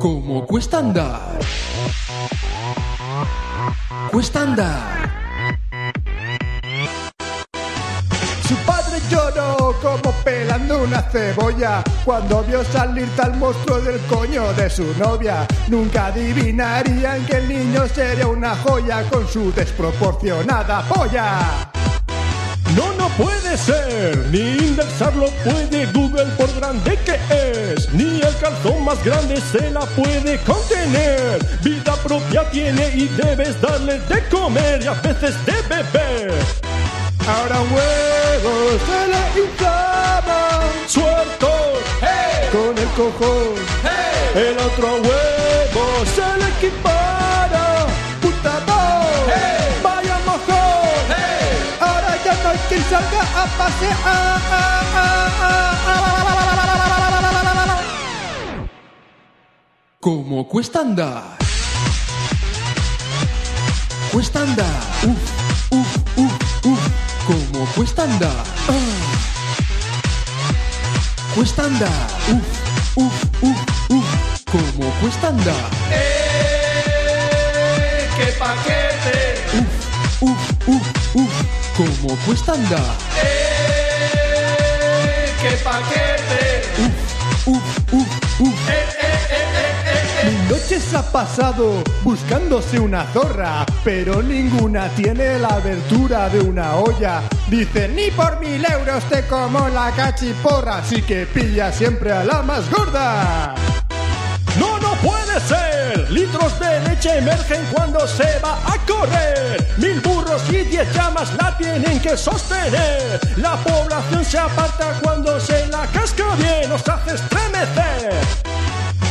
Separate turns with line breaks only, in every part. Como cuesta andar. Cuesta andar.
Su padre lloró como pelando una cebolla cuando vio salir tal monstruo del coño de su novia. Nunca adivinarían que el niño sería una joya con su desproporcionada polla.
No, no puede ser, ni indexarlo puede Google por grande que es, ni el cartón más grande se la puede contener. Vida propia tiene y debes darle de comer y a veces de beber.
Ahora un huevo se le inflama
Suelto,
con el cojón,
el otro huevo se
se le equipara. Puta voz, vaya mojón, ahora ya no hay quien salga a pasear.
Como cuesta andar. Cuesta andar. Uf, uf, uf, uf. Como cuesta andar. Ah. Cuesta andar. Uf, uf, uf, uf. Como cuesta andar.
¡Qué paquete!
Uf, uf, uf, uf. Como cuesta andar.
¡Qué paquete!
Uf, uf, uf.
Mil noches ha pasado buscándose una zorra, pero ninguna tiene la abertura de una olla. Dice, ni por mil euros te como la cachiporra, así que pilla siempre a la más gorda.
No, no puede ser. Litros de leche emergen cuando se va a correr. Mil burros y diez llamas la tienen que sostener. La población se aparta cuando se la casca bien, nos hace estremecer.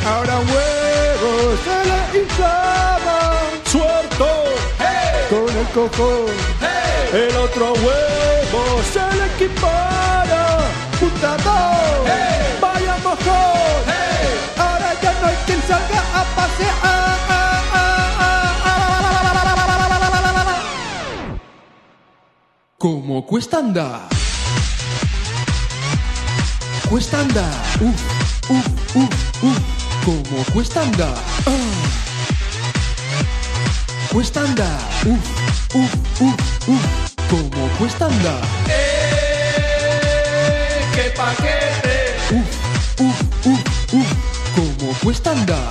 Ahora un huevo se le inflama
Suelto,
con el cojón,
el otro huevo se le equipara.
puta voz, vaya mojón, ahora ya no hay quien salga a pasear.
Como cuesta andar. Cuesta andar. Uf, uf, uf, uf. Como cuesta andar. Ah. Cuesta andar. Uf, uf, uf, uf. Como cuesta andar.
¡Qué paquete!
Uf, uf, uf, uf. Como cuesta andar.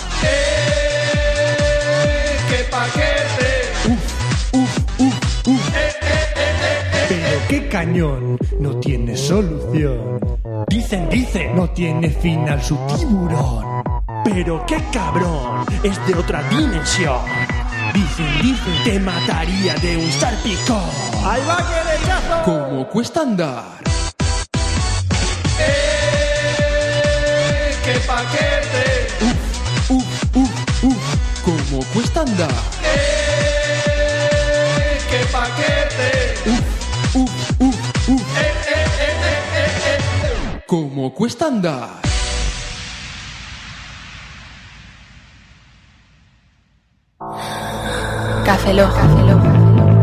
¡Qué paquete!
Uf, uf, uf, uf.
Pero qué cañón, no tiene solución. Dicen, dicen, no tiene final su tiburón. Pero qué cabrón, es de otra dimensión. Dicen, dicen, te mataría de un salpicón. ¡Ahí va que rechazo!
Como cuesta andar.
¡Qué paquete!
Uf, uf, uf, uf. Como cuesta andar.
¡Qué paquete!
Uf, uf, uf, uf. Como cuesta andar.
Café Lock.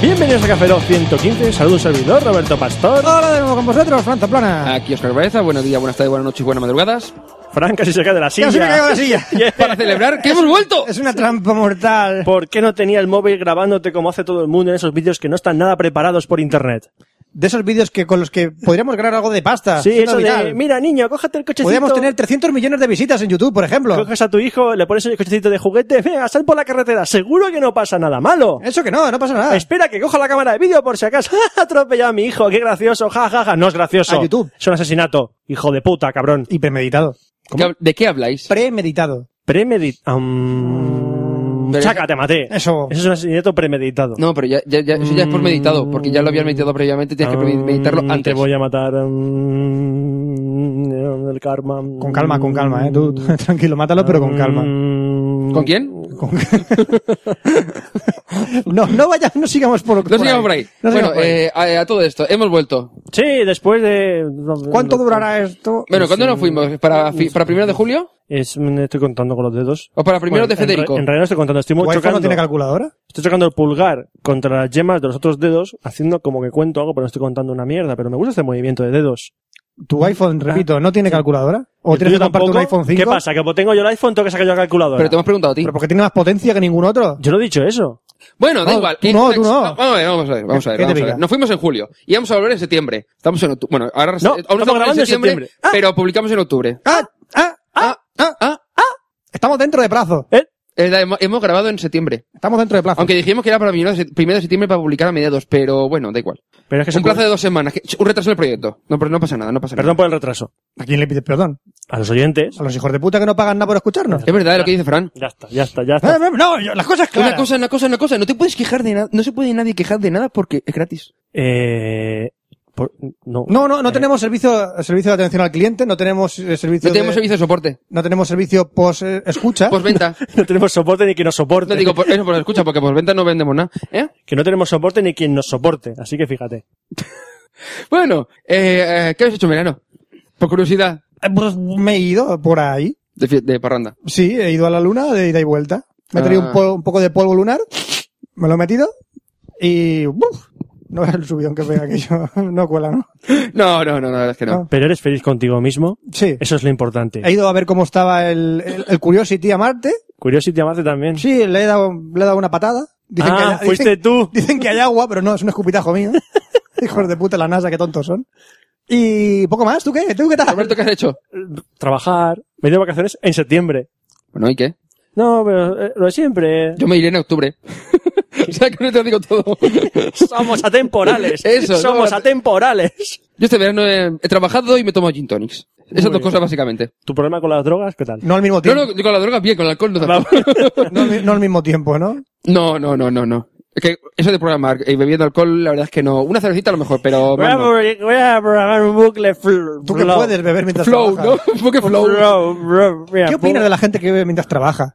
Bienvenidos a Café Lock 115. Saludos servidor Roberto Pastor.
Hola de nuevo con vosotros, Fran Plana.
Aquí Oscar Baeza, buenos días, buenas tardes, buenas noches, buenas madrugadas.
Fran casi se cae de la silla. este
Ya se me cayó la silla.
Yeah.
Para celebrar que hemos vuelto.
Es una trampa mortal.
¿Por qué no tenía el móvil grabándote como hace todo el mundo en esos vídeos que no están nada preparados por internet?
De esos vídeos que con los que podríamos ganar algo de pasta.
Sí,
siendo
eso de,
viral.
mira niño, cógete el cochecito.
Ah, Podríamos tener 300 millones de visitas en YouTube, por ejemplo.
Coges a tu hijo, le pones el cochecito de juguete, venga, sal por la carretera, seguro que no pasa nada malo.
Eso que no, no pasa nada.
Espera que coja la cámara de vídeo por si acaso. ¡Ja, Atropellado a mi hijo, qué gracioso, jajaja. No es gracioso.
A YouTube.
Es un asesinato. Hijo de puta, cabrón.
Y premeditado.
¿De qué habláis?
Premeditado.
Premedit... um,
Pero-
Chaca, te maté.
Eso.
Eso es un asesinato premeditado.
No, pero ya, ya, ya- eso ya es por meditado, porque ya lo habías meditado previamente, tienes
Ah,
que
Mm,
meditarlo antes.
Te voy a matar. mm, el karma.
Con calma, con calma, ¿eh? Tú, tranquilo, mátalo, pero
Mm.
con calma.
Mm,
¿Con quién?
No, no vaya, no sigamos por,
No sigamos por ahí.
No sigamos
bueno,
por ahí.
eh, a, a todo esto, hemos vuelto.
Sí, después de.
¿Cuánto durará esto?
Bueno, ¿cuándo nos fuimos? ¿Para, fi- ¿Para primero de julio?
Es, me estoy contando con los dedos.
¿O para primero
Bueno,
de
en re-
Federico?
En, realidad no estoy contando, estoy
¿Tu iPhone
chocando.
no tiene calculadora?
Estoy chocando el pulgar contra las yemas de los otros dedos, haciendo como que cuento algo, pero no estoy contando una mierda. Pero me gusta este movimiento de dedos.
¿Tu iPhone, repito, no tiene calculadora? ¿O
¿El
tienes
tuyo
que comprarte un
tampoco?
iPhone 5?
¿Qué pasa? ¿Que como tengo yo el iPhone, tengo que sacar yo la calculadora?
Pero te hemos preguntado a ti.
¿Pero porque tiene más potencia que ningún otro?
Yo no he dicho eso.
Bueno, da
No,
igual.
tú no,
Eh,
tú no.
Vamos a ver, vamos a ver. Vamos a ver,
¿Qué te
vamos a ver.
pica?
Nos fuimos en julio y vamos a volver en septiembre. Estamos en octubre. Bueno, ahora
No,
aún
estamos grabando en septiembre. Ah.
pero publicamos en octubre.
¡Ah! ¡Ah! ¡Ah! ¡Ah!
Ah,
Estamos dentro de plazo.
¿Eh?
es la- hemos- hemos grabado en septiembre.
Estamos dentro de plazo.
Aunque dijimos que era para primero de se- primero de septiembre para publicar a mediados, pero bueno, da igual.
Pero es que se
Un plazo
ocurre-
de dos semanas. que- Un retraso en el proyecto. No, pero no pasa nada, no pasa
Perdón por el retraso.
¿A quién le pides perdón?
A los oyentes.
¿A los hijos de puta que no pagan nada por escucharnos?
nada. Es verdad lo que dice Fran.
Ya está, ya está, ya
Eh,
está.
eh, No, yo- las cosas claras.
Una cosa, una cosa, una cosa. No te puedes quejar de nada. No se puede nadie quejar de nada porque es gratis.
Eh, por- no.
No, no, no tenemos servicio, servicio de atención al cliente, no tenemos eh, servicio
No tenemos
de-
servicio Pues, de soporte.
no tenemos servicio post eh, escucha.
Postventa.
No tenemos soporte ni quien nos soporte.
No digo, por, eso por escucha, porque postventa no vendemos nada. ¿Eh?
Que no tenemos soporte ni quien nos soporte. Así que fíjate.
Bueno, eh, eh, ¿qué habéis hecho en verano? Por curiosidad.
Eh, pues, me he ido por ahí.
De, fie- de parranda.
Sí, he ido a la luna de ida y vuelta. Me he traído
Ah.
un, po- un poco de polvo lunar, me lo he metido y ¡buf! no es el subión que pega aquello. No cuela, ¿no?
No, no, no, la verdad es que no.
No.
Pero eres feliz contigo mismo.
Sí.
Eso es lo importante.
He ido a ver cómo estaba el, el, el Curiosity a Marte.
Curiosity Amate también.
Sí, le he dado, le he dado una patada. Dicen que hay-
ah,
dicen-
fuiste tú.
Dicen que hay agua, pero no, es un escupitajo mío. Hijos de puta, la NASA, qué tontos son. Y poco más, ¿tú qué? ¿Tú qué tal?
Roberto, ¿qué has hecho?
Trabajar. Me he ido de vacaciones en septiembre.
Bueno, ¿y qué?
No, pero eh, lo de siempre.
Yo me iré en octubre. o sea, que no te lo digo todo.
Somos atemporales.
Eso, no,
Somos
la-
atemporales.
Yo este verano he, he trabajado y me tomo gin tonics. Esas
Muy
dos
bien.
cosas básicamente.
¿Tu problema con las drogas? ¿Qué tal?
No al mismo
No,
tiempo.
no, con la droga bien, con el alcohol no tampoco.
No, al mi- no al mismo tiempo, ¿no?
No, no, no, no, no. Es que eso de programar y bebiendo alcohol, la verdad es que no. Una cervecita a lo mejor, pero
Voy
más
a,
no.
pro- voy a programar un bucle. fl-
Tú que
flow.
puedes beber mientras
Flow, ¿no?
trabajas.
Un poco flow.
Flow, bro, mira,
¿Qué opinas
pongo-
de la gente que bebe mientras trabaja?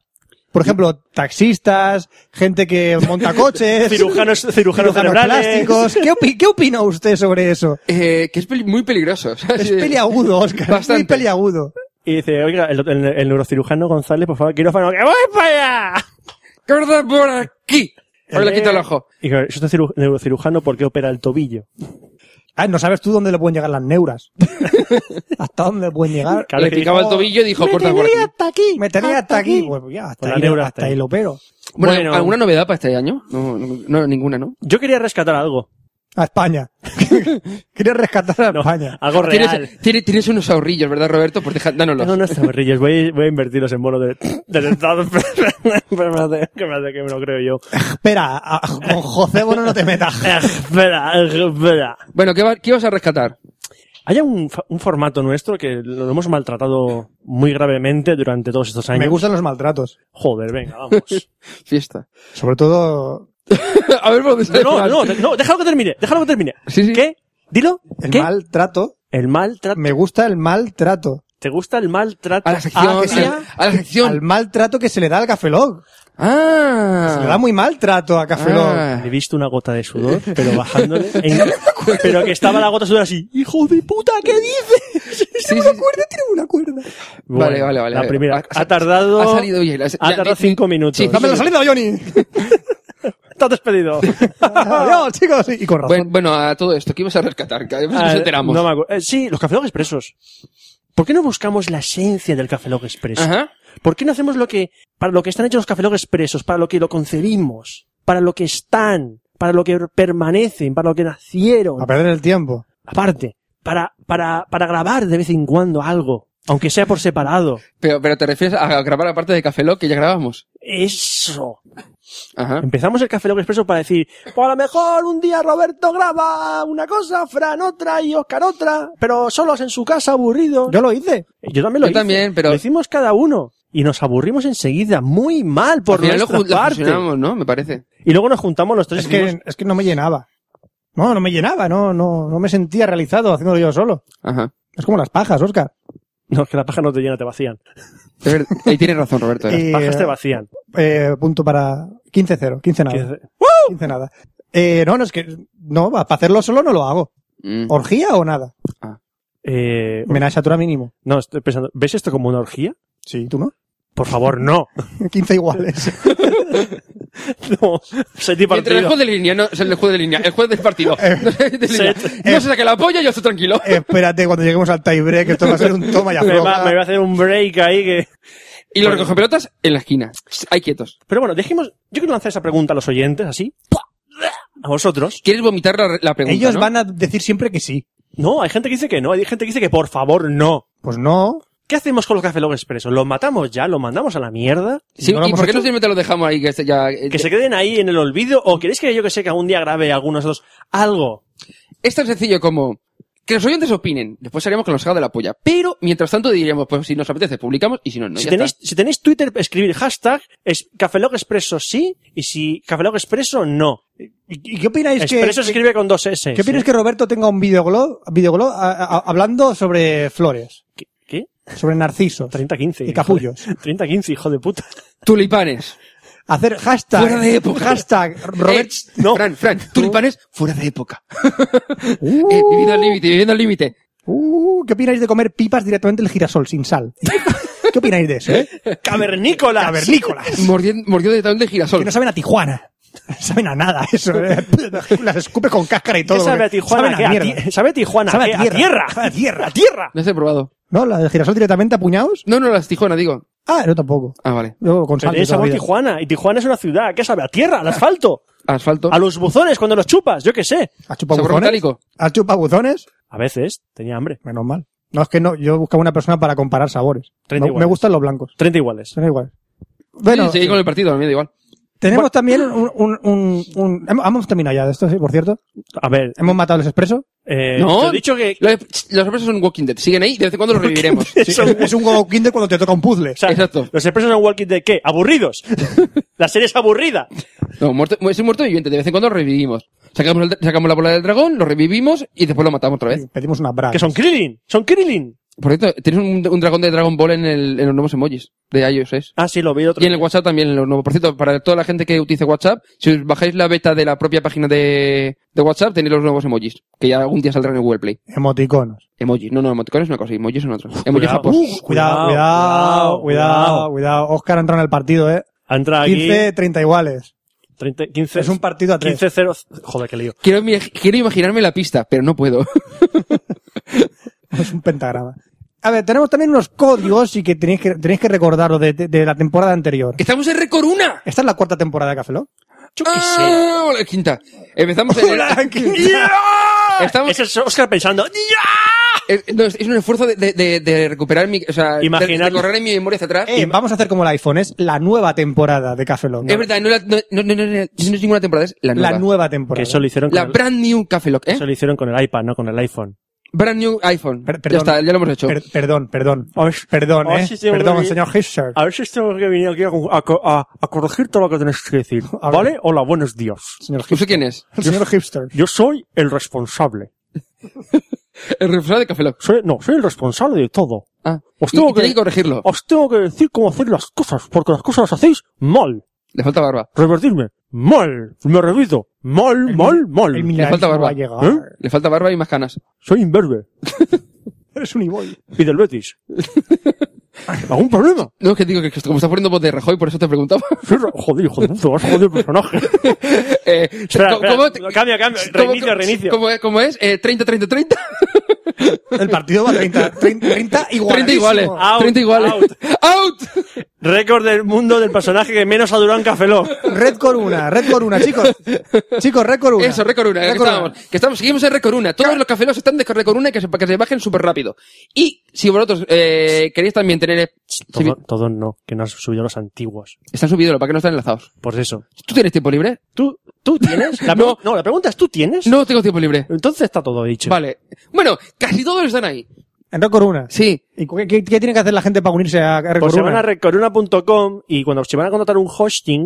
Por ejemplo, taxistas, gente que monta coches,
cirujanos, cirujanos,
cirujanos
cerebrales.
plásticos. ¿Qué, opi- qué opina usted sobre eso?
Eh, que es peli- muy peligroso. ¿sabes?
Es peliagudo, Oscar. Es muy
Bastante.
peliagudo.
Y dice, oiga, el, el- el neurocirujano González, por favor, quirófano, que voy para allá.
¿Qué verdad por aquí? Ahora le quito el ojo.
Y claro, yo soy ciru- neurocirujano porque opera el tobillo.
Ah, no sabes tú dónde le pueden llegar las neuras. ¿Hasta dónde pueden llegar?
Claro
le
que
picaba el
dijo,
tobillo y dijo, corta por aquí.
hasta aquí. Me tenía hasta aquí. Pues ya,
Con
hasta,
la
ahí,
neura hasta
hasta ahí
ahí.
lo pero.
Bueno,
Bueno.
¿alguna novedad para este año? No, no, no, ninguna, ¿no?
Yo quería rescatar algo.
A España. Quieres rescatar a
No,
España.
algo
Tienes,
real.
tiene- tienes unos ahorrillos, ¿verdad, Roberto? Pues deja, dánoslos.
Tengo unos zamarrillos, voy, voy a invertirlos en bonos de, del Estado. Espérate, que me hace que me lo creo yo.
Espera, a- con José Bono no te metas.
Eh, Espera, eh, espera.
Bueno, ¿qué, va- qué vas a rescatar?
Hay un, fa- un formato nuestro que lo hemos maltratado muy gravemente durante todos estos años.
Me gustan los maltratos.
Joder, venga, vamos.
Fiesta.
Sobre todo
a ver, ¿por dónde sale
No,
Fran?
no, no, no, déjalo que termine, déjalo que termine.
Sí, sí.
¿Qué? Dilo.
el
¿Qué?
maltrato.
El maltrato.
Me gusta el maltrato.
¿Te gusta el maltrato?
A la sección.
Ah, que sí.
al- a la
Al
sección.
maltrato que se le da al Cafelog.
Ah.
Se le da muy maltrato a Cafelog.
Ah.
He visto una gota de sudor, pero bajándole. en- pero que estaba la gota de sudor así. ¡Hijo de puta! ¿Qué dices?
Sí, sí, sí.
Tiene una cuerda.
Bueno,
Vale, vale, vale.
La primera.
Ha-
Ha, tardado.
ha salido bien, ha-
Ha,
ya,
tardado
di-
cinco minutos.
sí,
Dame la salida, Johnny.
Estás despedido.
Adiós, chicos. Y con razón.
Bueno, bueno, a todo esto, ¿qué ibas a rescatar? Que además nos
Ah,
enteramos.
no me acuerdo. Eh, sí, los Café Log Expresos. ¿Por qué no buscamos la esencia del Café Log Expreso?
Ajá.
¿Por qué no hacemos lo que, para lo que están hechos los Café Log Expresos, para lo que lo concebimos, para lo que están, para lo que permanecen, para lo que nacieron?
A perder el tiempo.
aparte, para, para, para grabar de vez en cuando algo, aunque sea por separado.
Pero, pero te refieres a grabar la parte de Café Lock que ya grabamos.
Eso.
Ajá.
Empezamos el Café Lock Expreso para decir, pues a lo mejor un día Roberto graba una cosa, Fran otra y Oscar otra, pero solos en su casa aburrido.
Yo lo hice.
Yo también lo
Yo
hice.
también, pero-
Lo hicimos cada uno. y nos aburrimos enseguida, muy mal por
Por Al final lo
nuestra
ju- lo
parte.
fusionamos, ¿no? Me parece.
Y luego nos juntamos los tres
Es
y dijimos,
que, es que no me llenaba. No, no me llenaba, no, no, no me sentía realizado haciéndolo yo solo.
Ajá.
Es como las pajas, Oscar.
No, es que las pajas no te llenan, te vacían.
Es verdad. Ahí tienes razón, Roberto. era.
Eh,
Pajas te vacían.
eh, punto para 15-0, 15 nada. 15,
Que-
nada. Eh, no, no, es que, no, para hacerlo solo no lo hago.
Mm.
¿Orgía o nada?
eh,
Homenaje a Tura mínimo.
no, estoy pensando, ¿ves esto como una orgía?
Sí, ¿tú no?
Por favor, no.
15 iguales.
no. Set y
Entre el
partido. Eh,
juez de línea, no, es el juez de línea, el juez del partido. De línea.
set.
No se saque la polla, yo estoy tranquilo.
Espérate cuando lleguemos al tiebreak, esto va a ser un toma y
Me va,
afloja.
me voy a hacer un break ahí que...
Y los recogen pelotas en la esquina. Hay quietos.
Pero bueno, dejemos... Yo quiero lanzar esa pregunta a los oyentes, así. A vosotros.
¿Quieres vomitar la, la pregunta?
Ellos
¿no?
van a decir siempre que sí.
No, hay gente que dice que no, hay gente que dice que por favor no.
Pues no.
¿Qué hacemos con los Café Log Expreso? ¿Los matamos ya? ¿Los mandamos a la mierda?
Sí,
¿No lo
¿Y
hemos
por qué
hecho?
no simplemente lo dejamos ahí? Que se, ya, eh,
¿Que se queden ahí en el olvido? ¿O queréis que yo que sé que algún día grabe algunos dos algo?
Es tan sencillo como que los oyentes opinen. Después haremos que nos haga de la polla. Pero mientras tanto diríamos, pues si nos apetece, publicamos y si no, no.
si,
ya
tenéis,
está.
si tenéis Twitter, escribir hashtag es Café Lock Expreso sí y si Café Lock Expreso no.
¿Y y qué opináis que,
Expreso se escribe con dos S.
qué opináis que Roberto tenga un videoblog, videoblog a- a- hablando sobre flores,
¿Qué? ¿Qué?
sobre narcisos
30-15.
y capullos?
30-15, hijo de puta.
Tulipanes. Eh,
Hacer hashtag.
Fuera de época.
Hashtag Robert.
Eh, no. Fran, Fran, tulipanes fuera de época. Eh, viviendo al límite, viviendo al límite.
Uh, ¿Qué opináis de comer pipas directamente del girasol sin sal? ¿Qué opináis de eso? eh?
¡Cavernícolas!
Cavernícolas.
Mordiendo, mordiendo directamente de
Que
girasol.
no saben a Tijuana. No saben a nada eso. eh. Las escupe con cáscara y todo.
¿Qué sabe a
porque
Tijuana?
Saben
¿Qué?
a
a
mierda.
ti- ¿Sabe a Tijuana?
Sabe a
¿Qué?
tierra.
¡A tierra! ¡A tierra!
No he probado.
¿No? ¿La del girasol directamente a puñados?
No, no, las Tijuana, digo.
Ah, yo tampoco.
Ah, vale.
Yo con sal.
Pero tiene
de toda
sabor
la vida.
Tijuana. Y Tijuana es una ciudad. ¿Qué sabe? ¿A tierra? ¿Al asfalto?
Asfalto.
¿A los buzones cuando los chupas? Yo qué sé.
¿A
Sabor
chupabuzones?
metálico.
¿A chupabuzones?
A veces tenía hambre.
Menos mal. No, es que no. Yo buscaba una persona para comparar sabores. Me,
Treinta
me
iguales.
gustan los blancos.
30 iguales.
Son iguales. Bueno,
sí, seguí con el partido, me da igual.
tenemos también un... un, un, un- hemos, hemos terminado ya de esto, sí, por cierto.
A ver,
Hemos matado los expresos.
eh,
No.
te he dicho que...
Los, los expresos son Walking Dead. Siguen ahí, de vez en cuando los reviviremos.
Sí, es, es un Go Kinder cuando te toca un puzzle.
O sea,
Exacto.
Los expresos en Walking Dead, ¿qué? ¿Aburridos? la serie es aburrida.
No, muerto, es un muerto viviente. De vez en cuando lo revivimos. Sacamos, el- sacamos la bola del dragón, lo revivimos y después lo matamos otra vez.
Pedimos una braga.
Que son Krillin. Son Krillin.
Por cierto, tienes un, un dragón de Dragon Ball en, el, en los nuevos emojis de iOS 6.
Ah, sí, lo vi el otro
Y en el
día.
WhatsApp también, en los nuevos. Por cierto, para toda la gente que utilice WhatsApp, si os bajáis la beta de la propia página de, de WhatsApp, tenéis los nuevos emojis. Que ya algún día saldrán en Google Play.
Emoticonos.
Emojis. No, no, emoticones es una cosa, emojis son otra. Emojis
Cuidado.
Japón.
Uh,
Cuidado, cuidado, cuidado, cuidado. Oscar ha entrado en el partido, eh.
Entra aquí...
15, 30 iguales.
30, 15,
Es un partido a tres.
15-0... Joder, qué lío.
Quiero, mi- quiero imaginarme la pista, pero no puedo.
Es un pentagrama. A ver, tenemos también unos códigos y que tenéis que, tenéis que recordaros de, de- de la temporada anterior.
¡Que estamos en récord una!
Esta es la cuarta temporada de Café Lock.
Yo qué sé.
¡Ah! Hola, quinta. Empezamos en el- Estamos,
Ese es Oscar pensando... ¡Ya!
Eh, no, es, es un esfuerzo de, de- de- de recuperar mi, o sea, de-
Imaginar-
de correr en mi memoria hacia atrás.
Eh, vamos a hacer como el iPhone, es la nueva temporada de Café Lock.
es verdad, no, la- no, no, no, no, no, no es ninguna temporada, es la nueva.
La nueva temporada.
Que eso lo hicieron con
La
el-
brand new Café Lock, ¿eh?
Eso lo hicieron con el iPad, no con el iPhone.
Brand new iPhone.
Per-
ya
perdón.
está, ya lo hemos hecho.
Per- perdón, perdón.
A ver-
Perdón,
a ver
eh.
si se me
perdón,
olvida.
señor Hischer.
A ver si tengo que venir aquí a, corregir todo lo que tenéis que decir.
A ver.
¿Vale? Hola, buenos días.
Señor
¿Usted
Hipster.
quién es?
El señor Hipster.
Yo soy el responsable.
El responsable de Café Lock.
Soy- no, soy el responsable de todo.
Ah.
Os
Y, y
Pues tengo que- Oh.
tiene que corregirlo.
Os tengo que decir cómo hacer las cosas, porque las cosas las hacéis mal.
Le falta barba.
Revertirme. Mal. Me revido. Mal, mal, mal.
El
Le
milenarismo
falta barba.
va a llegar.
¿Eh?
Le falta barba y más canas.
Soy imberbe.
Eres un e-boy.
Y del Betis. ¿Algún problema?
No, es que digo que que como estás poniendo voz de Rajoy, por eso te preguntaba.
Sí, joder, hijo de puta, vas a joder el personaje.
Eh,
Espera,
¿cómo-
espera.
cómo te-
Cambio, cambio.
cómo-
Reinicio,
cómo-
reinicio.
¿Cómo es? ¿Cómo es? Eh, 30, 30, 30.
El partido va a 30, 30, 30
30 iguales.
iguales.
Out,
30 iguales.
out.
¡Out!
Récord del mundo del personaje que menos ha durado en Café Lock.
Red Coruna, Red Coruna, chicos. Chicos, Red Coruna.
Eso, récord una, que
Récord una.
estábamos. Que estamos, seguimos en récord una. Todos los cafelos están de récord una y que se, que se bajen súper rápido. Y si vosotros eh, queréis también tener... eh, si
Todo,
vi-
todo no, que no has subido los antiguos.
están subidos, para que no están enlazados.
Por eso.
¿Tú tienes tiempo libre?
¿Tú, tú tienes? La
No.
pregu- no, la pregunta es, ¿tú tienes?
No tengo tiempo libre.
Entonces está todo dicho.
Vale. Bueno, casi todos están ahí.
En Red Corona.
Sí,
¿Y cu- qué, qué- qué tiene que hacer la gente para unirse a Red
Pues se van
Corona?
a recoruna.com y cuando se van a contratar un hosting,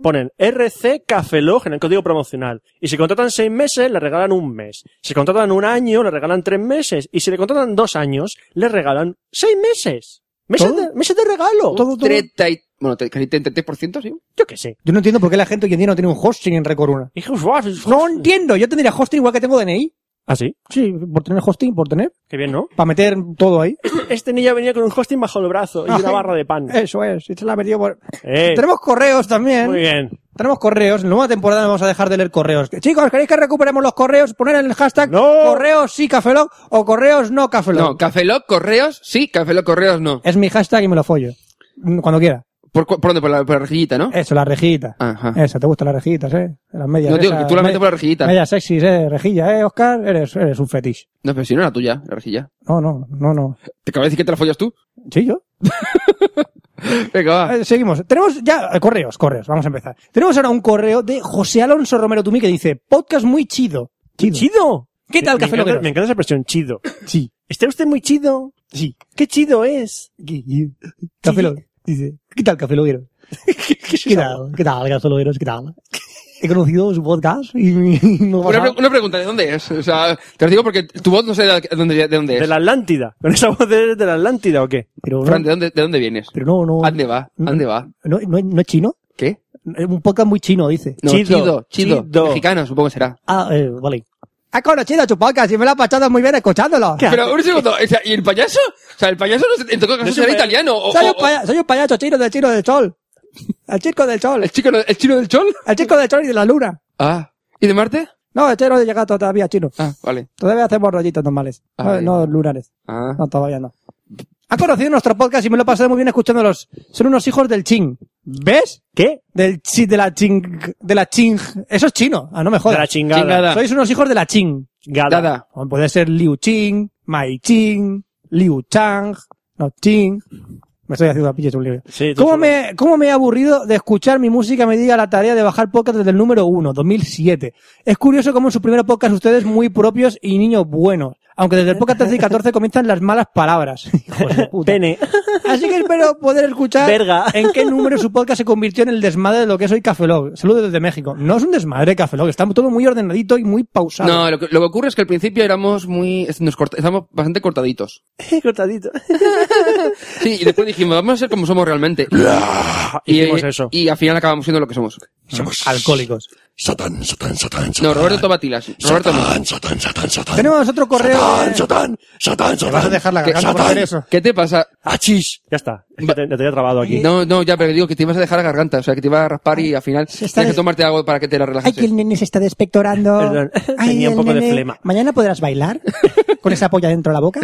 ponen RC Cafelog en el código promocional. Y si contratan seis meses, le regalan un mes. Si contratan un año, le regalan tres meses. Y si le contratan dos años, le regalan seis meses. Meses,
¿Todo?
de, meses de regalo.
Todo, todo.
30 y, bueno, te- casi 33%, sí.
Yo qué sé.
Yo no entiendo por qué la gente hoy en día no tiene un hosting en Red Corona.
Hijos,
No entiendo. Yo tendría hosting igual que tengo DNI.
Ah, sí.
Sí, por tener hosting, por tener.
Qué bien, ¿no?
Para meter todo ahí.
Este niño venía con un hosting bajo el brazo y una
Ay. Eh,
barra de pan.
Eso es. y se la ha metido por-
Eh,
Tenemos correos también.
muy bien.
Tenemos correos. En la nueva temporada vamos a dejar de leer correos. Chicos, ¿queréis que recuperemos los correos? Poner en el hashtag
No.
correos sí cafelog o correos no cafelog.
No, Cafeloc, correos, sí, Cafeloc, correos, no.
Es mi hashtag y me lo follo. Mm, Cuando quiera.
¿Por, cu- por dónde? Por la, por la rejillita, ¿no?
Eso, las rejillitas.
Ajá.
Esa, ¿te gustan las rejillitas, eh? Las medias.
No, tío, que tú la metes por las
rejillita.
rejillitas.
Medias sexys, eh. Rejilla, eh, Oscar. Eres, eres un fetiche.
No, pero si no era tuya, la rejilla.
No, no, no, no.
¿Te acabas de decir que te la follas tú?
Sí, yo.
Venga, va.
Eh, seguimos. Tenemos ya eh, correos, correos. Vamos a empezar. Tenemos ahora un correo de José Alonso Romero Tumí que dice, podcast muy chido. Chido.
¡Chido!
¿Qué tal,
Me
Café
encanta,
Logueros?
me encanta esa expresión, chido.
Sí.
¿Está usted muy chido?
Sí.
¡Qué chido es!
Café Lo- dice, ¿qué tal, Café Loguero? ¿Qué tal? ¿Qué tal, Café Logueros? ¿Qué tal? He conocido su podcast y me me ha
Una,
pasado-
pre- una pregunta, ¿de dónde es? O sea, te lo digo porque tu voz no sé de dónde, de dónde es.
¿De la Atlántida? ¿Con esa voz de, de la Atlántida o qué?
pero no,
Fran, ¿de dónde, ¿de dónde vienes?
pero no, no,
¿A dónde va?
Mm.
¿A dónde va?
no, no, no es chino.
¿Qué?
Es un podcast muy chino, dice.
No,
Chido,
chido, chido.
chido.
Mexicano, supongo que será.
Ah, eh, vale. He conocido su podcast y me lo ha pasado muy bien escuchándolo.
¿Qué?
Pero un segundo, o sea, ¿y el payaso? O sea, el payaso no se- en todo caso
No es un
será
paya-
italiano. O,
Soy
o-
oh,
un, paya- soy un payaso chino del chino del sol. El chico del sol.
¿El chico, no- el chino del chol?
El chico del sol y de la luna.
Ah. ¿Y de Marte?
No, este no he llegado todavía chino.
Ah, vale.
Todavía hacemos rollitos normales. No,
Ay.
no lunares.
Ah.
No, todavía no. Ha conocido nuestro podcast y me lo he pasado muy bien escuchándolos. Son unos hijos del ching. ¿Ves?
¿Qué?
Del chi, de la ching, de la ching. Eso es chino. Ah, no me
De
jodas.
la chingada.
Chingada.
Sois unos hijos de la ching.
Gada.
Nada.
O Puede ser Liu Ching, Mai Ching, Liu Chang, no Ching. Me estoy haciendo la pilla un libro.
Sí, tú
¿Cómo
seguro.
me, ¿Cómo me he aburrido de escuchar mi música me diga la tarea de bajar podcast desde el número 1, 2007? Es curioso cómo en su primer podcast ustedes muy propios y niños buenos. Aunque desde el podcast 13 y 14 comienzan las malas palabras. Hijos de puta.
Pene.
Así que espero poder escuchar
Verga.
en qué número su podcast se convirtió en el desmadre de lo que es hoy Cafelog. Saludos desde México. No es un desmadre Cafelog, está todo muy ordenadito y muy pausado.
No, lo que, lo que ocurre es que al principio éramos muy... es- Nos corta- estábamos bastante cortaditos.
Cortadito.
Sí, y después dijimos, vamos a ser como somos realmente. y,
Ah, Hicimos
eh,
eso.
y al final acabamos siendo lo que somos.
Somos
Alcohólicos.
Satán, Satán, Satán, Satán.
No, Roberto Tobatilas. Roberto no.
Satán, Satán, Satán, Satán.
Tenemos otro correo. eh,
Satán,
de-
Satán, Satán, Satán.
vas a dejar la garganta por hacer eso.
¿Qué te pasa?
Achis.
Ya está. Es que te, te había trabado aquí.
No, no, ya, pero digo que te ibas a dejar la garganta, o sea, que te iba a raspar y al final
está
tienes que
des-
tomarte algo para que te la
Ay,
relajases.
que el nene se está despectorando.
Perdón,
Ay,
tenía un
el
poco de
nene.
flema.
¿Mañana podrás bailar? ¿Con esa polla dentro de la boca?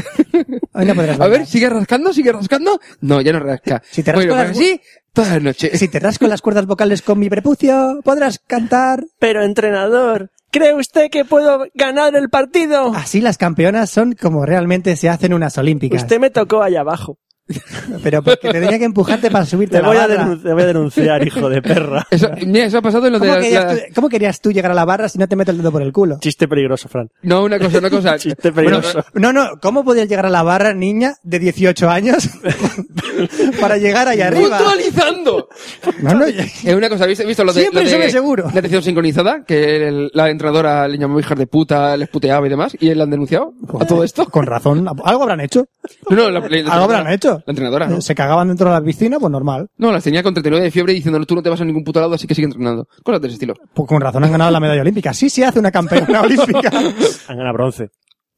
Hoy no podrás
A
bailar.
ver, sigue rascando, sigue rascando. No, ya no rasca.
Si te
bueno,
raspas-
pues sí, toda la noche.
Si te rasco las cuerdas vocales con mi prepucio, podrás cantar.
Pero, entrenador, ¿cree usted que puedo ganar el partido?
Así las campeonas son como realmente se hacen unas olímpicas.
Usted me tocó allá abajo.
Pero porque tendría que empujarte para subirte
Te
a la
voy a,
barra.
denun- te voy a denunciar, hijo de perra.
Eso, mira, eso ha pasado en lo de
¿Cómo
la-
querías,
la-
tú, cómo querías tú llegar a la barra si no te meto el dedo por el culo?
Chiste peligroso, Fran.
No, una cosa, una cosa.
Chiste
Ah, Bueno,
peligroso.
No, no, ¿cómo podías llegar a la barra, niña de 18 años, para llegar ahí arriba?
puntualizando.
No, no,
Es una cosa, ¿habéis visto lo de,
Siempre
lo de
sube seguro.
la atención sincronizada? Que el- la entrenadora le llamó hijas de puta, les puteaba y demás, y la han denunciado a todo esto.
Con razón, algo habrán hecho.
No, no, la, la entrenadora-
Algo habrán hecho.
La entrenadora, ¿no?
Se cagaban dentro de la piscina, pues normal.
No, las tenía con 39 de fiebre diciéndole tú no te vas a ningún puto lado, así que sigue entrenando. Cosas de ese estilo.
Pues con razón han ganado la medalla olímpica. Así se hace una campeona olímpica.
Han ganado bronce.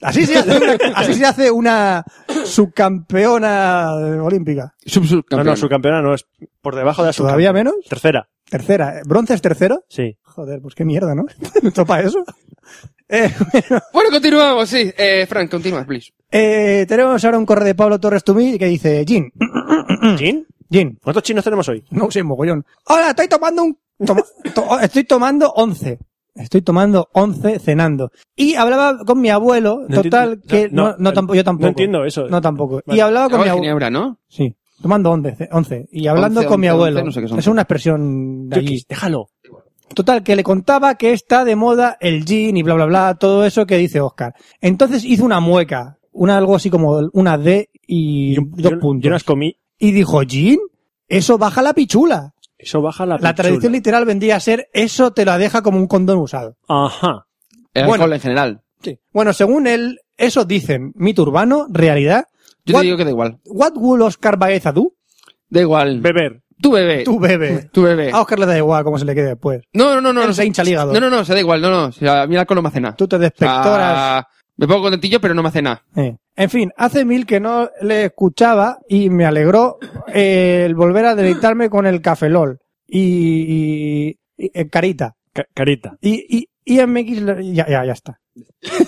Así se hace una, así se hace una subcampeona olímpica.
Sub, sub,
No, no, su campeona no es por debajo de la
¿Todavía
subcampeona.
menos?
Tercera,
Tercera. eh, ¿Bronce es tercero?
sí.
Joder, pues qué mierda, ¿no? ¿Topa eso? Eh,
Bueno, continuamos, sí. Eh, Frank, continúa, please.
eh, tenemos ahora un correo de Pablo Torres Tumí que dice, Jin,
¿Jin?
Jin,
¿Cuántos chinos tenemos hoy?
no sé, mogollón. Hola, estoy tomando un... toma- to- oh, estoy tomando once. Estoy tomando once cenando. Y hablaba con mi abuelo,
No
total,
entiendo-
que
no,
no, no,
no,
tampoco, yo tampoco.
no entiendo eso.
No tampoco. Y
Vale.
hablaba con mi
Agua de
abuelo.
Ginebra, ¿no?
Sí, tomando 11, 11 y hablando
Once,
con mi
once,
abuelo.
once, no sé qué son.
es una expresión de allí.
Yukis, déjalo.
Total, que le contaba que está de moda el jean y bla, bla, bla, todo eso que dice Oscar. Entonces hizo una mueca. una algo así como una D y,
Yo-
dos
yo-
puntos.
Yo las comí.
Y dijo, Jin, eso baja la pichula.
Eso baja la
La
pichula.
traducción literal vendría a ser, eso te la deja como un condón usado.
Ajá.
El
Bueno.
Eh, alcohol en general.
Bueno, según él, eso dicen mito urbano, realidad.
Yo
What-
te digo que da igual.
What will Oscar Baeza do?
Da igual.
Beber.
Tú bebé.
Tú bebe.
Tú bebé.
A Oscar le da igual cómo se le quede después.
No, eh. no, no, no.
Él
no,
se Ah. hincha el hígado.
No, no, no, se da igual, no, no. O sea, a mí el alcohol no me hace nada.
Tú te despectoras.
Ah, me pongo contentillo, pero no me hace nada.
Eh. En fin, hace mil que no le escuchaba y me alegró eh, el volver a deleitarme con el cafelol y, y- y- eh, carita.
Ca- carita.
Y, y, y MX, le- ya, ya, ya está.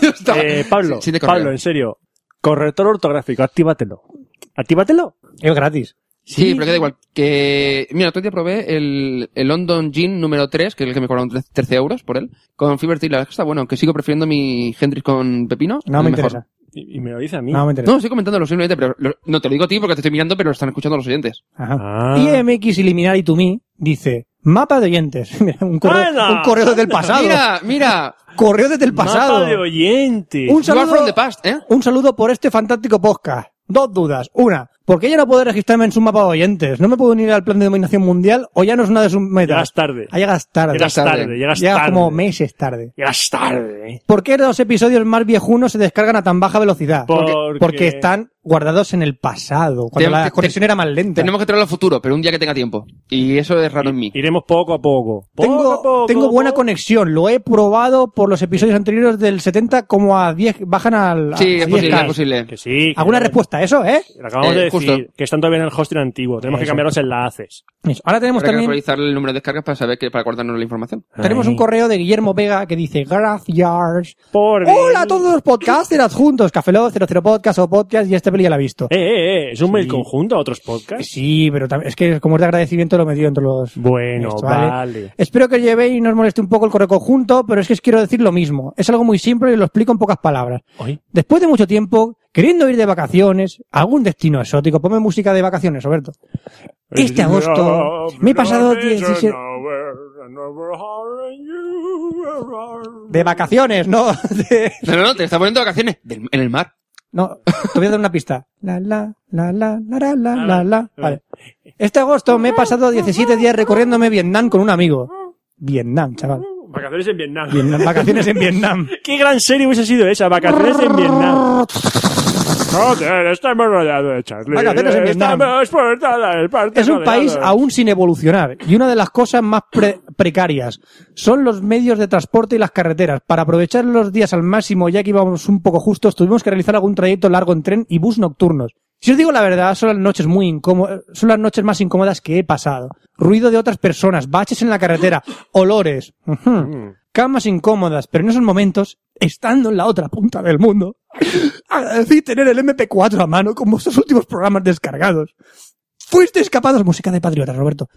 Está-
Eh, Pablo,
Sí, sí, de correo.
Pablo, en serio. Corrector ortográfico, actívatelo. Actívatelo.
Es gratis.
sí, pero que da igual. Que, mira, otro día probé el, el London Gin número 3, que es el que me cobraron 13 13 euros por él, con Fever Tea. La verdad es que está bueno, aunque sigo prefiriendo mi Hendrix con Pepino.
No
es
me
mejor.
interesa.
Y, y me lo dice a mí.
No me interesa.
No, estoy comentándolo simplemente, pero lo- no te lo digo a ti porque te estoy mirando, pero lo están escuchando los oyentes.
Ajá.
Ah.
Y MX Eliminari to me dice, mapa de oyentes. Mira, un correo,
¡Hala!
un correo desde el pasado.
Mira, mira.
Correo desde el pasado.
Mapa de oyentes.
Un
You are
saludo,
from the past, ¿eh?
un saludo por este fantástico podcast. Dos dudas. Una, ¿por qué ya no puedo registrarme en su mapa de oyentes? ¿No me puedo unir al plan de dominación mundial o ya no es una de sus
Llegas
metas?
tarde.
Ah, llegas tarde.
Llegas
tarde.
tarde. Llegas
Llegas
tarde.
como meses tarde.
Llegas tarde.
¿Por qué los episodios más viejunos se descargan a tan baja velocidad?
Porque-
Porque están guardados en el pasado, cuando
Te-
la
te-
conexión era más lenta.
Tenemos que traerlo al futuro, pero un día que tenga tiempo. Y eso es raro en mí.
Iremos poco a poco. Poco
Tengo,
a poco,
tengo buena
poco.
conexión, lo he probado por los episodios anteriores del 70 como a 10, bajan al...
Sí,
a
es posible,
10K.
es posible.
Que sí. que
¿Alguna
no-
respuesta a eso, eh?
Lo acabamos
Eh,
de decir.
justo.
Que están todavía en el hosting antiguo. Tenemos que
Eso.
cambiar los enlaces.
Eso. Ahora tenemos
Habrá que
también...
actualizar el número de descargas para saber que, para guardarnos la información.
Tenemos
Ay.
un correo de Guillermo Vega que dice, gracias.
Por
Hola a
el-
todos los podcasters adjuntos, Cafeló, 00 Podcast o Podcast y este peli ya la ha visto.
Eh, eh, eh. ¿Es un mail conjunto a otros podcasts?
Sí, pero tam- es que como es de agradecimiento lo he metido entre los...
Bueno,
Esto,
vale.
Espero que os llevéis y no os moleste un poco el correo conjunto, pero es que os quiero decir lo mismo. Es algo muy simple y lo explico en pocas palabras.
Ay,
Después de mucho tiempo, queriendo ir de vacaciones, a algún destino exótico, ponme música de vacaciones, Roberto. Este agosto me he pasado 17... De vacaciones, ¿no? De-
No, no, no, te está poniendo vacaciones del- en el mar.
No, te voy a dar una pista. La, la, la, la, la, la, la, la, la. Vale. Este agosto me he pasado 17 días recorriéndome Vietnam con un amigo. Vietnam, chaval.
Vacaciones en Vietnam.
Vietnam, vacaciones en Vietnam.
¿Qué gran serie hubiese sido esa? Vacaciones en Vietnam. Joder, estamos rodeados de Charlie.
Vacaciones en Vietnam.
Estamos por todas partes
Es un país
rodeados.
aún sin evolucionar y una de las cosas más pre- precarias son los medios de transporte y las carreteras. Para aprovechar los días al máximo, ya que íbamos un poco justos, tuvimos que realizar algún trayecto largo en tren y bus nocturnos. Si os digo la verdad, son las noches muy incómodas, son las noches más incómodas que he pasado. Ruido de otras personas, baches en la carretera, olores, ujú, camas incómodas, pero en esos momentos, estando en la otra punta del mundo, agradecí tener el MP4 a mano con vuestros últimos programas descargados. Fuisteis capaces, música de patriotas, Roberto.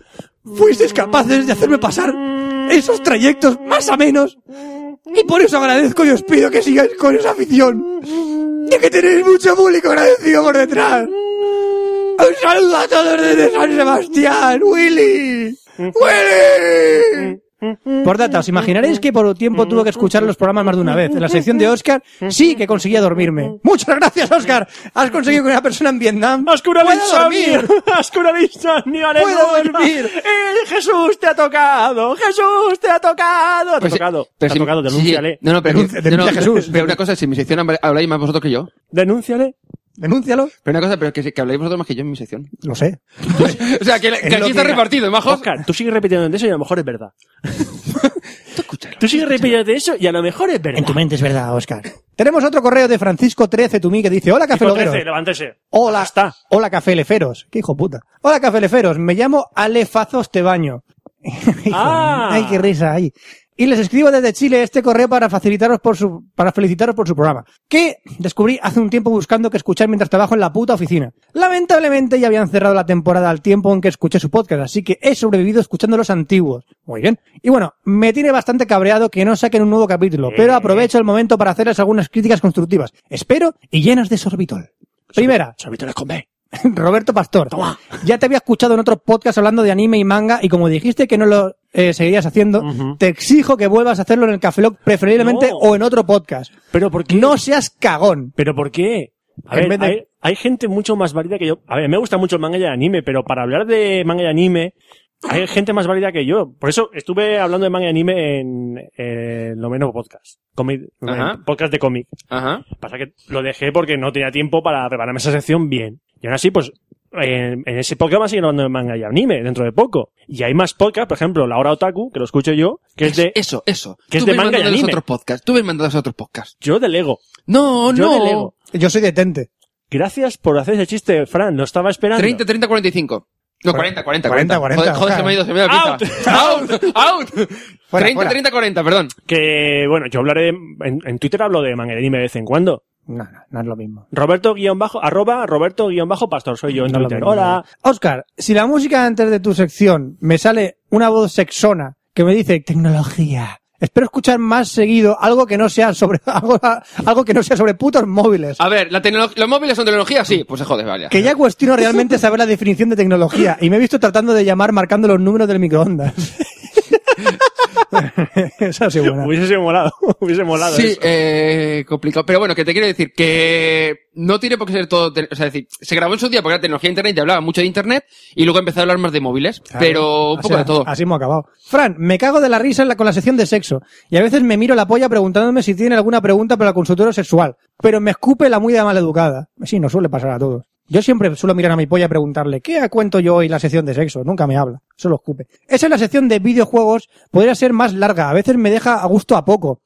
Fuisteis capaces de hacerme pasar esos trayectos más a menos. Y por eso agradezco y os pido que sigáis con esa afición. Ya que tenéis mucho público agradecido por detrás. Un saludo a todos desde San Sebastián, Willy. ¡Willy! Por data, os imaginaréis que por un tiempo tuve que escuchar los programas más de una vez. En la sección de Oscar sí que conseguía dormirme. Muchas gracias, Oscar. Has conseguido que una persona en Vietnam
¡Has curado el
pueda dormir.
insomnio! ¡Has curado el insomnio! ¡Aleluya!
Puedo dormir.
¡Eh, ¡Jesús te ha tocado! ¡Jesús te ha tocado! Te
Pues
ha
sí,
tocado,
pero
te
sí,
ha tocado,
sí,
denúnciale.
No, no, pero,
Denuncia-
no, no,
denuncia a Jesús.
pero una cosa, si en mi sección habláis más vosotros que yo.
Denúnciale.
Denúncialo.
Pero una cosa, pero que, que habláis vosotros más que yo en mi sección.
Lo sé.
O sea, que, que
lo
aquí
que
está
era.
repartido, ¿eh, majos.
Oscar, tú sigues repitiendo eso y a lo mejor es verdad. Tú sigues repitiendo eso y a lo mejor es verdad.
En tu mente es verdad, Oscar. Tenemos otro correo de Francisco 13 Tumí que dice, hola
Tipo
cafelogueros.
13, levántese.
Hola,
Está.
hola cafeleferos. Qué hijo de puta. Hola cafeleferos, me llamo Alefazos Tebaño. Hijo,
Ah.
Ay, qué risa ahí. Y les escribo desde Chile este correo para facilitaros por su, para felicitaros por su programa, que descubrí hace un tiempo buscando que escuchar mientras trabajo en la puta oficina. Lamentablemente ya habían cerrado la temporada al tiempo en que escuché su podcast, así que he sobrevivido escuchando los antiguos. Muy bien. Y bueno, me tiene bastante cabreado que no saquen un nuevo capítulo, pero aprovecho el momento para hacerles algunas críticas constructivas. Espero y llenas de sorbitol. Primera,
Sorbito les come.
Roberto Pastor. Ya te había escuchado en otros podcasts hablando de anime y manga y como dijiste que no lo eh, seguirías haciendo, te exijo que vuelvas a hacerlo en el Café Lock preferiblemente
No.
o en otro podcast.
¿Pero por qué?
No seas cagón.
¿Pero por qué? A
En vez
ver,
de-
hay, hay gente mucho más válida que yo. A ver, me gusta mucho el manga y el anime, pero para hablar de manga y anime, hay gente más válida que yo. Por eso estuve hablando de manga y anime en, en lo menos podcast. Comic-
Ajá.
en podcast de cómic.
Ajá.
Pasa que lo dejé porque no tenía tiempo para prepararme esa sección bien. Y aún así, pues, en, en ese podcast van a seguir hablando de manga y anime dentro de poco. Y hay más podcasts, por ejemplo, La Hora Otaku, que lo escucho yo, que es de...
Eso, eso.
que es
Tú
de
me
manga y
mandas
anime.
otros podcasts. Tú me mandas otros podcasts.
Yo delego.
No,
Yo
no.
delego.
Yo soy detente.
Gracias por hacer ese chiste, Fran. Lo estaba esperando.
30, 30, 45. No, 40, 40, 40.
40,
40. Joder, joder, se me ha ido, se me ha ido la pinza. Out, out.
Fuera,
30,
fuera.
30, 40, perdón.
Que, bueno, yo hablaré... En, en Twitter hablo de manga y anime de vez en cuando.
No, no, no es lo mismo.
Roberto guión bajo, arroba Roberto guión bajo pastor. Soy yo en
No es lo
Twitter.
mismo.
Hola.
Oscar, si la música antes de tu sección me sale una voz sexona que me dice tecnología, espero escuchar más seguido algo que no sea sobre algo, algo que no sea sobre putos móviles.
A ver, la tecnolo- ¿los móviles son tecnología? Sí, pues se jode, vaya.
Que ya cuestiono realmente saber la definición de tecnología y me he visto tratando de llamar marcando los números del microondas. Esa sí buena.
Hubiese molado. Hubiese molado
Sí,
eso.
eh, complicado. Pero bueno, que te quiero decir que no tiene por qué ser todo. te- O sea, es decir, se grabó en su día porque era tecnología de internet y hablaba mucho de internet y luego empezó a hablar más de móviles. Pero un
O
poco
sea, ah,
de todo.
Así hemos acabado. Fran, me cago de la risa en la- con la sección de sexo. Y a veces me miro la polla preguntándome si tiene alguna pregunta para el consultorio sexual. Pero me escupe la muy de maleducada. Sí, nos suele pasar a todos. Yo siempre suelo mirar a mi polla y preguntarle, ¿qué cuento yo hoy la sección de sexo? Nunca me habla. Solo escupe. Esa es la sección de videojuegos. Podría ser más larga. A veces me deja a gusto a poco.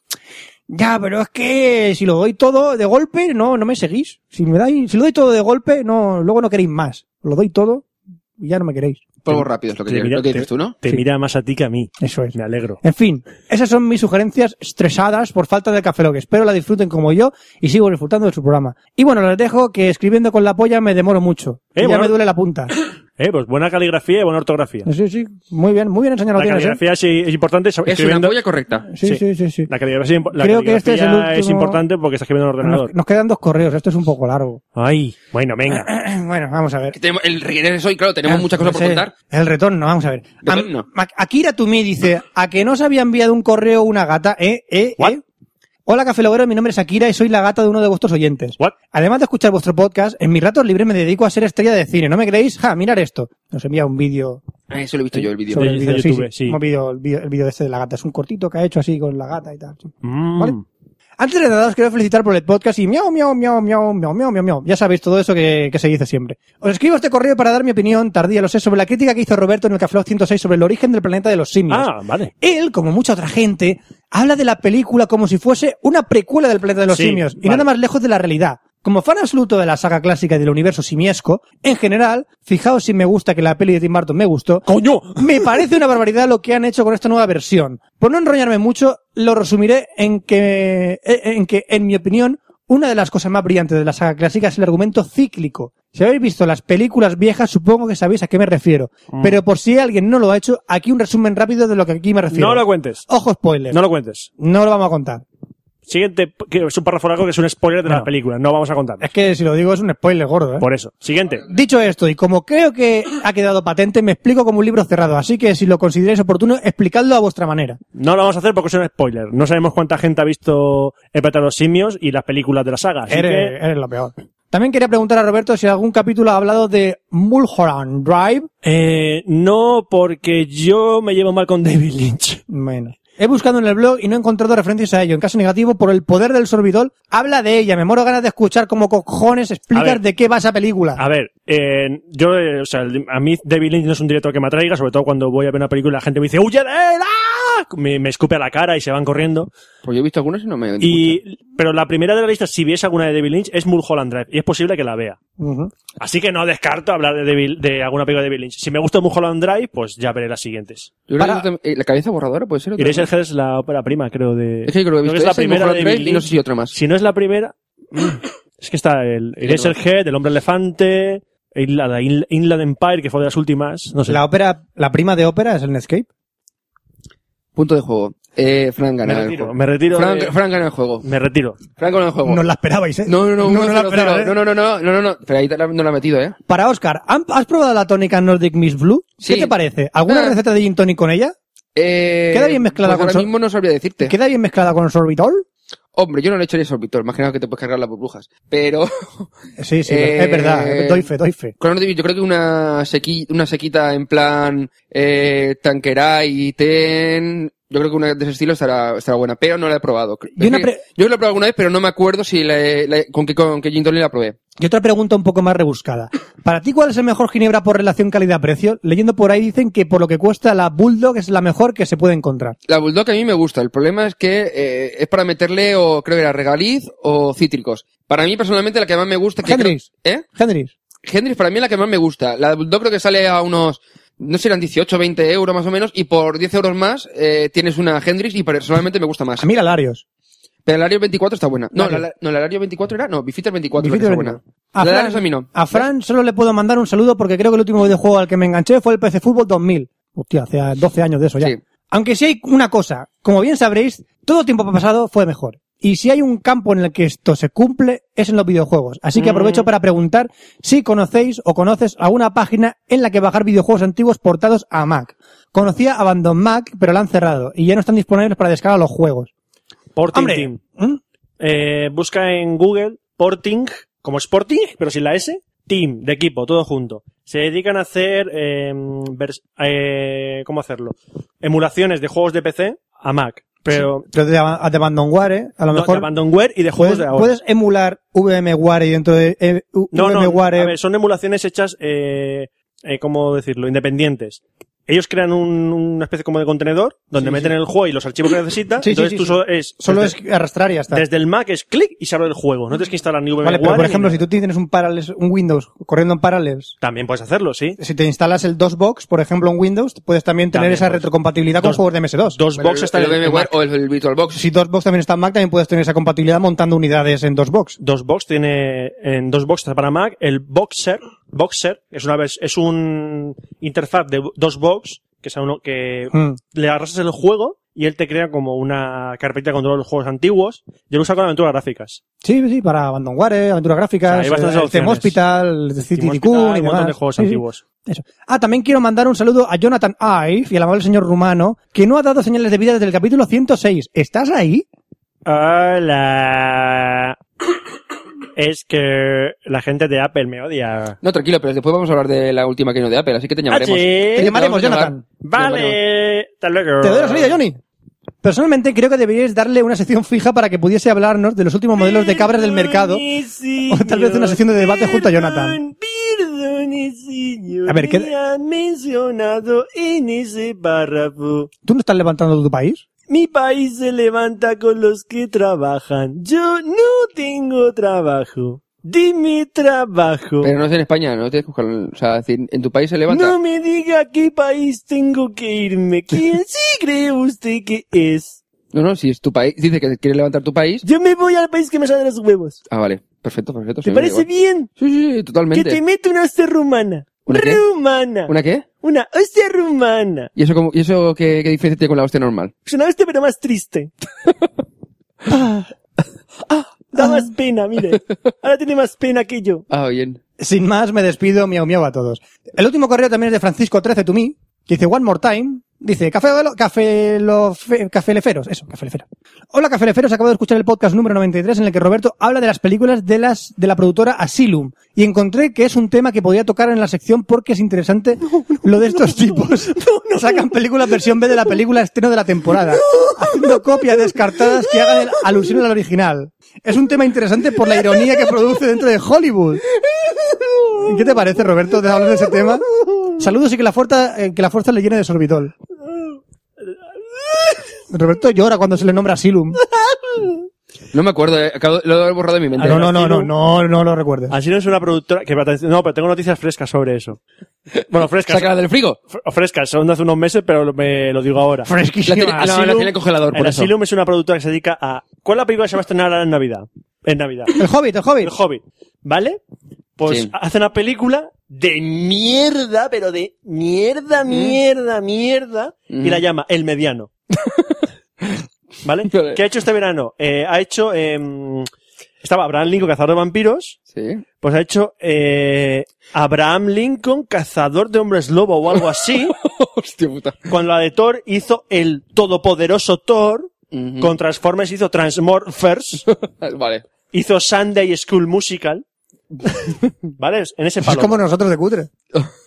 Ya, pero es que si lo doy todo de golpe, no, no me seguís. Si me dais, si lo doy todo de golpe, no, luego no queréis más. Lo doy todo y ya no me queréis.
Polvo rápido es lo que,
Te
dices-
mira-
lo que
te-
dices tú, ¿no?
Te mira más a ti que a mí.
Eso es.
Me alegro.
En fin, esas son mis sugerencias estresadas por falta de café, lo que espero la disfruten como yo y sigo disfrutando de su programa. Y bueno, les dejo que escribiendo con la polla me demoro mucho. Y
Eh,
ya
bueno.
me duele la punta.
Eh, pues buena caligrafía y buena ortografía.
Sí, sí, muy bien, muy bien enseñado
La
lo tienes, ¿eh?
caligrafía sí es importante. so-
Es una
escribiendo-
polla correcta.
Sí, sí, sí, sí.
La caligrafía, es impo- la
Creo que este es el
caligrafía es
último-
importante porque está escribiendo en el ordenador.
Nos, nos quedan dos correos, esto es un poco largo.
Ay, bueno,
¿Eh?
venga.
bueno, vamos a ver.
Que tenemos- el regreso hoy, claro,
Ah,
tenemos muchas cosas por
Ese-
contar.
El retorno, vamos a ver. Am-
Retorno.
Ma- Akira Tumi dice, ¿a que no se había enviado un correo una gata? ¿Eh? ¿Eh?
What?
¿Eh? Hola, cafeloguero, mi nombre es Akira y soy la gata de uno de vuestros oyentes.
What?
Además de escuchar vuestro podcast, en mis ratos libres me dedico a ser estrella de cine. ¿No me creéis? Ja, mirar esto. Nos envía un vídeo
Ah, Eso lo he visto yo, el vídeo.
sobre
de
el vídeo.
YouTube, sí.
Hemos visto el vídeo el vídeo este de la gata. Es un cortito que ha hecho así con la gata y tal. sí.
Mm.
Vale. Antes de nada, os quiero felicitar por el podcast y miau, miau, miau, miau, miau, miau, miau, miau. Ya sabéis todo eso que, que se dice siempre. Os escribo este correo para dar mi opinión, tardía, lo sé, sobre la crítica que hizo Roberto en el Café Lock 106 sobre el origen del planeta de los simios.
Ah, vale.
Él, como mucha otra gente, habla de la película como si fuese una precuela del planeta de los
Sí,
simios y
vale.
nada más lejos de la realidad. Como fan absoluto de la saga clásica y del universo simiesco, en general, fijaos si me gusta que la peli de Tim Burton me gustó,
¡Coño!
me parece una barbaridad lo que han hecho con esta nueva versión. Por no enrollarme mucho, lo resumiré en que, eh, en que, en mi opinión, una de las cosas más brillantes de la saga clásica es el argumento cíclico. Si habéis visto las películas viejas, supongo que sabéis a qué me refiero.
Mm.
Pero por si alguien no lo ha hecho, aquí un resumen rápido de lo que aquí me refiero.
No lo cuentes.
Ojo spoiler.
No lo cuentes.
No lo vamos a contar.
Siguiente, p- que es un párrafo largo que es un spoiler de la
Bueno.
película. No vamos a contar.
Es que si lo digo es un spoiler gordo, ¿eh?
Por eso. Siguiente.
Dicho esto, y como creo que ha quedado patente, me explico como un libro cerrado. Así que si lo consideráis oportuno, explicadlo a vuestra manera.
No lo vamos a hacer porque es un spoiler. No sabemos cuánta gente ha visto El planeta de los simios y las películas de la saga. Así
Eres,
que,
eres lo peor. También quería preguntar a Roberto si algún capítulo ha hablado de Mulholland Drive.
eh, no, porque yo me llevo mal con David Lynch.
Bueno. He buscado en el blog y no he encontrado referencias a ello. En caso negativo, por el poder del sorbidol, habla de ella. Me muero ganas de escuchar cómo cojones
A
explicas
ver.
de qué va esa película.
Ah.
A ver, eh, yo, eh, o sea, el- a mí David Lynch no es un director que me atraiga, sobre todo cuando voy a ver una película y la gente me dice, ¡huye de él! ¡Ah!", Me, me escupe a la cara y se van corriendo.
Pues yo he visto algunos y no me.
Y, pero la primera de la lista, si viese alguna de David Lynch, es Mulholland Drive, y es posible que la vea.
Ujú.
Así que no descarto hablar de, Devil- de alguna película de David Lynch. Si me gusta Mulholland Drive, pues ya veré las siguientes.
Yo creo que también- eh, la cabeza borradora puede ser. otra,
Iréis
¿no?
el Head es la ópera prima, creo, de...
Es que yo creo que he
creo
visto
que es la
esa y
primera
Mulholland
de
Drive
David
y no sé
Lynch.
si otra más.
Si no es la primera... es que está el Iréis el Head, El Hombre Elefante, Inla- Inla- Inland Empire, que fue de las últimas, no sé.
La ópera, la prima de ópera es el Netscape.
Punto de juego. Eh, Frank
me
gana el
retiro,
juego.
me retiro.
Frank,
de-
Frank gana el juego.
Me retiro.
Frank gana el juego.
No la esperabais, ¿eh?
No, no, no,
no,
uno,
la
cero,
esperaba,
cero.
¿eh?
no, no, no, no, no, no, no. Pero ahí te la- no la ha metido, ¿eh?
Para Oscar, ¿han- ¿has probado la tónica Nordic Miss Blue?
Sí.
¿Qué te parece? ¿Alguna
Ah.
receta de gin tonic con ella?
eh
Queda bien mezclada
pues
con
Ahora
sol-
mismo no sabría decirte.
¿Queda bien mezclada con el sorbitol?
Hombre, yo no le echaría sorbitor, imagino que te puedes cargar las burbujas. Pero
Sí, sí,
Eh,
es verdad. Doy fe, doy fe.
Clone of the Beat, yo creo que una, sequi- una sequita en plan eh, Tanqueray y Ten, yo creo que una de ese estilo estará, estará buena, pero no la he probado.
Y una
Es
pre-
que yo la he probado alguna vez, pero no me acuerdo si la, he- la he- con qué con qué gin tonic la probé.
Y otra pregunta un poco más rebuscada. ¿Para ti cuál es el mejor Ginebra por relación calidad-precio? Leyendo por ahí dicen que por lo que cuesta la Bulldog es la mejor que se puede encontrar.
La Bulldog a mí me gusta. El problema es que eh, es para meterle o creo que era regaliz o cítricos. Para mí personalmente la que más me gusta que creo-
Hendrix.
¿Eh?
Hendrix.
Hendrix para mí es la que más me gusta. La Bulldog creo que sale a unos, no sé, eran 18 o 20 euros más o menos, y por 10 euros más eh, tienes una Hendrix y personalmente me gusta más.
A mí Galarios.
Pero el Ario 24 está buena. No,
Lario.
la, no el Ario 24 era, no, Bifitter 24
Bifitter
era
vendido.
buena.
A
la de
Fran,
Larios a mí no.
a Fran solo le puedo mandar un saludo porque creo que el último videojuego al que me enganché fue el PC Fútbol 2000. Hostia, hace 12 años de eso ya.
Sí.
Aunque sí hay una cosa, como bien sabréis, todo tiempo pasado fue mejor. Y si hay un campo en el que esto se cumple, es en los videojuegos. Así que
Mm.
aprovecho para preguntar si conocéis o conoces alguna página en la que bajar videojuegos antiguos portados a Mac. Conocía Abandon Mac, pero la han cerrado y ya no están disponibles para descargar los juegos.
Porting
Hombre,
Team.
¿Mm?
Eh, busca en Google Porting, como Sporting, pero sin la S, Team, de equipo, todo junto. Se dedican a hacer, eh, vers- eh, ¿cómo hacerlo? Emulaciones de juegos de PC a Mac. Pero,
Pero de, Ab- de Abandonware, ¿eh? a lo
no,
mejor...
de abandonware y de juegos
¿Puedes,
de ahora.
puedes emular VMware y dentro de eh, u-
no, no,
VMware?
a ver, son emulaciones hechas, eh, eh, ¿cómo decirlo? Independientes. Ellos crean un- una especie como de contenedor donde meten el juego y los archivos que necesitan.
Sí, sí,
entonces
sí,
tú
sí.
solo es,
solo
desde,
es arrastrar y ya está.
desde el Mac es clic y se abre el juego. No tienes que instalar ni
vale,
VMware.
pero por
ni
ejemplo,
nada.
si tú tienes un, Parallels, un Windows corriendo en Parallels,
También puedes hacerlo, sí.
si te instalas el DOSBox, por ejemplo, en Windows, puedes también tener
También,
esa
pues,
retrocompatibilidad con
dos-
juegos de MS2.
Dos
Bueno,
box
el-
está
el
en el
VMware
Mac.
o el, el VirtualBox.
Si DOSBox también está en Mac, también puedes tener esa compatibilidad montando unidades en DOSBox.
Dos box tiene en dos box para Mac el Boxer, Boxer es una vers- es un interfaz de dos box que es a uno que
Mm.
le arrasas el juego y él te crea como una carpeta con todos los juegos antiguos. Yo lo uso con aventuras gráficas.
Sí, sí, para Abandonware, aventuras
O sea,
gráficas,
hay bastantes
eh, el Theme
opciones.
Hospital, el City
Team
Tycoon
Hospital,
y
un montón de
demás.
juegos
Sí, sí.
antiguos.
Eso. Ah, también quiero mandar un saludo a Jonathan Ive y al amable señor rumano, que no ha dado señales de vida desde el capítulo 106. ¿Estás ahí?
Hola. Es que la gente de Apple me odia.
No, tranquilo, pero después vamos a hablar de la última que no de Apple, así que te llamaremos.
Ah, ¿sí?
Te llamaremos,
Te vamos a
Jonathan.
llamar.
Vale. Hasta luego.
Te doy la salida, Johnny. Personalmente creo que deberíais darle una sección fija para que pudiese hablarnos de los últimos modelos de cabras del mercado.
O
O tal vez una sección de debate junto a Jonathan.
Perdone, señor.
A ver, ¿qué-
me ha mencionado en ese párrafo.
¿Tú no estás levantando tu país?
Mi país se levanta con los que trabajan. Yo no tengo trabajo. Dime trabajo.
Pero no es en España, no tienes que buscarlo. O sea, decir, en tu país se levanta.
No me diga a qué país tengo que irme. ¿Quién sí cree usted que es?
No, no, si es tu país, dice que quieres levantar tu país.
Yo me voy al país que me sale de los huevos.
Ah, vale, perfecto, perfecto.
¿Te
sí,
parece
igual.
bien?
Sí, sí, sí,
Que
totalmente.
te meto una hostia rumana.
¿Una qué?
Rumana.
¿Una qué?
Una hostia rumana.
¿Y eso, cómo, y eso qué, qué diferencia tiene con la hostia normal?
Sonaba este pero más triste. Ah. da más pena, mire. Ahora tiene más pena que yo.
Ah, bien.
Sin más, me despido, miau miau a todos. El último correo también es de Francisco 13 to me, que dice One More Time. Dice, café, café, cafeleferos, eso, cafeleferos. Hola, cafeleferos, acabo de escuchar el podcast número 93 en el que Roberto habla de las películas de las, de la productora Asylum. Y encontré que es un tema que podía tocar en la sección porque es interesante lo de estos tipos. Sacan películas versión B de la película estreno de la temporada. Haciendo copias descartadas que hagan el- alusión al original. Es un tema interesante por la ironía que produce dentro de Hollywood. ¿Qué te parece, Roberto, de hablar de ese tema? Saludos y que la fuerza, eh, que la fuerza le llene de sorbitol. Roberto llora cuando se le nombra Silum.
No me acuerdo, eh, acabo- lo he borrado de mi mente.
Ah, No, no, no, no, no, no lo recuerdes.
Así no es una productora que pertenece- No, pero tengo noticias frescas sobre eso. Bueno, frescas.
Sácala del frigo.
fr- Frescas, son de hace unos meses, pero me lo digo ahora.
La tiene,
Fresquísima.
ah, no, la
Asylum-
tiene en el congelador, por
El
eso.
Asylum es una productora que se dedica a... ¿Cuál es la película que se va a estrenar ahora en Navidad? En Navidad.
El Hobbit, el Hobbit.
El Hobbit. ¿Vale? Pues
Sí.
hace una película de mierda, pero de mierda, mierda, mierda. Y
Mm.
la llama El Mediano. ¿Vale?
Vale.
¿Qué ha hecho este verano? Eh, ha hecho... em, estaba Abraham Lincoln, cazador de vampiros.
Sí.
Pues ha hecho eh, Abraham Lincoln, cazador de hombres lobo o algo así.
Hostia puta.
cuando la de Thor hizo el todopoderoso Thor.
Mm.
Ujú.
Con Transformers hizo Transmorphers,
Vale.
hizo Sunday School Musical. ¿Vale? En ese
Es
palo.
como nosotros de cutre.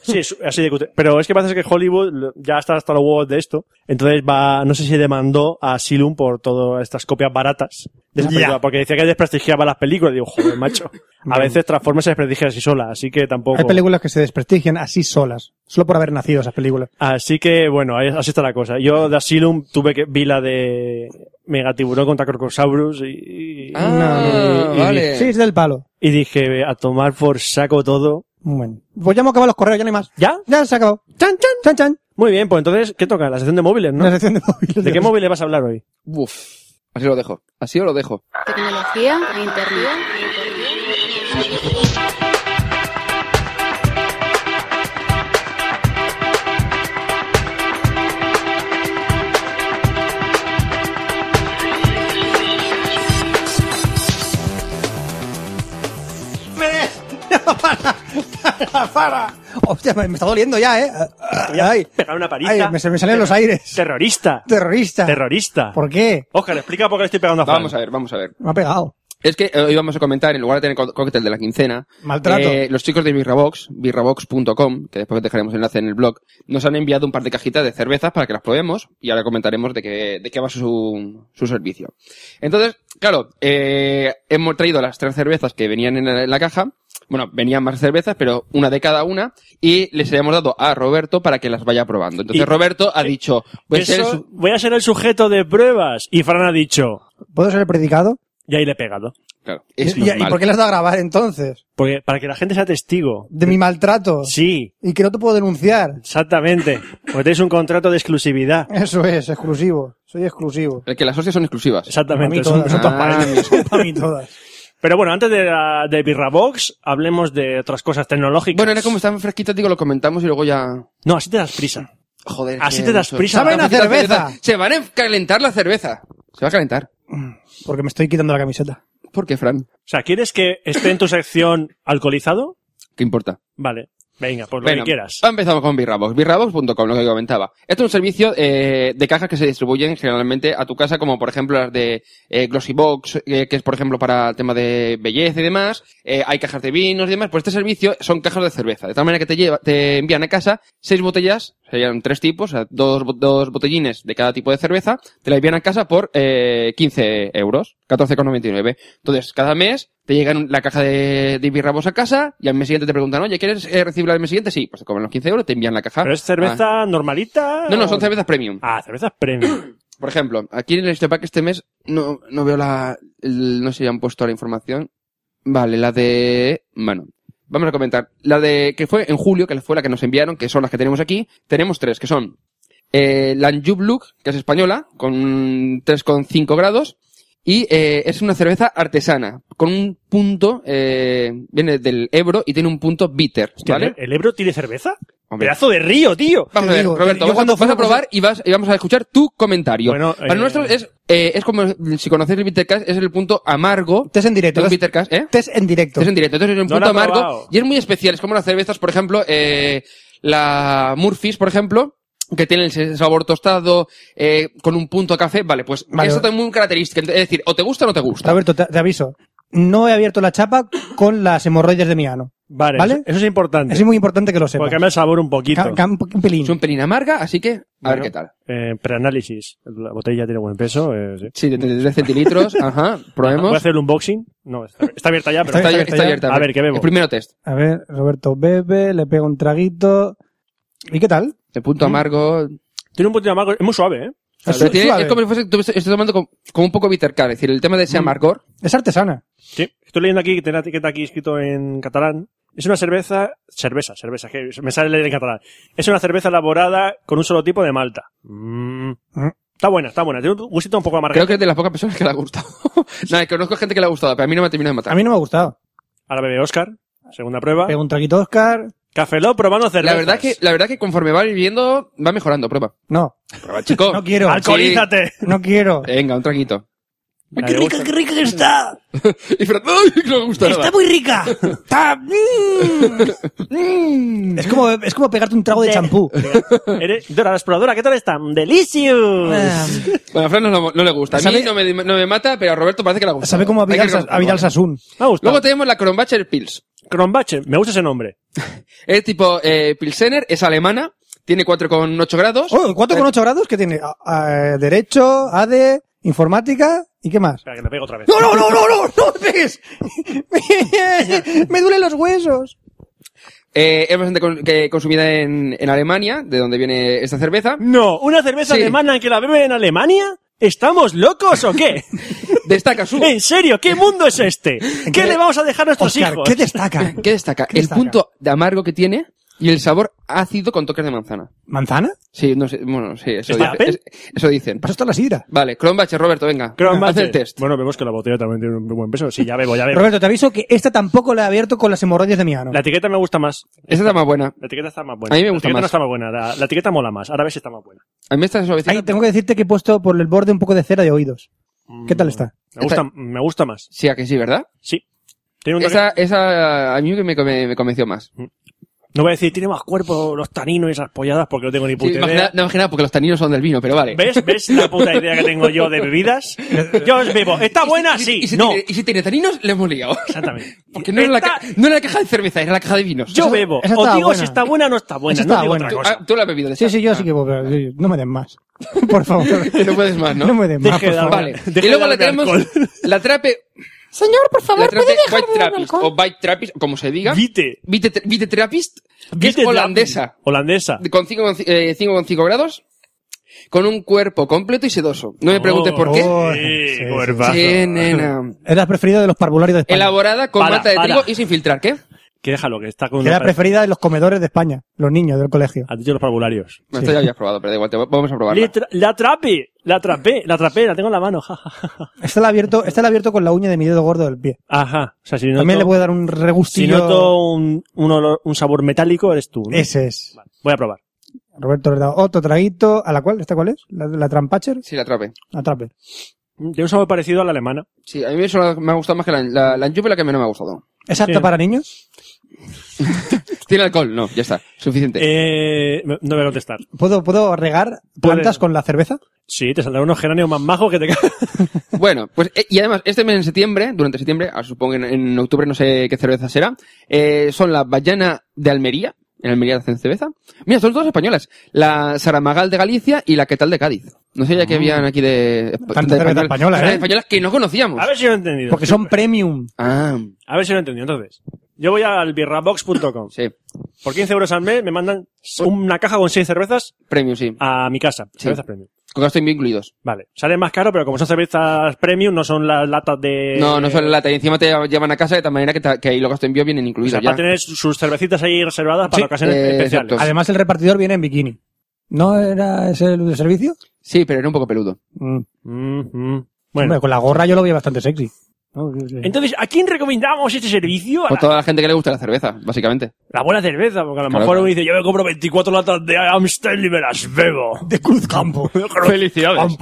Sí, es así de cutre. Pero es que parece que Hollywood lo- ya está hasta los huevos de esto. Entonces va, no sé si demandó a Silum por todas estas copias baratas de esa
Ya.
película, porque decía que desprestigiaba las películas. Digo, joder, macho. A veces Transformers se desprestigia así sola, así que tampoco.
Hay películas que se desprestigian así solas, solo por haber nacido esas películas.
Así que bueno, ahí- así está la cosa. Yo de Asylum tuve que vi la de Megatiburón contra Crocosaurus y, y-
Ah,
y- y-
vale.
Sí, es del palo.
y dije a tomar por saco todo.
Bueno. Pues ya hemos acabado los correos, ya no hay más.
¿Ya?
Ya se acabó.
¡Chan, chan!
Chan, chan.
Muy bien, pues entonces, ¿qué toca? La sección de móviles, ¿no?
La sección de móviles.
¿De qué móviles vas a hablar hoy?
Uf. Así lo dejo. Así os lo dejo.
Tecnología, e internet.
Hostia, me, me está doliendo ya, ¿eh? Ay,
Pegar una paliza.
ay, me, se me salen los aires.
Terrorista.
Terrorista.
Terrorista.
¿Por qué?
Oscar, explica por qué le estoy pegando a Fran.
Vamos a ver, vamos a ver.
Me ha pegado.
Es que hoy vamos a comentar, en lugar de tener co- cóctel de la quincena,
Maltrato.
eh, los chicos de Birrabox, birrabox.com, que después dejaremos enlace en el blog, nos han enviado un par de cajitas de cervezas para que las probemos y ahora comentaremos de qué, de qué va su, su servicio. Entonces, claro, eh, hemos traído las tres cervezas que venían en la, en la caja. Bueno, venían más cervezas, pero una de cada una, y les habíamos dado a Roberto para que las vaya probando. Entonces
Y-
Roberto
eh,
ha dicho, pues
Eso-
eres un-
Voy a ser el sujeto de pruebas. Y Fran ha dicho,
¿Puedo ser el predicado?
y ahí le he pegado.
claro, es
¿Y, y- ¿y
normal.
por qué le has dado a grabar entonces?
Porque, para que la gente sea testigo.
De mi maltrato.
Sí,
Y que no te puedo denunciar.
exactamente. Porque tenéis un contrato de exclusividad.
Eso es, exclusivo. Soy exclusivo.
El que las hostias son exclusivas.
Para
Exactamente,
mí
son-
todas.
son todas
Ah,
paredes.
mira.
Para mí todas.
Pero bueno, antes de, la- de Birrabox, hablemos de otras cosas tecnológicas.
Bueno, era como están fresquitas, digo, lo comentamos y luego ya.
No, así te das prisa.
Joder.
Así
que
te das
mucho.
prisa.
¡Saben a
Fresquitas,
cerveza!
fresquitas. Se van a calentar la cerveza. Se va a calentar.
Porque me estoy quitando la camiseta.
¿Por qué, Fran?
O sea, ¿quieres que esté en tu sección alcoholizado?
¿Qué importa?
Vale. Venga, pues lo
Bueno,
que quieras.
empezamos con Birrabox. Birrabox.com, lo que comentaba. Esto es un servicio eh, de cajas que se distribuyen generalmente a tu casa, como por ejemplo las de eh, Glossybox, eh, que es por ejemplo para el tema de belleza y demás. Eh, hay cajas de vinos y demás. Pues este servicio son cajas de cerveza. De tal manera que te, lleva, te envían a casa seis botellas, serían tres tipos, o sea, dos, bo- dos botellines de cada tipo de cerveza, te la envían a casa por eh, 15 euros, 14,99. Entonces, cada mes te llegan la caja de, de birrabos a casa y al mes siguiente te preguntan, oye, ¿quieres eh, recibirla al mes siguiente? Sí, pues te cobran los 15 euros, te envían la caja.
¿Pero es cerveza normalita?
Ah. No, no,
o-
son cervezas premium.
Ah, cervezas premium.
Por ejemplo, aquí en el Pack este mes no, no veo la... el- no sé si han puesto la información. Vale, la de... Bueno, vamos a comentar. La de que fue en julio, que fue la que nos enviaron, que son las que tenemos aquí. Tenemos tres, que son eh, la Anjou Blue, que es española, con 3,5 grados. Y eh, es una cerveza artesana, con un punto, eh, viene del Ebro y tiene un punto bitter,
Hostia, eh,
¿vale?
¿El Ebro tiene cerveza?
Hombre.
Pedazo de río, tío.
Vamos
Te
a ver,
digo,
Roberto,
yo
vas, a-
cuando fui
vas a
a pasar-
probar y, vas, y vamos a escuchar tu comentario.
Bueno,
Para
eh,
nosotros es, eh, es como si conocéis el Bittercast, es el punto amargo
Test en directo.
de un Bittercast, ¿eh?
Test en directo.
Es en directo, entonces es un
No
punto
lo he
amargo
probado.
y es muy especial. Es como las cervezas, por ejemplo, eh, la Murphy's, por ejemplo, que tiene ese sabor tostado eh, con un punto a café. Vale, pues
Vale.
eso también es muy característica. Es decir, o te gusta o no te gusta.
Roberto, te, te aviso. No he abierto la chapa con las hemorroides de mi ano.
Vale,
¿Vale?
Eso, eso es importante.
Es muy importante que lo sepas.
porque cambia el sabor un poquito.
Ca- ca- un un pelín.
Es un pelín amarga, así que a ver
Bueno.
qué tal.
Eh, preanálisis. La botella tiene buen peso. eh, sí.
Sí, de 3 centilitros, ajá,
¿Voy a
probemos.
hacer el unboxing? No, está, está abierta ya, pero...
Está
abier-
abierta ya.
A ver, ¿qué bebo?
El primero test.
A ver, Roberto bebe, le pega un traguito. ¿Y qué tal?
El punto amargo.
Tiene un poquito de amargo. Es muy suave, ¿eh?
Es,
Pero tiene-
suave. Mm.
es como si fuese, tú estés tomando como, como un poco bittercar, es decir, el tema de ese amargor.
Es artesana.
Sí, estoy leyendo aquí que tiene la etiqueta aquí escrito en catalán. Es una cerveza, cerveza, cerveza, que me sale leer en catalán. Es una cerveza elaborada con un solo tipo de malta. Mm. Está buena, está buena. Tiene un gustito un poco amargo.
Creo que es de las pocas personas que le ha gustado. Nada, conozco gente que le ha gustado, pero a mí no me ha terminado de matar.
A mí no me ha gustado.
Ahora bebe Oscar. Segunda prueba.
Pega un traguito Oscar.
Café Lock probando cerveza.
la verdad que, la verdad que conforme va viviendo, va mejorando, prueba.
No,
Prueba, chico.
no quiero.
Alcoholízate.
Eh,
No quiero.
Venga, un traguito.
La
¡Qué
de
rica,
Ghost-
qué rica que está!
Y Fran, ¡ay! No me gusta nada.
¡Está muy rica! Está- mm, mm. Es, como, es como pegarte un trago de champú.
Eres Dora la exploradora, ¿qué tal está?
Ah,
¡Delicious!
Bueno, a Fran no, lo- no le gusta. A mí
¿Sabe-
no me, no me mata, pero a Roberto parece que le gusta.
Sabe cómo a Vidal, Sa- a Vidal Sassoon.
Me ha gustado.
Luego tenemos la Kronbacher Pils.
Kronbacher, me gusta ese nombre.
Es tipo eh, Pilsener, es alemana, tiene 4,8 grados.
Oh, 4,8 grados que tiene ah, ah, Derecho, ADE, Informática y qué más.
Espera, que le pego otra vez.
¡No, no, no, no, no! ¡No me pegues! Me- ¡Me duelen los huesos!
Eh, es bastante con- que consumida en, en Alemania, de donde viene esta cerveza.
No, una cerveza
Sí.
alemana que la beben en Alemania. ¿Estamos locos o qué?
Destaca su...
¿En serio? ¿Qué mundo es este? ¿Qué le vamos a dejar a nuestros
Oscar,
hijos?
¿qué destaca?
¿Qué destaca?
¿Qué
el
destaca?
punto de amargo que tiene y el sabor ácido con toques de manzana.
¿Manzana?
Sí, no sé, bueno, sí, eso,
¿Está
dice-
Apple?
es- eso dicen.
Pasó hasta la sidra.
Vale, Kronbacher, Roberto, venga. Haz
Kronbacher.
el test.
Bueno, vemos que la botella también tiene un buen peso. Sí, ya bebo, ya bebo.
Roberto, te aviso que esta tampoco la he abierto con las hemorroides de mi ano.
La etiqueta me gusta más.
Esta está más buena.
La etiqueta está más buena.
A mí me gusta
la etiqueta
más.
no está más buena. La, la etiqueta mola más. Ahora ves si está más buena.
A mí esta es suavecita.
Ahí tengo que decirte que he puesto por el borde un poco de cera de oídos. ¿Qué
Mm,
tal está?
Me gusta, me gusta más.
Sí, a que sí, ¿verdad?
Sí. Tiene un toque-
Esa, esa a mí que me, me- me convenció más.
No voy a decir, tiene más cuerpo los taninos y esas polladas porque no tengo ni
Sí,
puta
imagina-
idea.
no imagina porque los taninos son del vino, pero vale.
¿Ves? ¿Ves la puta idea que tengo yo de bebidas? Yo os bebo. ¿Está buena?
Y si-
Sí.
Y si,
No.
tiene, y si tiene taninos, le hemos liado.
Exactamente.
Porque no era, la
Está-
ca- no era la caja de cerveza, era la caja de vinos.
Yo
Eso-
bebo.
esa
Os
estaba
digo
buena.
si está buena o no está buena.
Esa estaba
no digo
buena.
otra
Tú,
cosa.
ah, tú la has bebido.
Sí,
esa.
sí, yo sí
Ah.
que puedo. pero, sí, No me den más. Por favor.
No puedes más, ¿no?
No me den más,
Deje
por
de
favor.
hablar.
Vale.
Deja
y
de
luego la
darme
tenemos
alcohol.
la trape...
Señor, por favor,
La trape
¿puede dejar
White
de beber
Trappist o
alcohol?
White Trappist, como se diga.
Vite.
Vite, Vite Trappist, que es
Vite
holandesa.
Lappin. Holandesa.
Con 5,5 eh, 5,5 grados. Con un cuerpo completo y sedoso. No me preguntes por qué.
oh,
Sí,
sí,
cuerpazo.
Sí, nena.
Es la preferida de los parvularios de España.
Elaborada con
Para,
mata de
para.
trigo y sin filtrar, ¿qué?
Que déjalo, que está con
Es
los,
la preferida de los comedores de España. Los niños del colegio.
han dicho los parvularios.
No, Esto ya lo habías probado, pero da igual, te- vamos a probarla.
Litra- La atrapé, la atrapé, la atrapé, la tengo en la mano. ja, ja, ja, ja.
Esta la he abierto, esta la he abierto con la uña de mi dedo gordo del pie.
Ajá. O sea, si
También le
noto,
puede dar un
si
regustillo.
noto un, un, olor- un sabor metálico, eres tú. ¿no?
Ese es.
Vale, Voy a probar.
Roberto le da otro traguito. ¿A la cual? ¿Esta cuál es? ¿La, la Trampacher?
Sí, la trape.
La Trapper.
Mm, Tiene un sabor parecido a la alemana.
Sí, a mí eso la- me ha gustado más que la, la, la Anjupe, la que menos me ha gustado.
¿Es apta
Sí.
para niños?
¿Tiene alcohol? No, ya está. Suficiente.
Eh, me- no voy a contestar.
¿Puedo, ¿Puedo regar plantas
Puede.
con la cerveza?
Sí, te saldrán unos geranios más majos que te cagas.
Bueno, pues eh, y además, este mes en septiembre, durante septiembre, ah, supongo que en, en octubre no sé qué cerveza será, eh, son la Bayana de Almería, en Almería hacen cerveza. Mira, son todas españolas. La Saramagal de Galicia y la Quetal de Cádiz. No sé ya
Ah.
que habían aquí de...
Tanta cerveza
españolas.
española,
Cerveza
¿eh?
españolas que no conocíamos.
A ver si lo he entendido.
Porque son premium.
Ah,
A ver si lo he entendido. Entonces, yo voy al birrabox.com.
sí.
Por 15 euros al mes me mandan una caja con 6 cervezas
Premium, sí.
a mi casa.
Sí.
Cervezas premium.
Con gasto incluidos.
Vale. Sale más caro, pero como son cervezas premium, no son las latas de...
No, no son lata. Y encima te llevan a casa de tal manera que, ta- que ahí los gastos de envío
O
vienen
sea,
incluidos
para
ya.
tener sus cervecitas ahí reservadas para
Sí,
ocasiones
eh,
especiales.
exacto.
Además, el repartidor viene en bikini. ¿No era ese el servicio?
Sí, pero era un poco peludo.
Mm.
Mm, mm.
Hombre,
Bueno.
con la gorra yo lo veía bastante sexy. ¿no? Sí, sí.
Entonces, ¿a quién recomendamos este servicio? A
Por
la,
toda la gente que le gusta la cerveza, básicamente.
la buena cerveza, porque a lo
Claro,
mejor
claro.
uno dice, yo me compro 24 latas de Amstel y me las bebo.
De Cruz Campo.
Felicidades.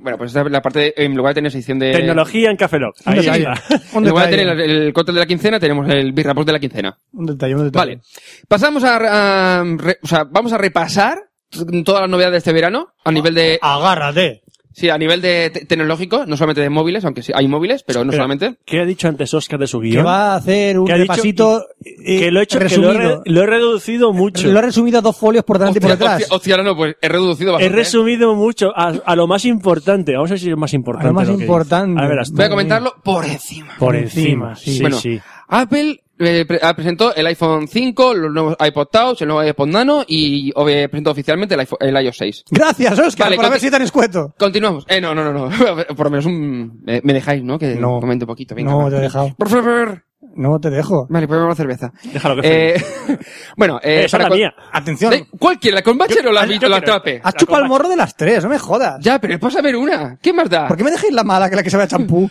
Bueno, pues esta es la parte, de- en lugar de tener sección de...
Tecnología en Café Lock. Ahí
Un detalle.
está.
Un
En lugar de
detalle.
tener el, el cóctel de la quincena, tenemos el birra post de la quincena.
Un detalle, un detalle.
Vale. Pasamos a, a re- o sea, vamos a repasar t- todas las novedades de este verano a nivel de
Agárrate.
sí a nivel de te- tecnológico no solamente de móviles aunque sí hay móviles pero no
Espera,
solamente
¿Qué ha dicho antes Oscar de su
Que
guión?
va a hacer un
¿Qué ha dicho?
repasito eh,
Que lo he hecho, que lo
resumido.
he, re- lo he reducido mucho.
Lo he resumido a dos folios por delante y por
hostia,
detrás.
hostia, hostia, no, no, pues he reducido
He
bastante ¿eh?
resumido mucho a, a lo más importante. Vamos a ver si es más importante.
A lo más
que
importante.
dice. A ver, hasta-
voy a comentarlo por encima
Por
encima,
encima,
sí.
sí, sí.
Bueno, Apple eh, pre- ah, presentó el iPhone 5 los nuevos iPod Touch el nuevo iPod Nano y o- eh, presentó oficialmente el, iPhone- el iOS 6
Gracias, Oscar,
Vale,
por haber
conti-
sido tan escueto.
continuamos eh no no no no por lo menos un eh, me, me dejáis no que
No.
comente un poquito venga,
No,
va.
te he dejado.
por favor
No te dejo.
Vale, pues vamos a cerveza.
Déjalo que fue.
Eh, bueno, eh,
Esa es la
cual-
mía.
Atención.
Da- ¿Cuál quiere? ¿La Combacher o la,
yo
vi-
quiero
la
esta.
Trape?
Has
la
chupado el
copa-
morro de las tres, no me jodas.
Ya, pero es a ver una. ¿Qué más da?
¿Por qué me dejáis la mala que la que sabe a champú?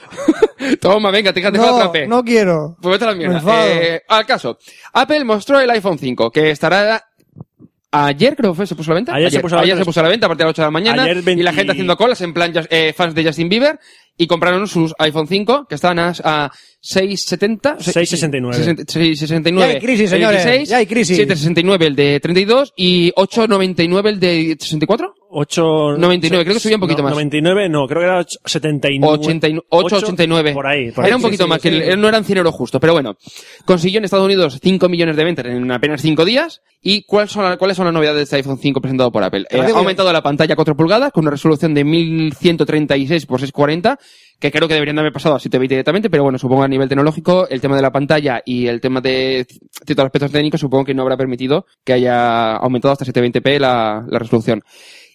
Toma, venga, te deja deja la
no,
Trape.
no quiero.
Pues vete a la
Me
mierda.
enfado.
Eh, al caso, Apple mostró el iPhone 5, que estará Ayer creo que fue, se puso a la venta.
Ayer se puso a la venta.
a venta a partir de las 8 de la mañana.
Ayer
Y la
20
gente haciendo colas en plan just- eh, fans de Justin Bieber. Y compraron sus iPhone 5, que estaban a, a 670.
669.
669.
Ya hay crisis, señores, ya hay crisis.
769 el de 32 y 899 el de 64.
8...
99, creo que subía un poquito más.
99, no, creo que era och- 79.
89, 889.
Por ahí, por ahí.
Era un poquito más, que el- no eran 100 euros justo, pero bueno. Consiguió en Estados Unidos 5 millones de ventas en apenas 5 días. ¿Y cuáles son, la- cuáles son las novedades de este iPhone 5 presentado por Apple? Eh,
lo
ha
digo yo.
aumentado la pantalla a 4 pulgadas con una resolución de 1136 por 640 que creo que deberían de haber pasado a 720 directamente, pero bueno, supongo a nivel tecnológico, el tema de la pantalla y el tema de c- ciertos aspectos técnicos supongo que no habrá permitido que haya aumentado hasta 720p la, la resolución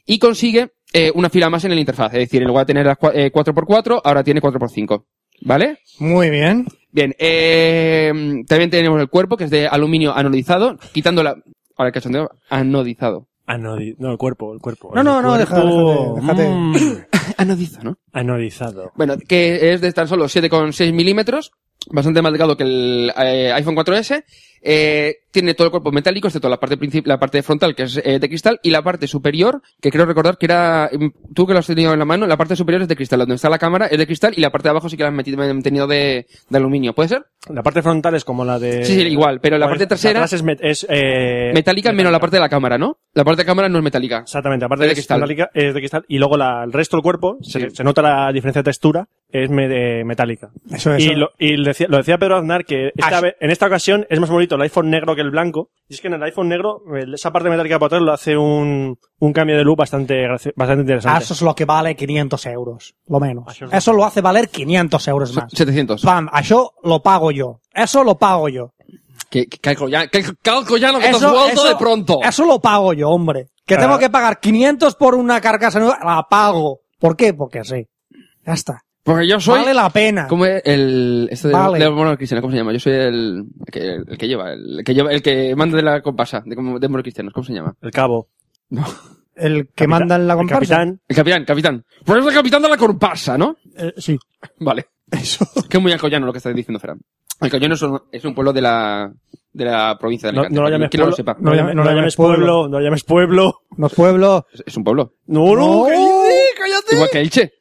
y consigue eh, una fila más en la interfaz. Es decir, en lugar de tener las cua- eh, 4x4, ahora tiene 4x5. ¿Vale?
Muy bien.
Bien, eh, también tenemos el cuerpo, que es de aluminio anodizado, quitando la... Ahora el cachondeo, anodizado.
Ah, no, di- no, el cuerpo, el cuerpo.
No,
el
no, no, deja-
cuerpo,
déjate,
mm,
Anodizo, ¿no?
anodizado.
Bueno, que es de tan solo 7,6 milímetros, bastante más delgado que el eh, iPhone 4S. Eh, tiene todo el cuerpo metálico, excepto la parte princip- la parte frontal, que es eh, de cristal, y la parte superior, que creo recordar que era, mm, tú que lo has tenido en la mano, la parte superior es de cristal, donde está la cámara es de cristal, y la parte de abajo sí que la han metido, han tenido de, de aluminio, ¿puede ser?
La parte frontal es como la de...
Sí, sí, igual, pero la
Bueno,
parte trasera-
atrás es, met- es, eh,
metálica menos la parte de la cámara, ¿no? La parte de la cámara no es metálica.
Exactamente, aparte
Es de
de
cristal.
cristal. es de cristal y luego la- el resto del cuerpo,
Sí.
se, se nota la diferencia de textura, es me- de- metálica.
Eso es.
Y, lo, y lo decía, lo decía Pedro Aznar que esta ve- en esta ocasión es más bonito el iPhone negro que el blanco. Y es que en el iPhone negro, el- esa parte metálica por atrás lo hace un, un cambio de luz bastante, graci- bastante interesante.
Eso es lo que vale 500 euros, lo menos.
Eso es lo-
Eso lo hace valer 500 euros más.
700.
Pam, eso lo pago yo. Eso lo pago yo.
Que, que calco ya, que calco ya lo que te has
Eso,
vuelto de pronto.
eso lo pago yo, hombre. Que tengo
Ah.
que pagar 500 por una carcasa nueva, la pago. ¿Por qué? Porque sí. Ya está.
Porque yo soy...
Vale la pena.
¿Cómo es el este de,
Vale.
de Moral Cristiano? ¿Cómo se llama? Yo soy el, el que, el que lleva, el que lleva, el que manda de la compasa de, como- de Moral Cristianos. ¿Cómo se llama?
El cabo.
El que manda en la
El
comparsa.
capitán.
El capitán, capitán. Pues es el capitán de la compasa, ¿no?
Eh, sí.
Vale.
Eso.
Que es muy alcoyano lo que estás diciendo, Ferran. Alcoyano es un, es un pueblo de la de la provincia de
No,
Alicante.
no lo
para
llames
quien no
pueblo.
lo sepa.
No, lo llame- no lo llames pueblo. No lo llames pueblo.
Los pueblos.
Es, es un pueblo.
No, no.
cállate.
Igual que Elche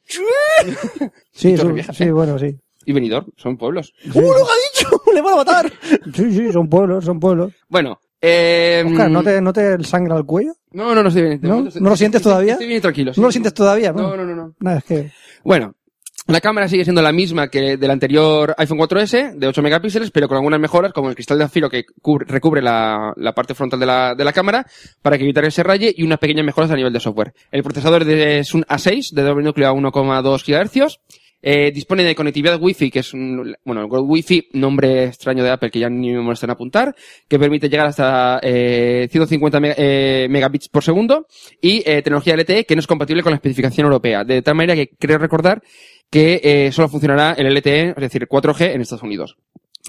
Sí,
Torre
son-
Vieja,
sí, bueno, sí.
y Benidorm son pueblos.
¡Le van a matar! Sí, sí, son pueblos, son pueblos.
Bueno, eh,
Oscar, ¿no te, ¿no te sangra el cuello?
no, no, no estoy bien. de
¿No?
momento estoy-
¿No lo sientes
estoy-
todavía?
Estoy bien y tranquilo. sí.
¿No lo sientes todavía?
No, no, no, no.
Nada, es que...
Bueno, la cámara sigue siendo la misma que del anterior iPhone 4S, de 8 megapíxeles, pero con algunas mejoras, como el cristal de acero que cub- recubre la, la parte frontal de la, de la cámara, para que evitar ese raye, y unas pequeñas mejoras a nivel de software. El procesador de- es un A6, de doble núcleo a 1,2 GHz. Eh, dispone de conectividad Wi-Fi, que es un, bueno, el World Wi-Fi, nombre extraño de Apple que ya ni me molestan en apuntar, que permite llegar hasta eh, 150 me- eh, megabits por segundo y eh, tecnología LTE que no es compatible con la especificación europea, de tal manera que creo recordar que eh, solo funcionará el LTE, es decir, 4G en Estados Unidos.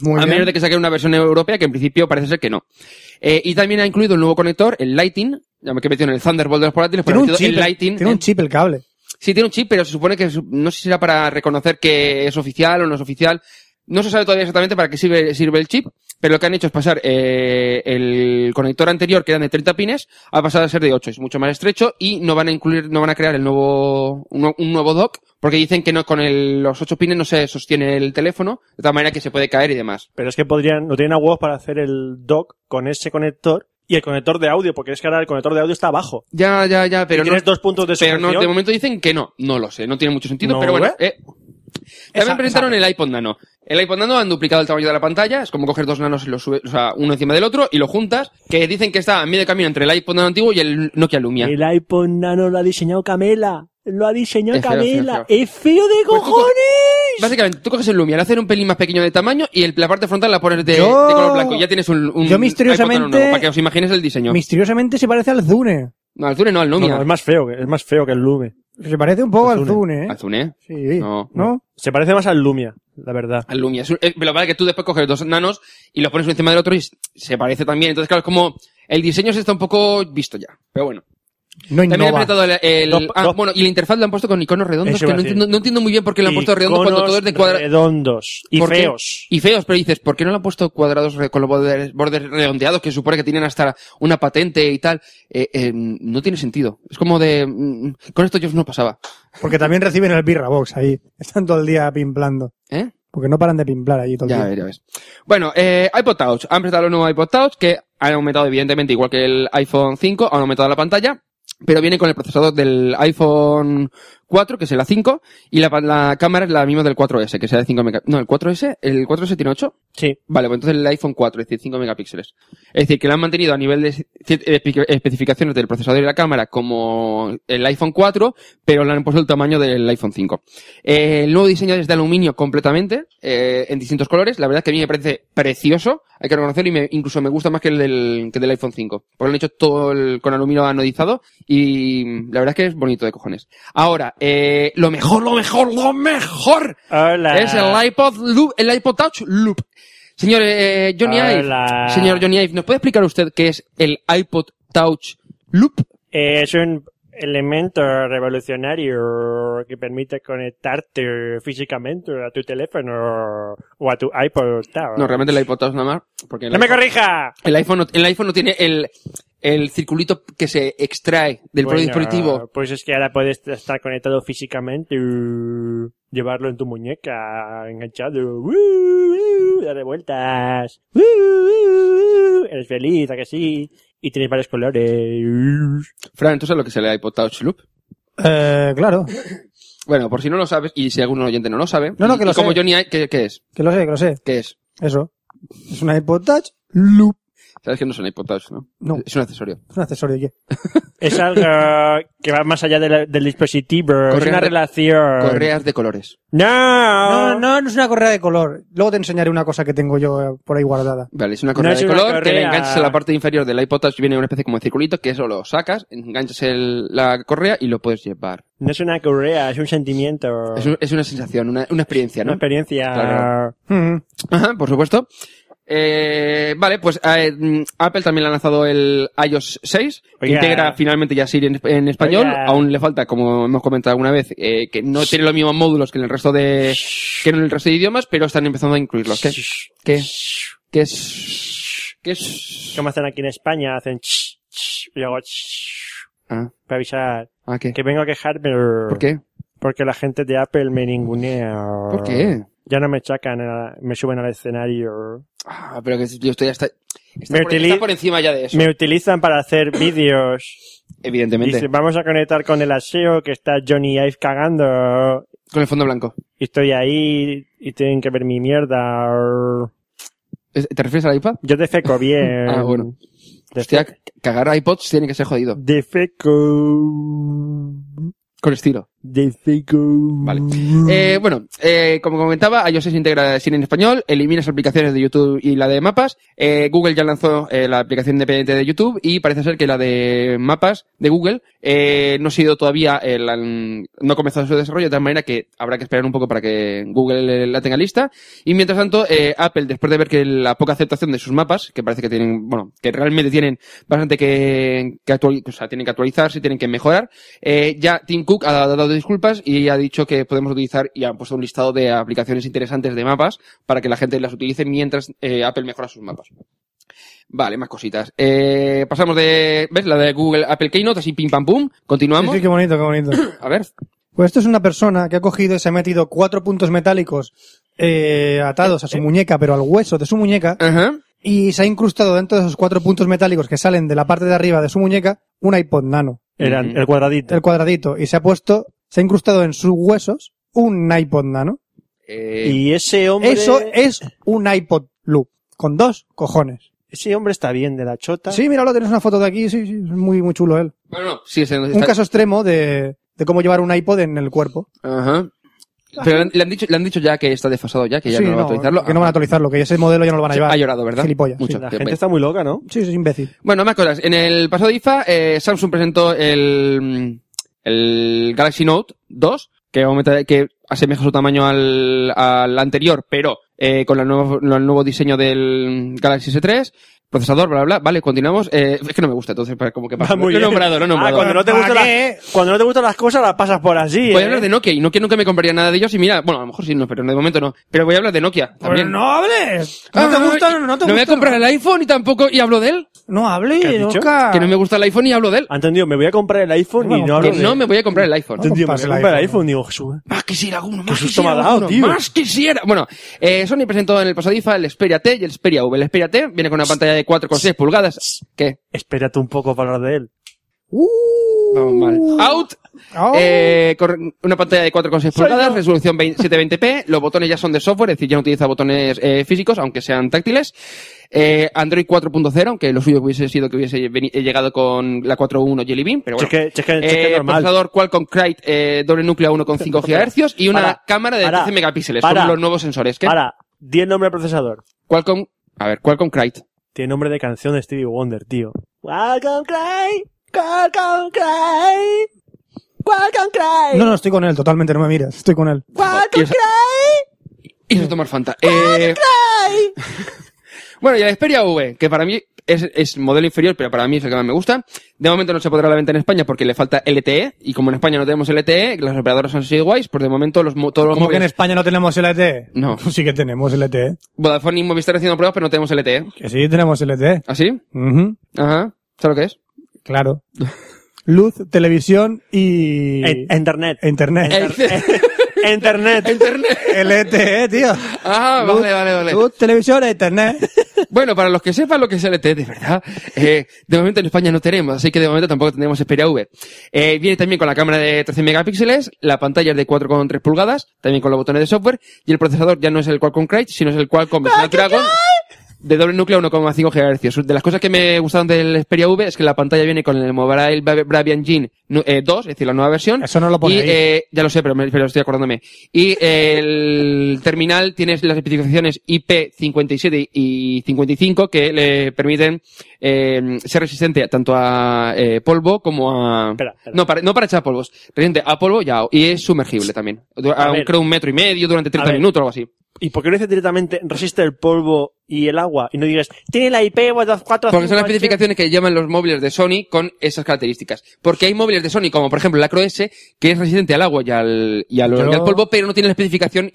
Muy
a
bien.
menos de que saquen una versión europea que en principio parece ser que no. Eh, y también ha incluido el nuevo conector, el Lightning, ya me que he metido en el Thunderbolt de los portátiles, pero
Tiene
ha
un
metido
chip,
el
el-
Lightning
tiene
en-
un chip el cable.
Sí, tiene un chip, pero se supone que su- no sé si será para reconocer que es oficial o no es oficial. No se sabe todavía exactamente para qué sirve, sirve el chip, pero lo que han hecho es pasar eh, el conector anterior, que eran de 30 pines, a pasar a ser de 8. Es mucho más estrecho y no van a incluir, no van a crear el nuevo, un, nue- un nuevo dock, porque dicen que no con el- los 8 pines no se sostiene el teléfono, de tal manera que se puede caer y demás.
Pero es que podrían, no tienen a huevos para hacer el dock con ese conector y el conector de audio, porque es que ahora el conector de audio está abajo.
Ya, ya, ya, pero
Pero
no,
tienes dos puntos de
pero
sujeción.
no, de momento dicen que no. No lo sé, no tiene mucho sentido,
No,
pero bueno,
¿eh?
eh, También presentaron el iPod Nano. El iPod Nano han duplicado el tamaño de la pantalla, es como coger dos nanos y los subes, o sea, uno encima del otro y lo juntas, que dicen que está a medio camino entre el iPod Nano antiguo y el Nokia Lumia.
El iPod Nano lo ha diseñado Camela. Lo ha diseñado
Es feo,
Camela.
es feo,
¡Es feo de
Pues tú co-
cojones!
Básicamente, tú coges el Lumia, le haces un pelín más pequeño de tamaño y el- la parte frontal la pones de,
Yo-
de color blanco y ya tienes un, un
Yo misteriosamente-
iPod Nano nuevo, para que os imaginéis el diseño.
Misteriosamente se parece al Zune.
No, al Zune no, al
No,
Lumia.
no, es más feo, que- es más feo que el Lume.
Se parece un poco
Al
al Zune, ¿eh?
Al Zune,
Sí.
No.
¿No?
Se parece más al Lumia, la verdad.
al Lumia. Es un- eh, Pero vale que tú después coges dos nanos y los pones uno encima del otro y se parece también. Entonces, claro, es como el diseño se está un poco visto ya. Pero bueno.
No
También han
innova.
apretado el... el-
No,
ah,
no.
bueno, y la interfaz la han puesto con iconos redondos,
Eso
que
iba
no
a decir.
entiendo, no entiendo muy bien por qué la han puesto redondo cuando
Iconos
todo es de cuadrado.
redondos y
¿Por qué?
feos.
Y feos, pero dices, ¿por qué no le han puesto cuadrados re- con los bordes, bordes redondeados que supone que tienen hasta una patente y tal? Eh, eh, no tiene sentido. Es como de... mm, Con esto yo no pasaba.
Porque también reciben el birra box ahí. Están todo el día pimplando.
¿Eh?
Porque no paran de pimplar allí todo el
Ya
día.
ves, ya ves. Bueno, eh, iPod Touch. Han presentado los nuevos iPod Touch que han aumentado, evidentemente, igual que el iPhone 5, han aumentado la pantalla. Pero viene con el procesador del iPhone 4, que es el A5, y la, pa- la cámara es la misma del 4S, que sea de 5 megapíxeles. No, el 4S, el 4S tiene 8.
Sí.
Vale, pues entonces el iPhone 4, es decir, 5 megapíxeles. Es decir, que lo han mantenido a nivel de ci- eh, espe- especificaciones del procesador y la cámara como el iPhone 4, pero le han puesto el tamaño del iPhone 5. Eh, el nuevo diseño es de aluminio completamente, eh, en distintos colores. La verdad es que a mí me parece precioso, hay que reconocerlo, y me- incluso me gusta más que el del, que el del iPhone 5. Porque lo han hecho todo el- con aluminio anodizado y mm, la verdad es que es bonito de cojones. Ahora, eh, lo mejor, lo mejor, lo mejor
Hola.
es el iPod Loop, el iPod Touch Loop. Señor eh, Johnny
Hola.
Ive, señor Johnny Ive, ¿nos puede explicar usted qué es el iPod Touch Loop?
Eh, es un elemento revolucionario que permite conectarte físicamente a tu teléfono o a tu iPod. Touch.
No, realmente el iPod Touch nada más, porque el,
¡No me
iPhone,
corrija!
el iPhone no, el iPhone no tiene el, el circulito que se extrae del propio
Bueno,
dispositivo.
Pues es que ahora puedes estar conectado físicamente, uh, llevarlo en tu muñeca, enganchado, uh, uh, darle vueltas, uh, uh, uh, eres feliz, ¿a que sí? Y tienes varios colores.
Fran, ¿tú sabes lo que es el iPod Touch Loop?
Eh, claro.
Bueno, por si no lo sabes, y si algún oyente no lo sabe,
No, no,
y-
que lo
y como
sé.
Johnny Ive, ¿qué, qué es?
Que lo sé, que lo sé.
¿Qué es?
Eso. Es una iPod Touch Loop.
Sabes que no es un iPod Touch, ¿no?
No.
Es un accesorio.
Es un accesorio aquí.
Es algo que va más allá de la- del dispositivo, es
Correa
una
de-
relación.
Correas de colores.
No,
Ah.
No, no, no es una correa de color. Luego te enseñaré una cosa que tengo yo eh, por ahí guardada.
Vale, es una correa
No es
de
una
color que le
correa.
enganchas a la parte inferior del iPod Touch, viene una especie como de circulito, que eso lo sacas, enganchas el- la correa y lo puedes llevar.
No es una correa, es un sentimiento.
Es, un- es una sensación, una, una
Ah.
experiencia,
Una
¿no?
experiencia.
Claro.
Mm.
Ajá, por supuesto. Eh, vale, pues eh, mm, Apple también le ha lanzado el iOS 6, que
Oiga.
integra finalmente ya Siri en, en español.
Oiga.
Aún le falta, como hemos comentado alguna vez, eh, que no tiene los mismos módulos que en el resto de que en el resto de idiomas, pero están empezando a incluirlos. ¿Qué? ¿Qué? ¿Qué es? ¿Qué es?
Como hacen aquí en España, hacen ch, ch, y luego ch,
Ah,
para avisar.
ah, ¿qué?
Que vengo a quejarme.
¿Por qué?
Porque la gente de Apple me ningunea.
¿Por qué?
Ya no me chacan, eh, me suben al escenario.
Ah, pero que yo estoy hasta... Está,
Me
por,
utili-
está por encima ya de eso,
Me utilizan para hacer vídeos.
evidentemente.
Dicen, vamos a conectar con el aseo que está Johnny Ive cagando.
Con el fondo blanco.
Y estoy ahí y tienen que ver mi mierda.
¿Es- ¿Te refieres al iPad?
Yo defeco bien.
Ah, bueno. Hostia,
Defe-
c- cagar a iPods tiene que ser jodido.
Defeco.
Con estilo.
Defeco.
Vale.
Mm.
Eh, bueno, eh, como comentaba, iOS 6 integra Siri en español, elimina las aplicaciones de YouTube y la de mapas. Eh, Google ya lanzó eh, la aplicación independiente de YouTube y parece ser que la de mapas de Google eh, no ha sido todavía, eh, la- no ha comenzado su desarrollo, de tal manera que habrá que esperar un poco para que Google eh, la tenga lista. Y mientras tanto, eh, Apple, después de ver que la poca aceptación de sus mapas, que parece que tienen, bueno, que realmente tienen bastante que, que actual- o sea, tienen que actualizarse, tienen que mejorar, eh, ya Tim Cook ha dado disculpas y ha dicho que podemos utilizar y han puesto un listado de aplicaciones interesantes de mapas para que la gente las utilice mientras eh, Apple mejora sus mapas. Vale, más cositas. Eh, pasamos de, ¿ves? La de Google Apple Keynote, así pim pam pum. Continuamos.
Sí, sí, qué bonito, qué bonito.
A ver,
Pues esto es una persona que ha cogido y se ha metido cuatro puntos metálicos eh, atados a su muñeca, pero al hueso de su muñeca,
ajá.
y se ha incrustado dentro de esos cuatro puntos metálicos que salen de la parte de arriba de su muñeca un iPod nano,
Eran el cuadradito.
el cuadradito, y se ha puesto, se ha incrustado en sus huesos un iPod nano.
Eh,
Y ese hombre.
Eso es un iPod Loop, con dos cojones.
Ese hombre está bien de la chota.
Sí, míralo, tenés una foto de aquí, sí, sí, es muy, muy chulo él.
Bueno, no, sí, se-
Un
está-
caso extremo de, de cómo llevar un iPod en el cuerpo.
Ajá. Pero le han, le han dicho, le han dicho ya que está desfasado ya, que ya
Ah, Sí,
no va a actualizarlo.
que no van a actualizarlo, que ese modelo ya no lo van a llevar.
Ha llorado, ¿verdad?
Gilipollas,
Mucho.
sí.
La
Bien,
gente
bien.
está muy loca, ¿no?
Sí, sí, es imbécil.
Bueno, más cosas. En el pasado IFA, eh, Samsung presentó el, mm, el Galaxy Note 2, que, aumenta- que asemeja su tamaño al, al anterior, pero eh, con el nuevo, el nuevo diseño del Galaxy S3. Procesador, bla, bla, bla. Vale, continuamos. Eh, es que no me gusta, entonces, para- como que pasa.
Va muy
Lo he
bien.
nombrado, lo he
Ah,
nombrado.
cuando no, te
¿Para
gusta la-
qué?
cuando no te gustan las cosas, las pasas por así.
Voy a
¿eh?
hablar de Nokia y Nokia nunca me compraría nada de ellos y mira, bueno, a lo mejor sí, no, pero de momento no. Pero voy a hablar de Nokia
Pero
también.
Pues no hables. No te
Ah,
gusta, no te
No me voy a
gusta.
comprar el iPhone y tampoco, y hablo de él.
No
¿Qué has
hables,
dicho?
Oscar.
Que no me gusta el iPhone y hablo de él.
Ha entendido, me voy a comprar el iPhone
No,
y no
no,
Ah, hablo
Que
de-
no me voha voy a comprar el iPhone.
Ha entendido, me
Compras
voy a
el
comprar el
iPhone.
iPhone. Digo, Jesús.
Más quisiera alguno,
Qué
más
susto
quisiera
me ha dado,
alguno,
tío.
más quisiera. Bueno, eh, Sony presentó en el pasado IFA el Xperia T y el Xperia V. El Xperia T viene con una pantalla de 4,6 pulgadas. ¿Qué?
Espérate un poco para hablar de él.
Uh.
Vamos mal.
Uh.
Out.
Oh.
Au.
Eh, con una pantalla de 4,6 pulgadas, resolución 20 720p. Los botones ya son de software, es decir, ya no utiliza botones eh, físicos, aunque sean táctiles. Eh, Android 4.0, aunque lo suyo hubiese sido que hubiese veni- eh, llegado con la 4.1 Jelly Bean, pero bueno.
Cheque, cheque,
Eh,
cheque normal.
procesador Qualcomm Crite eh, doble núcleo a 1,5 GHz y una
Para,
cámara de
para,
13 megapíxeles.
para.
son los nuevos sensores. ¿Qué?
Ahora, 10 nombres de procesador.
Qualcomm, a ver, Qualcomm Crite.
Tiene nombre de canción de Stevie Wonder, tío. Welcome Cry, Welcome Cry, Welcome Cry,
No, no, estoy con él, totalmente, no me mires. Estoy con él.
Y
Welcome
eso-
Cry.
Y eso es tomar Fanta. Eh, bueno, y el Xperia V, que para mí es, es modelo inferior, pero para mí es el que más me gusta. De momento no se podrá la venta en España porque le falta LTE. Y como en España no tenemos LTE, las operadoras han sido guays, pues de momento los, mo- todos los
¿Cómo que en
móviles...
España no tenemos LTE?
No.
Pues Sí que tenemos LTE.
Vodafone y Movistar haciendo pruebas, pero no tenemos LTE.
¿eh? Que sí tenemos LTE.
¿Así?
Ujú,
¿Ah, Ajá. ¿Sabes lo que es?
Claro. Luz, televisión y...
E
En- Internet.
Internet.
Internet.
Internet.
LTE, ¿eh, tío.
Ah,
Luz-
vale, vale, vale.
Luz, televisión e Internet.
Bueno, para los que sepan lo que es LTE, de verdad, eh, de momento en España no tenemos, así que de momento tampoco tenemos Xperia V. Eh, viene también con la cámara de 13 megapíxeles, la pantalla es de 4,3 pulgadas, también con los botones de software, y el procesador ya no es el Qualcomm Crite, sino es el Qualcomm Snapdragon de doble núcleo a 1,5 GHz. De las cosas que me gustaron del Xperia V es que la pantalla viene con el Mobile Bra- Bravia Engine nu- eh, 2, es decir, la nueva versión.
Eso no lo pone
Y,
ahí.
eh, ya lo sé, pero, me- pero estoy acordándome. Y eh, el terminal tiene las especificaciones IP57 y 55 que le permiten eh, ser resistente tanto a eh, polvo como a...
Espera, espera.
No, para, no para echar polvos. Resistente a polvo y, a- y es sumergible también. A un,
ver.
creo un metro y medio durante 30
ver.
minutos o algo así.
¿Y por qué no dice directamente resiste el polvo y el agua? Y no digas, tiene la IP 4
Porque son las especificaciones que llaman los móviles de Sony con esas características. Porque hay móviles de Sony, como por ejemplo el Acro S, que es resistente al agua y al, y al,
Yo-
y al polvo, pero no tiene la especificación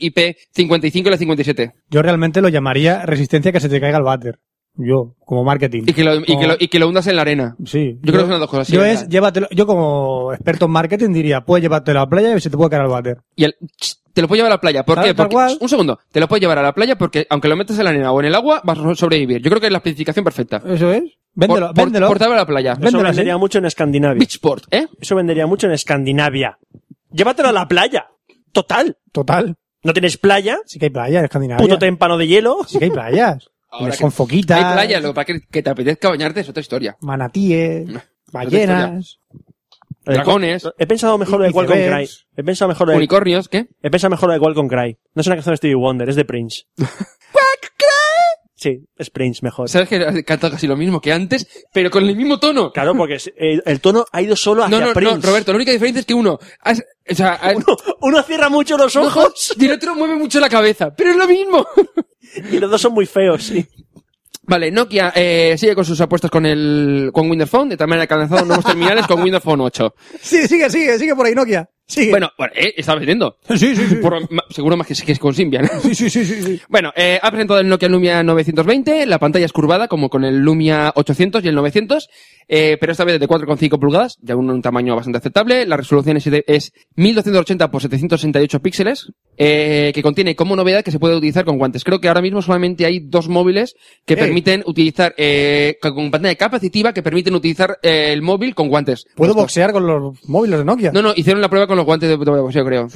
IP55 y la 57.
Yo realmente lo llamaría resistencia que se te caiga el váter. Yo, como marketing.
Y que lo, y que lo, y que lo hundas en la arena.
Sí.
Yo creo que son las dos cosas, sí,
Yo,
¿verdad?
es, llévatelo, yo como experto en marketing diría, puedes llevártelo a la playa y se te puede caer el váter.
Y el, te lo puedo llevar a la playa. ¿Por
Tal-
qué?
tal
Porque,
cual.
un segundo. Te lo puedes llevar a la playa porque aunque lo metas en la arena o en el agua, vas a sobrevivir. Yo creo que es la especificación perfecta.
Eso es. Véndelo,
Por- por-
véndelo.
Portable a la playa.
Eso
Véndelo así.
vendería mucho en Escandinavia.
Beachport, ¿eh?
Eso vendería mucho en Escandinavia. Llévatelo a la playa. Total.
Total.
¿No tienes playa?
Sí que hay playas en Escandinavia.
Puto témpano de hielo.
Sí que hay playas.
Ahora que-
con foquitas.
Hay playa, lo para que, que te apetezca bañarte es otra historia.
Manatíes. Ballenas. Eh,
Dragones.
Eh, He pensado mejor lo de
Y- y te
Qualcomm Cry.
ves.
He pensado
eh.
mejor lo de
Unicornios, ¿qué?
He pensado mejor lo de Qualcomm Cry. No es una canción de Stevie Wonder, es de Prince. Sí, es Prince mejor.
Sabes que canta casi lo mismo que antes, pero con el mismo tono.
Claro, porque es- eh, el tono ha ido solo hacia
No, no,
Prince.
no, Roberto, la única diferencia es que uno, has- o sea, has-
Uno, uno cierra mucho los ojos
y el otro mueve mucho la cabeza, pero es lo mismo.
y los dos son muy feos. sí.
Vale, Nokia eh, sigue con sus apuestas con el con Windows Phone, de tal manera que ha lanzado nuevos terminales con Windows Phone 8.
Sí, sigue, sigue, sigue por ahí, Nokia. Sigue.
Bueno, bueno, eh, está vendiendo.
Sí, sí, sí.
Por- ma- seguro más que, que es con Symbian.
Sí, sí, sí, sí, sí.
Bueno, eh, ha presentado el Nokia Lumia 920, la pantalla es curvada como con el Lumia 800 y el 900, eh, pero esta vez de 4,5 pulgadas, ya un, un tamaño bastante aceptable, la resolución es, de- es 1280 por 768 píxeles, eh, que contiene como novedad que se puede utilizar con guantes. Creo que ahora mismo solamente hay dos móviles que
Ey.
permiten utilizar, eh, con- con pantalla capacitiva que permiten utilizar eh, el móvil con guantes.
¿Puedo
Esto-
boxear con los móviles de Nokia?
No, no, hicieron la prueba con los guantes de, de boxeo, creo.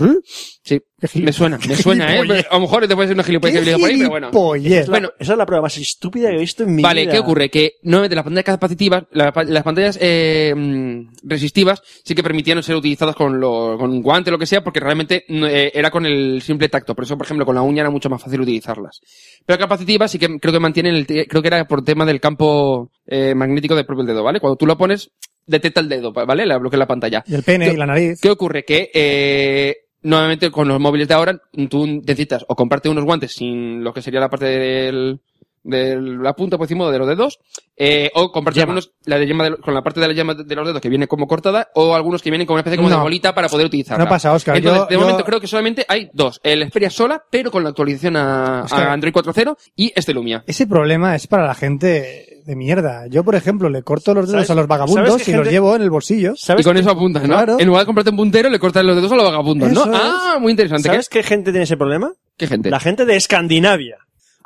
Sí, me suena, me suena, eh.
gilipollez.
A lo mejor te puede ser una gilipollas que he leído por ahí, pero bueno.
gilipollez.
Es la-
Bueno.
esa es la prueba más estúpida que he visto en mi
Vale,
vida.
¿qué ocurre? Que nuevamente las pantallas capacitivas, la pa- las pantallas eh, mm, resistivas sí que permitían ser utilizadas con, lo, con un guante o lo que sea, porque realmente no, eh, era con el simple tacto. Por eso, por ejemplo, con la uña era mucho más fácil utilizarlas. Pero capacitivas sí que creo que mantienen el, te- creo que era por tema del campo eh, magnético del propio dedo, ¿vale? Cuando tú lo pones, detecta el dedo, ¿vale? La bloquea la pantalla.
Y el pene
Yo-
y la nariz.
¿Qué ocurre? Que eh, nuevamente con los móviles de ahora, tú necesitas o comprarte unos guantes sin lo que sería la parte del, de la punta por encima de los dedos, eh, o comprarte
Yema.
algunos la de yema de- con la parte de la llama de los dedos que viene como cortada, o algunos que vienen con una especie como de
No.
bolita para poder utilizarla.
No pasa, Óscar.
Entonces,
Yo-
de
yo-
momento creo que solamente hay dos. El Xperia sola, pero con la actualización a,
Óscar.
a Android 4.0 y este Lumia.
Ese problema es para la gente de mierda. Yo, por ejemplo, le corto los dedos
¿Sabes-
a los vagabundos y
sabes qué
los
gente-
llevo en el bolsillo.
Y
¿Sabes,
con eso apuntas, ¿no?
Claro.
En lugar de comprarte un puntero, le cortas los dedos a los vagabundos, ¿no?
Eso es.
Ah, muy interesante. ¿Qué,
¿sabes qué gente tiene ese problema?
qué gente?
La gente de Escandinavia.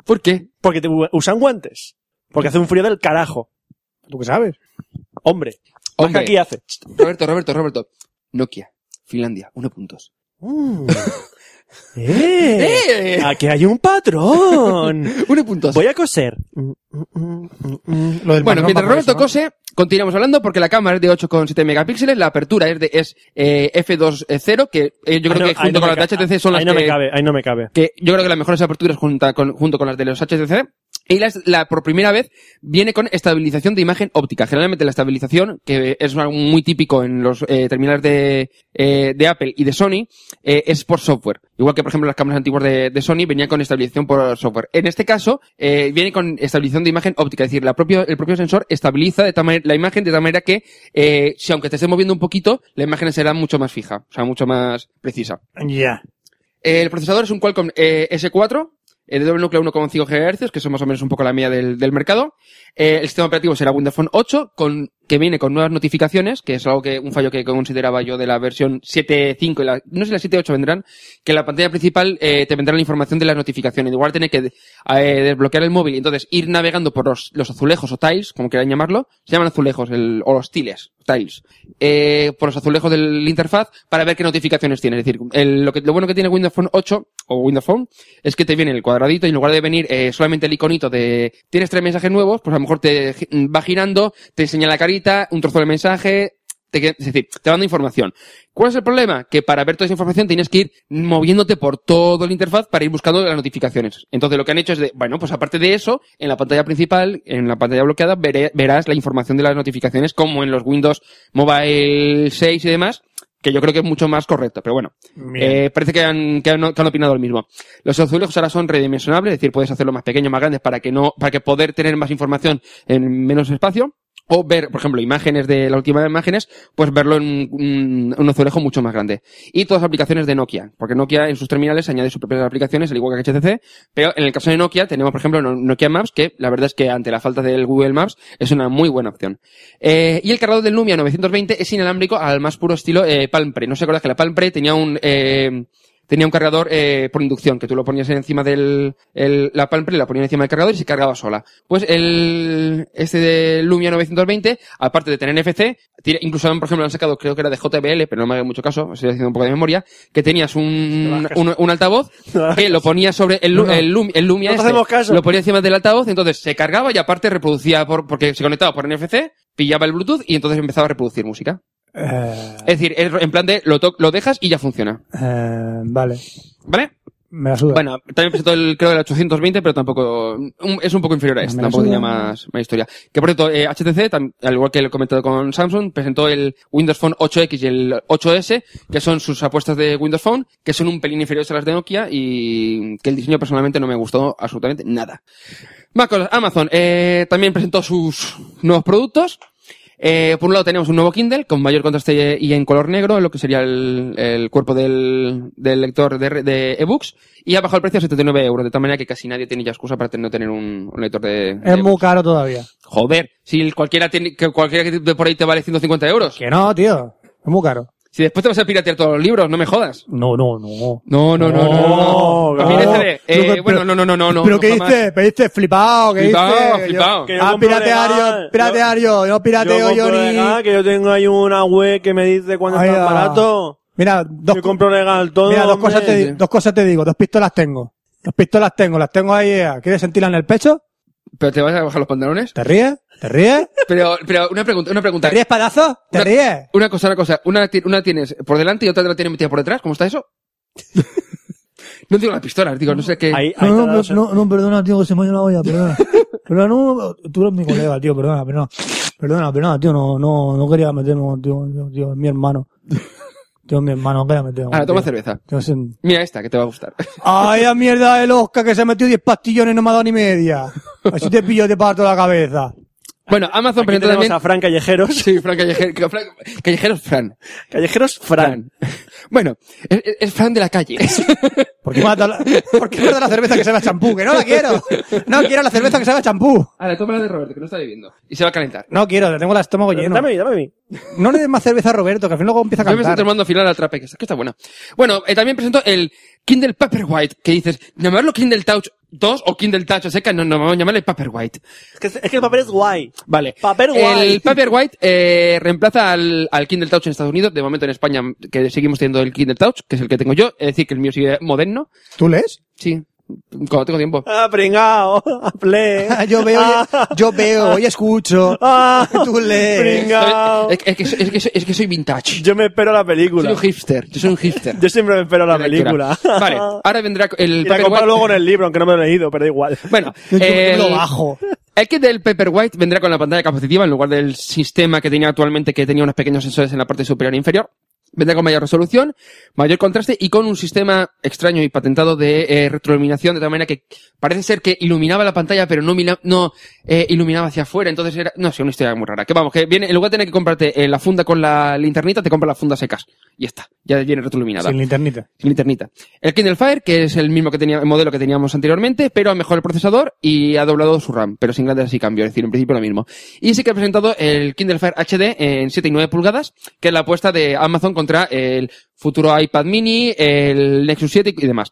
¿Por qué?
Porque te usan guantes. Porque hace un frío del carajo.
¿Tú qué sabes?
Hombre, más que
Hombre,
aquí hace.
Roberto, Roberto, Roberto. Nokia, Finlandia, uno puntos.
¡Eh!
¡Eh!
Aquí hay un patrón.
Uno puntos.
Voy a coser.
Lo del
Mm. Bueno,
Magnum
mientras
va por
Roberto
eso, ¿no?
cose, continuamos hablando porque la cámara es de 8,7 megapíxeles, la apertura es de es, eh, f2.0, que eh, yo
Ahí
creo que
Ah, no- ahí
junto
no
con
me
las de
ca-
HTC son las
Ahí no
que,
me cabe, ahí no me cabe.
que yo creo que las mejores aperturas junta con, junto con las de los HTC. Y las, la, por primera vez viene con estabilización de imagen óptica. Generalmente la estabilización, que es algo muy típico en los eh, terminales de, eh, de Apple y de Sony, eh, es por software. Igual que, por ejemplo, las cámaras antiguas de, de Sony venían con estabilización por software. En este caso, eh, viene con estabilización de imagen óptica. Es decir, la propio, el propio sensor estabiliza de tal manera- la imagen de tal manera que, eh, si aunque te estés moviendo un poquito, la imagen será mucho más fija, o sea, mucho más precisa.
Ya.
Eh, El procesador es un Qualcomm eh, S4 eh, de doble núcleo 1,5 GHz, que son más o menos un poco la media del, del mercado. Eh, el sistema operativo será Windows Phone 8, con, que viene con nuevas notificaciones, que es algo que un fallo que consideraba yo de la versión 7.5 y la, no sé si la 7.8 vendrán, que en la pantalla principal eh, te vendrá la información de las notificaciones. Igual tener que eh, desbloquear el móvil y entonces ir navegando por los, los azulejos o tiles, como quieran llamarlo, se llaman azulejos el, o los tiles, tiles, eh, por los azulejos del interfaz para ver qué notificaciones tiene. Es decir, el- lo, que, lo bueno que tiene Windows Phone 8 o Windows Phone es que te viene el cuadradito y en lugar de venir eh, solamente el iconito de tienes tres mensajes nuevos, pues a lo mejor te gi- va girando, te enseña la carita, un trozo del mensaje, te, que- es decir, te va dando información. ¿Cuál es el problema? Que para ver toda esa información tienes que ir moviéndote por todo el interfaz para ir buscando las notificaciones. Entonces lo que han hecho es de, bueno, pues aparte de eso, en la pantalla principal, en la pantalla bloqueada, veré- verás la información de las notificaciones como en los Windows Mobile 6 y demás, que yo creo que es mucho más correcto, pero bueno. Eh, parece que han, que, han, que han opinado lo mismo. Los azulejos ahora son redimensionables, es decir, puedes hacerlo más pequeño, más grandes para que no, para que poder tener más información en menos espacio. O ver, por ejemplo, imágenes de las últimas imágenes, pues verlo en un, un azulejo mucho más grande. Y todas las aplicaciones de Nokia, porque Nokia en sus terminales añade sus propias aplicaciones, al igual que HTC, pero en el caso de Nokia tenemos, por ejemplo, No- Nokia Maps, que la verdad es que ante la falta del Google Maps es una muy buena opción. Eh, y el cargador del Lumia 920 es inalámbrico al más puro estilo eh, Palm Pre. No se acuerdas que la Palm Pre tenía un... eh, tenía un cargador eh, por inducción, que tú lo ponías encima del... el- la Palm Pre la ponías encima del cargador y se cargaba sola. Pues el... Este de Lumia 920, aparte de tener NFC, tiene- incluso por ejemplo, lo han sacado, creo que era de JBL, pero no me haga mucho caso, estoy haciendo un poco de memoria, que tenías un, un, un altavoz que lo ponías sobre el, lu- el, Lum- el Lumia
No te
este.
hacemos caso.
Lo ponía encima del altavoz, entonces se cargaba y aparte reproducía por, porque se conectaba por NFC, pillaba el Bluetooth y entonces empezaba a reproducir música.
Eh,
Es decir, es en plan de lo, to- lo dejas y ya funciona.
eh, vale.
¿Vale?
Me la suda.
Bueno, también presentó el, creo, el 820, pero tampoco, un- es un poco inferior a este,
Me la
tampoco tenía
suda.
más, más historia. Que por cierto, eh, HTC, tam- al igual que lo he comentado con Samsung, presentó el Windows Phone 8X y el 8S, que son sus apuestas de Windows Phone, que son un pelín inferiores a las de Nokia y que el diseño personalmente no me gustó absolutamente nada. Más cosas. Amazon eh, también presentó sus nuevos productos. Eh, por un lado tenemos un nuevo Kindle con mayor contraste y en color negro, lo que sería el, el cuerpo del, del lector de, re- de ebooks, y ha bajado el precio a 79 euros, de tal manera que casi nadie tiene ya excusa para tener- no tener un, un lector de... de
es muy
ebooks.
caro todavía.
Joder, si el cualquiera, tiene, que cualquiera que de por ahí te vale 150 euros.
Que no, tío. Es muy caro.
Si después te vas a piratear todos los libros, no me jodas.
No, no, no.
No, no, no, no, no.
No,
A mí
no.
este de- eh,
Oh, Pero que-
bueno, no, no, no, no, no.
¿Pero qué
jamás.
dices? ¿Pediste flipado? ¿Qué
Flipao,
dices? Yo-
flipao.
Que yo
Ah,
compro
pirateario,
legal.
pirateario. No
yo
pirateo yo
compro legal,
ni...
que yo tengo ahí una web que me dice cuándo
Ay,
está
ah.
barato.
Mira, dos,
Yo compro legal todo.
mira, dos,
hombre.
cosas te, di- dos cosas te digo. Dos pistolas tengo. Dos pistolas tengo. Las tengo ahí. eh. ¿Quieres sentirlas en el pecho?
¿Pero te vas a bajar los pantalones?
¿Te ríes? ¿Te ríes?
Pero, pero una pregunta, una pregunta.
¿Te ríes, pedazo? ¿Te
Una-
ríes?
Una cosa, una cosa. Una, la ti- una tienes por delante y otra te la tienes metida por detrás. ¿Cómo está eso? no digo las pistolas, digo, no sé qué.
Ahí, ahí te ha dado sen-
perdona, tío, que se me ha ido la olla, perdona. Perdona, no, tú eres mi colega, tío, perdona, perdona. Perdona, perdona, tío, no, no, no quería meterme contigo, tío, tío, es mi hermano. Yo me manonguea me tengo.
Ahora Ah, toma
tío.
cerveza.
Yo sé-
Mira esta, que te va a gustar.
Ay, la mierda del Oscar que se metió 10 pastillones y no me ha dado ni media. Así te pillo, te parto la cabeza.
Bueno, Amazon
Aquí
presentó
tenemos
también...
a Fran Callejeros.
Sí, Fran Callejero. que Fran- Callejeros Fran.
Callejeros Fran.
Bueno, es, es- es Fran de la calle.
¿Por qué mata la, ¿por qué mata la cerveza que sabe a champú? Que no la quiero. No quiero la cerveza que sabe a champú.
Ahora, toma la de Roberto, que no está bebiendo. Y se va a calentar.
No quiero, le tengo el estómago lleno.
Dame, dame, dame.
No le des más cerveza a Roberto, que al final luego empieza a
Yo me estoy
cantar.
tomando al final al trape, que está, que está buena. Bueno, eh, también presento el Kindle Paperwhite, que dices, llamarlo Kindle Touch 2 o Kindle Touch seca, no, no, vamos a llamarle Paperwhite.
Es que, es que el papel es guay.
Vale.
Paperwhite.
El Paperwhite eh, reemplaza al, al Kindle Touch en Estados Unidos. De momento en España que seguimos teniendo el Kindle Touch, que es el que tengo yo. Es decir, que el mío sigue moderno.
¿Tú lees?
Sí, cuando tengo tiempo.
Ah, pringao. A play.
yo veo,
Ah.
y- yo veo y escucho.
Ah,
Tú lees.
pringao.
Es, que- es que, soy- es, que, soy- es que soy vintage.
Yo me espero la
soy
película.
un hipster. Yo soy un hipster.
Yo siempre me espero la
de lectura.
película.
Vale, ahora vendrá el
Y la compro
Paperwhite.
luego en el libro, aunque no me lo he leído, pero da igual.
Bueno, eh,
Yo
el-
lo bajo.
El kit del Paperwhite vendrá con la pantalla capacitiva en lugar del sistema que tenía actualmente que tenía unos pequeños sensores en la parte superior e inferior. Vendrá con mayor resolución, mayor contraste y con un sistema extraño y patentado de eh, retroiluminación de tal manera que parece ser que iluminaba la pantalla pero no, mila- no eh, iluminaba hacia afuera. Entonces era, no sé, una historia muy rara. Que vamos, que viene, en lugar de tener que comprarte eh, la funda con la linternita, te compras las fundas secas. Y ya está, ya viene retroiluminada
Sin linternita.
sin linternita. El Kindle Fire, que es el mismo que tenía, el modelo que teníamos anteriormente, pero ha mejorado el procesador y ha doblado su RAM, pero sin grandes así cambios, es decir, en principio lo mismo. Y sí que ha presentado el Kindle Fire HD en 7 y 9 pulgadas, que es la apuesta de Amazon contra el futuro iPad mini, el Nexus 7 y demás.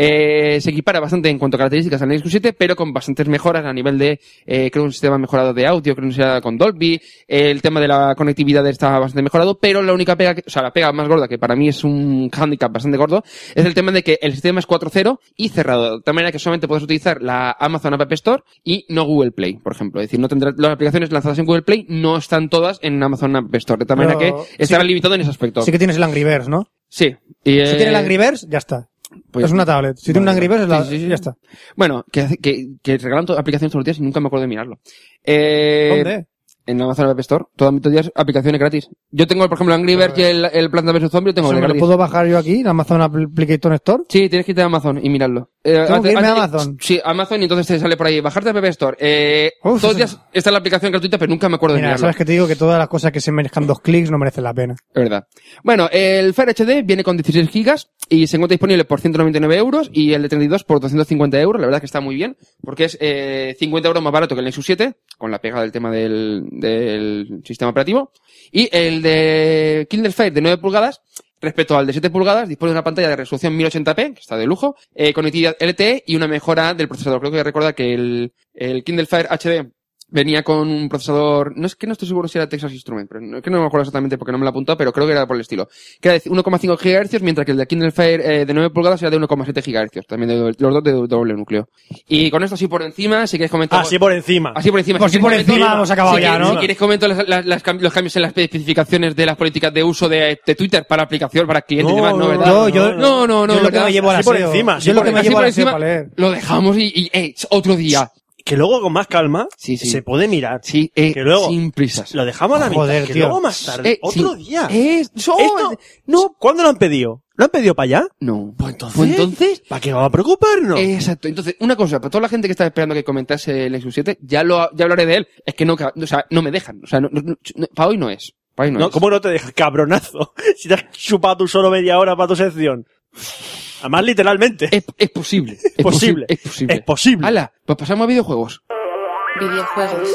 Eh, se equipara bastante en cuanto a características al Nexus 7, pero con bastantes mejoras a nivel de, eh, creo un sistema mejorado de audio, creo un sistema con Dolby, el tema de la conectividad está bastante mejorado, pero la única pega, que- o sea, la pega más gorda, que para mí es un handicap bastante gordo, es el tema de que el sistema es 4.0 y cerrado, de tal manera que solamente puedes utilizar la Amazon App Store y no Google Play, por ejemplo. Es decir, no tendrás, las aplicaciones lanzadas en Google Play no están todas en Amazon App Store, de tal manera
Pero sí
que estará limitado en ese aspecto.
Sí que tienes el Angry Birds, ¿no?
Sí. Y, eh,
Si tienes el Angry Birds, ya está.
pues-
es una tablet. Si tienes un Angry Birds, es la-
Sí, sí, sí.
ya está.
Bueno, que, hace- que, que regalan to- aplicaciones todos los días y nunca me acuerdo de mirarlo. Eh,
¿Dónde?
En Amazon App Store, todos los días aplicaciones gratis. Yo tengo, por ejemplo, Angry Birds y el, el Planta vs. Zombie, lo tengo
Eso me
de
lo
gratis.
puedo bajar yo aquí, en Amazon Application Store.
Sí, tienes que irte a Amazon y mirarlo. Eh, antes-
que irme a
antes-
Amazon.
Sí, Amazon y entonces te sale por ahí. Bajarte a App Store. Eh,
Uf,
todos los
eso-
días está la aplicación gratuita, pero nunca me acuerdo de
Mira,
mirarlo.
sabes que te digo que todas las cosas que se merezcan dos clics no merecen la pena.
Es verdad. Bueno, el Fire HD viene con 16 gigas y se encuentra disponible por 199 euros y el de 32 por 250 euros. La verdad que está muy bien porque es eh, 50 euros más barato que el Nexus 7 con la pega del tema del, del sistema operativo. Y el de Kindle Fire de 9 pulgadas respecto al de 7 pulgadas dispone de una pantalla de resolución 1080p, que está de lujo, eh, conectividad LTE y una mejora del procesador. Creo que recuerda que el, el Kindle Fire HD Venía con un procesador, no es que no estoy seguro si era Texas Instrument, pero no, es que no me acuerdo exactamente porque no me lo apuntó, pero creo que era por el estilo. Que era de 1,5 GHz, mientras que el de Kindle Fire eh, de 9 pulgadas era de 1,7 GHz, también de doble- los dos de doble núcleo. Y con esto así por encima, si queréis comentar...
Así por encima.
Así por encima.
Por si por
queréis
encima
comentar-
hemos acabado
si
ya,
queréis-
¿no?
Si quieres comento las- las- las cam- los cambios en las especificaciones de las políticas de uso de, de Twitter para aplicación, para clientes y demás, ¿no? ¿verdad?
yo, yo,
No, no, no,
yo lo que
¿verdad?
me llevo al
Así por
aseo.
encima, así
E Yo lo que
por-
me
así
llevo
por
al aseo
encima,
E para leer.
lo dejamos y, y eh, otro día.
Que luego con más calma
Sí, sí.
se puede mirar.
Sí, eh,
que luego
sin prisas.
lo dejamos a la mitad.
Joder,
que
tío.
luego más tarde.
Eh,
otro
sí.
día.
Eh, eso-
Esto- ¿Cuándo lo han pedido? ¿Lo han pedido para allá?
No.
Pues entonces-
Pues entonces
¿Para qué vamos a preocuparnos?
Exacto. Entonces, una cosa, para toda la gente que está esperando que comentase el Nexus 7, ya lo ya hablaré de él. Es que no, ca- o sea, no me dejan. O sea, no, para hoy no es. Para hoy no,
no,
es.
¿Cómo no te dejas, cabronazo? Si te has chupado tú solo media hora para tu sección. Además, literalmente.
Es, es posible. Es
posible.
Es posible.
Es posible.
Hala, pues pasamos a videojuegos.
Videojuegos.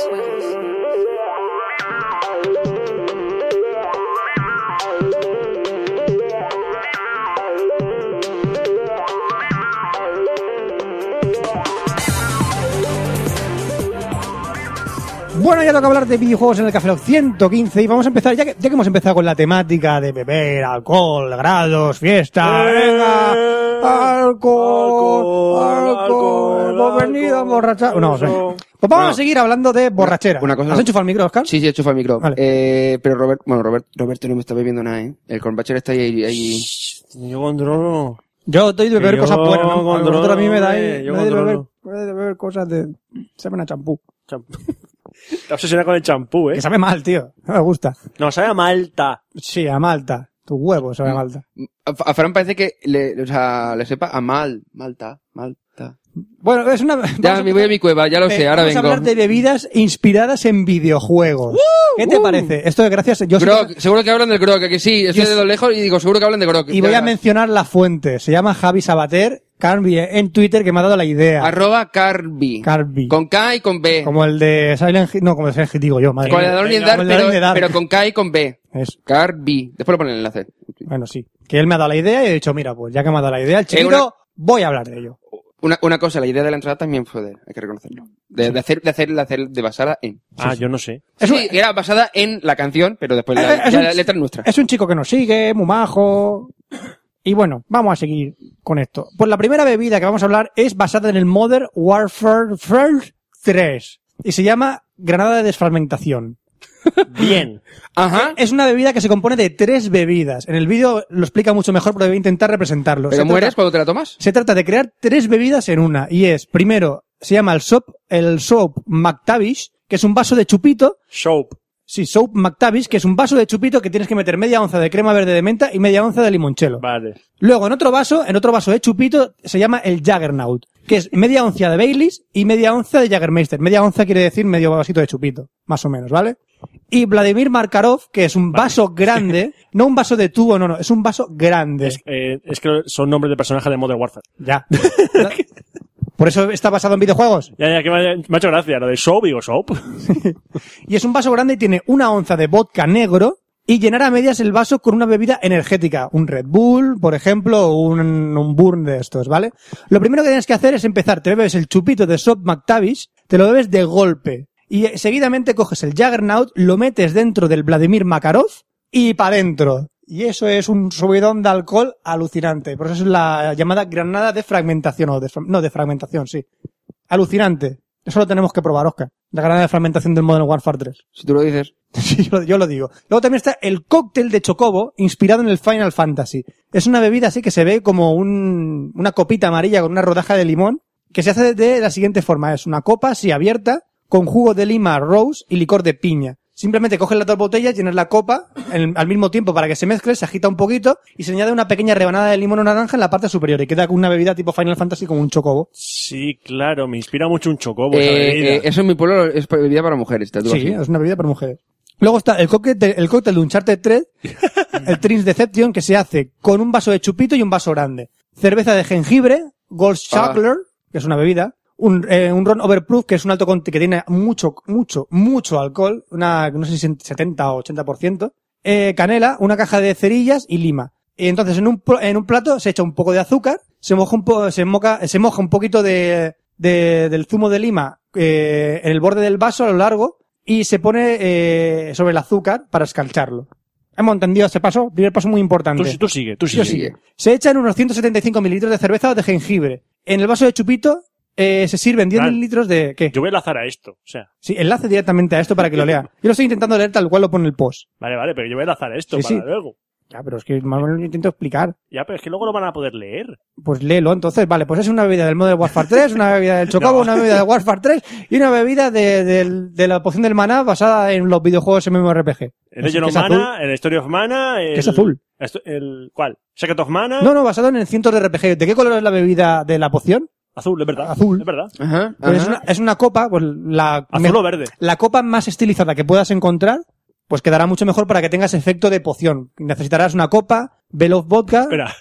Bueno, ya toca hablar de videojuegos en el Café Lock 115 y vamos a empezar, ya que, ya que hemos empezado con la temática de beber, alcohol, grados, fiesta,
Eh,
venga, alcohol,
alcohol,
alcohol, hemos
alcohol,
venido a borrachar. No, sí.
alcohol.
Pues vamos a
No.
seguir hablando de borrachera.
Una cosa-
¿Has enchufado el micro, Oscar?
Sí, sí, chufa el micro.
Vale.
Eh, pero Robert, bueno, Robert, Roberto no me está bebiendo nada, ¿eh? El corbacher está ahí, ahí.
Yo controlo.
Yo estoy de beber
Que
cosas
yo
buenas, ¿no? A
controlo,
vosotros a mí me dais,
hombre, yo
me dais de beber,
controlo.
me dais de beber cosas de saben a champú.
Te obsesiona con el champú, ¿eh?
Que sabe mal, tío. No me gusta.
No, sabe a Malta.
Sí, a Malta. Tus huevos sabe a
Mm.
Malta.
A, a Fran parece que le, o sea, le sepa a mal, malta, malta.
Bueno, es una.
Ya
vamos
me voy a mi cueva, ya lo
Eh,
sé, ahora
vamos
vengo.
a hablar de bebidas inspiradas en videojuegos. ¿Qué te parece? Esto es gracias. Yo soy-
Grog, seguro que hablan del Grog, que sí, estoy
Yo-
de lo lejos y digo, seguro que hablan de Grog.
y
ya
voy a
verás.
mencionar la fuente. Se llama Javi Sabater, Carby, eh, en Twitter, que me ha dado la idea.
Arroba Carby.
Carby.
Con K y con B.
Como el de Silent Hill. No, como el de Silent Hill, digo yo, madre
con
mía.
el Adorno y el
Como
Dark,
el de
pero,
Alone in the Dark.
pero con K y con B.
Eso.
Carby. Después lo ponen en el enlace.
Bueno, sí. Que él me ha dado la idea y he dicho, mira, pues ya que me ha dado la idea el chiquito,
una-
voy a hablar de ello.
Una, una cosa, la idea de la entrada también fue de él, hay que reconocerlo. De, de hacer, de hacer, de hacer, de basada en.
Ah, yo no sé.
Es
sí, era basada en la canción, pero después la,
Eh, eh, es
ya
un-
la letra es nuestra.
Es un chico que nos sigue, muy majo. Y bueno, vamos a seguir con esto. Pues la primera bebida que vamos a hablar es basada en el Modern Warfare First 3 y se llama Granada de Desfragmentación.
Bien.
Ajá.
Es una bebida que se compone de tres bebidas. En el vídeo lo explica mucho mejor, pero voy a intentar representarlo. Se
¿Pero
trata-
mueres cuando te la tomas?
Se trata de crear tres bebidas en una. Y es, primero, se llama el Soap, el Soap McTavish, que es un vaso de chupito.
Soap.
Sí, Soap McTavish, que es un vaso de chupito que tienes que meter media onza de crema verde de menta y media onza de limonchelo.
Vale.
Luego, en otro vaso, en otro vaso de chupito, se llama el Jaggernaut, que es media onza de Baileys y media onza de Jaggermeister. Media onza quiere decir medio vasito de chupito, más o menos, ¿vale? Y Vladimir Markarov, que es un vaso grande, no un vaso de tubo, no, no, es un vaso grande.
Eh, es que son nombres de personajes de Modern Warfare.
Ya. Por eso está basado en videojuegos.
Ya, ya, que me, me ha hecho gracia. Lo de soap, digo soap.
Y es un vaso grande y tiene una onza de vodka negro y llenar a medias el vaso con una bebida energética. Un Red Bull, por ejemplo, o un, un Burn de estos, ¿vale? Lo primero que tienes que hacer es empezar. Te bebes el chupito de Sop McTavish, te lo bebes de golpe. Y eh, seguidamente coges el Jaggernaut, lo metes dentro del Vladimir Makarov y para dentro. Y eso es un subidón de alcohol alucinante. Por eso es la llamada granada de fragmentación. O de, fra- no, de fragmentación, sí. Alucinante. Eso lo tenemos que probar, Oscar. La granada de fragmentación del Modern Warfare 3.
Si tú lo dices.
Sí, yo, lo- yo lo digo. Luego también está el cóctel de chocobo inspirado en el Final Fantasy. Es una bebida así que se ve como un- una copita amarilla con una rodaja de limón que se hace de la siguiente forma. Es una copa así abierta con jugo de lima, rose y licor de piña. Simplemente coges las dos botellas, llenas la copa en- al mismo tiempo para que se mezcle, se agita un poquito y se añade una pequeña rebanada de limón o naranja en la parte superior y queda con una bebida tipo Final Fantasy como un chocobo.
Sí, claro. Me inspira mucho un chocobo. esa
Eh,
bebida.
eh, eso en mi pueblo es bebida para mujeres, te lo digo
Sí,
así.
es una bebida para mujeres. Luego está el cóctel de, el cóctel de Uncharted 3, el Trins Deception, que se hace con un vaso de chupito y un vaso grande. Cerveza de jengibre, Gold
Ah.
Shuckler, que es una bebida. Un, eh, un ron overproof, que es un alto conte que tiene mucho, mucho, mucho alcohol. Una, no sé si 70 o 80%. Eh, canela, una caja de cerillas y lima. Y entonces en un, pl- en un plato se echa un poco de azúcar, se moja un, po- se moca, se moja un poquito de, de- del zumo de lima eh, en el borde del vaso a lo largo y se pone eh, sobre el azúcar para escalcharlo. ¿Hemos entendido ese paso? Primer paso muy importante.
Tú, tú sigue, tú sigue.
Yo sigue.
Se echan unos 175 mililitros de cerveza o de jengibre. En el vaso de chupito eh, se sirven 10
Claro.
mililitros de... ¿Qué?
Yo voy a enlazar a esto. O sea,
Sí, enlace directamente a esto para que lo lea. Yo lo estoy intentando leer tal cual lo pone el post.
vale, vale, pero yo voy a enlazar a esto
Sí,
para
sí.
luego.
Ya, pero es que más o menos lo intento explicar.
Ya, pero es que luego lo van a poder leer.
Pues léelo, entonces, vale, pues es una bebida del Modern Warfare 3, una bebida del Chocobo,
No.
una bebida del Warfare 3 y una bebida de, del- de la poción del maná basada en los videojuegos MMORPG.
El
Es-
Legend of
es azul.
Mana, el Story of Mana. El,
Que es azul.
esto- el- ¿Cuál? Secret of Mana.
No, no, basado en cientos de RPG. ¿De qué color es la bebida de la poción?
Azul, es verdad.
Azul.
Es verdad.
Ajá.
Pues es,
ajá.
una, es una copa, pues la,
Azul
me-
o verde.
la copa más estilizada que puedas encontrar, pues quedará mucho mejor para que tengas efecto de poción. Necesitarás una copa, Velo of Vodka,
Espera.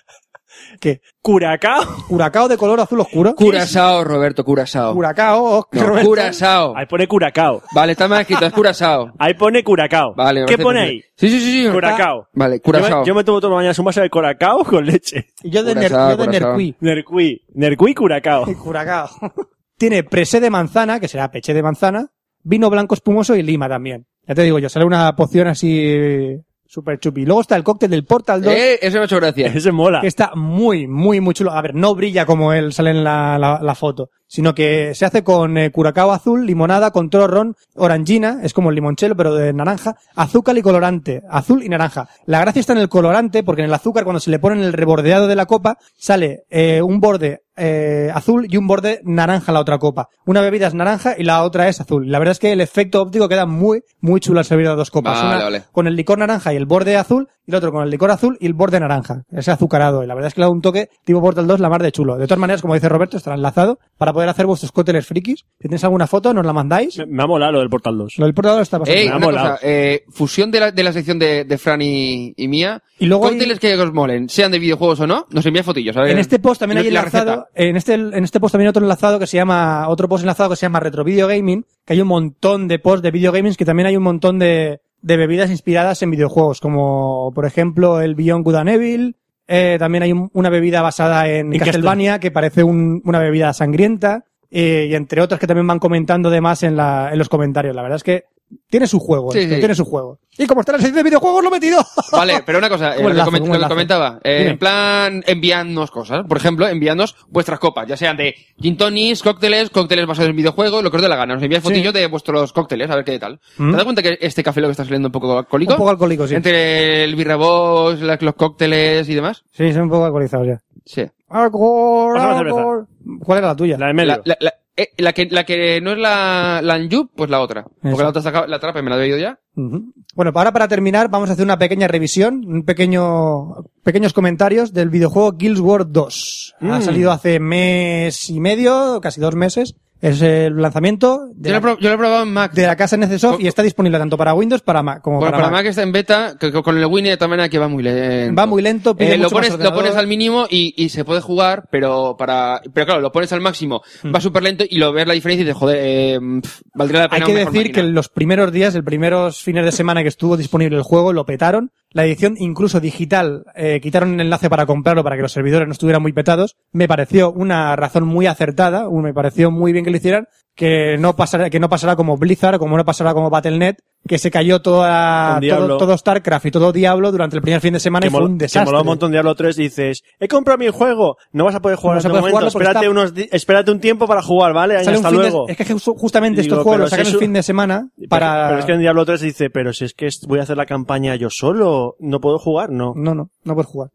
¿Qué?
Curacao.
curacao de color azul oscuro,
Curacao, Roberto, curacao.
curacao, oh, Oscar,
No,
Roberto.
curacao.
Ahí pone Curacao.
Vale, está mal escrito, es curacao.
Ahí pone Curacao.
Vale, me
¿Qué
parece
pone ahí?
perfecto. Sí, sí, sí, sí.
Curacao.
Vale,
Yo me-
curacao.
Yo, me tomo todas las mañanas un vaso de Curacao con leche.
Y yo de, ner,
Curacao,
yo de
curacao.
Nerquí.
Nercuí. Nercuí Curacao.
Curacao. Tiene presé de manzana, que será peché de manzana, vino blanco espumoso y lima también. Ya te digo yo, sale una poción así super chupi. Luego está el cóctel del Portal 2,
Eh, eso me ha hecho gracia.
Ese mola.
que está muy, muy, muy chulo. A ver, no brilla como él sale en la, la- la foto, sino que se hace con eh, curacao azul, limonada, control ron, orangina, es como el limonchelo, pero de naranja, azúcar y colorante, azul y naranja. La gracia está en el colorante, porque en el azúcar, cuando se le pone en el rebordeado de la copa, sale eh, un borde eh, azul y un borde naranja en la otra copa. Una bebida es naranja y la otra es azul. La verdad es que el efecto óptico queda muy, muy chulo al servir las dos copas.
Vale,
Una
vale.
con el licor naranja y el borde azul y el otro con el licor azul y el borde naranja. Ese azucarado. Y la verdad es que le da un toque tipo Portal 2 la mar de chulo. De todas maneras, como dice Roberto, estará enlazado para poder hacer vuestros cócteles frikis. Si tenéis alguna foto, nos la mandáis.
Me, me ha molado lo del Portal 2.
Lo del Portal 2 está bastante
Ey,
me ha
bien.
una
molado.
cosa, eh, fusión de la, de la sección de, de Fran y, y mía.
Y luego hay-
Cócteles que os molen, sean de videojuegos o no, nos envía fotillos. a ver.
En este post también
Y
hay
la
enlazado,
receta.
en este, en este post también hay otro enlazado que se llama, otro post enlazado que se llama Retro Video Gaming, que hay un montón de posts de video gamings que también hay un montón de, de bebidas inspiradas en videojuegos, como por ejemplo el Beyond Good and Evil, eh, también hay un- una bebida basada en
¿En qué
Castlevania que parece un- una bebida sangrienta, eh, y entre otras que también van comentando de más en, la, en los comentarios. La verdad es que tiene su juego,
Sí,
esto,
sí.
tiene su juego. Y como está en la sección de videojuegos, lo he metido.
Vale, pero una cosa, eh,
Un
lo, que
enlace,
coment-
un
lo que
enlace.
comentaba, eh,
Dime.
en plan, enviadnos cosas. Por ejemplo, enviadnos vuestras copas, ya sean de gin tonics, cócteles, cócteles basados en videojuegos, lo que os dé la gana. Nos enviáis fotillos de vuestros cócteles, a ver qué tal. ¿Te das cuenta que este café lo que está saliendo un poco alcohólico?
Mm. Un poco alcohólico, sí.
Entre el birra boss, la- los cócteles y demás.
Sí, soy un poco alcoholizado ya.
Sí.
Alcohol,
Pásame la cerveza.
alcohol. ¿Cuál era la tuya?
La de medio.
La, la- la- eh, la que, la que no es la, la Anju, pues la otra. Porque
Eso.
la otra saca- la trapa y me la he bebido ya.
Ujú. Bueno, ahora para terminar vamos a hacer una pequeña revisión, un pequeño, pequeños comentarios del videojuego Guild Wars 2. Ha
Mm.
salido hace mes y medio, casi dos meses. Es el lanzamiento de,
Yo, lo he
la,
prob- yo lo he probado en Mac.
de la casa Necesoft y está disponible tanto para Windows para Mac, como
Bueno,
para, Mac.
está en beta, que, que con el Winnie de tal manera que va muy lento.
Va muy lento, pide
Eh, lo,
mucho más
pones, lo
ordenador.
pones al mínimo y, y se puede jugar, pero para pero claro, lo pones al máximo, va súper lento y lo ves la diferencia y dices, joder, eh, pf, valdría la
Mm. Hay
pena
que
una mejor
decir que
máquina.
en los primeros días, el primeros fines de semana que estuvo disponible el juego, lo petaron. La edición incluso digital, eh, quitaron el enlace para comprarlo para que los servidores no estuvieran muy petados. Me pareció una razón muy acertada, un- me pareció muy bien que lo hicieran, que no pasara, que no pasará como Blizzard, como no pasará como Battle.net, que se cayó toda,
Con Diablo.
todo, todo StarCraft y todo Diablo durante el primer fin de semana
que
y fue
mol-
un
que
desastre. eh.
molaba un montón de Diablo 3 dices, he comprado mi juego, no vas a poder jugar
No
en
vas a
este
poder
momento,
jugarlo porque
espérate,
está-
unos di- espérate un tiempo para jugar, ¿vale? Año,
Sale un
hasta
fin de-
luego.
es que ju- justamente
Digo,
estos juegos
pero
los
si
sacan
es
el
un-
fin de semana
Pero-
para...
Pero es que en Diablo 3 dice, pero si es que es- voy a hacer la campaña yo solo, no puedo jugar, no.
No, no, no puedes jugar.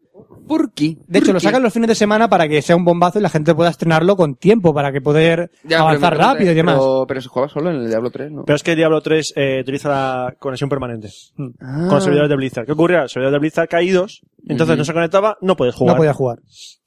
¿Por qué?
De hecho,
¿Por
lo
qué?
sacan los fines de semana para que sea un bombazo y la gente pueda estrenarlo con tiempo, para que poder
Ya, pero
avanzar
me pregunta,
rápido y demás.
Pero, pero se jugaba solo en el Diablo 3, ¿no?
Pero es que Diablo 3 eh, utiliza la conexión permanente
Ah.
con los servidores de Blizzard. ¿Qué ocurría? Los servidores de Blizzard caídos, entonces
Ujú.
no se conectaba, no puedes jugar.
No podía jugar.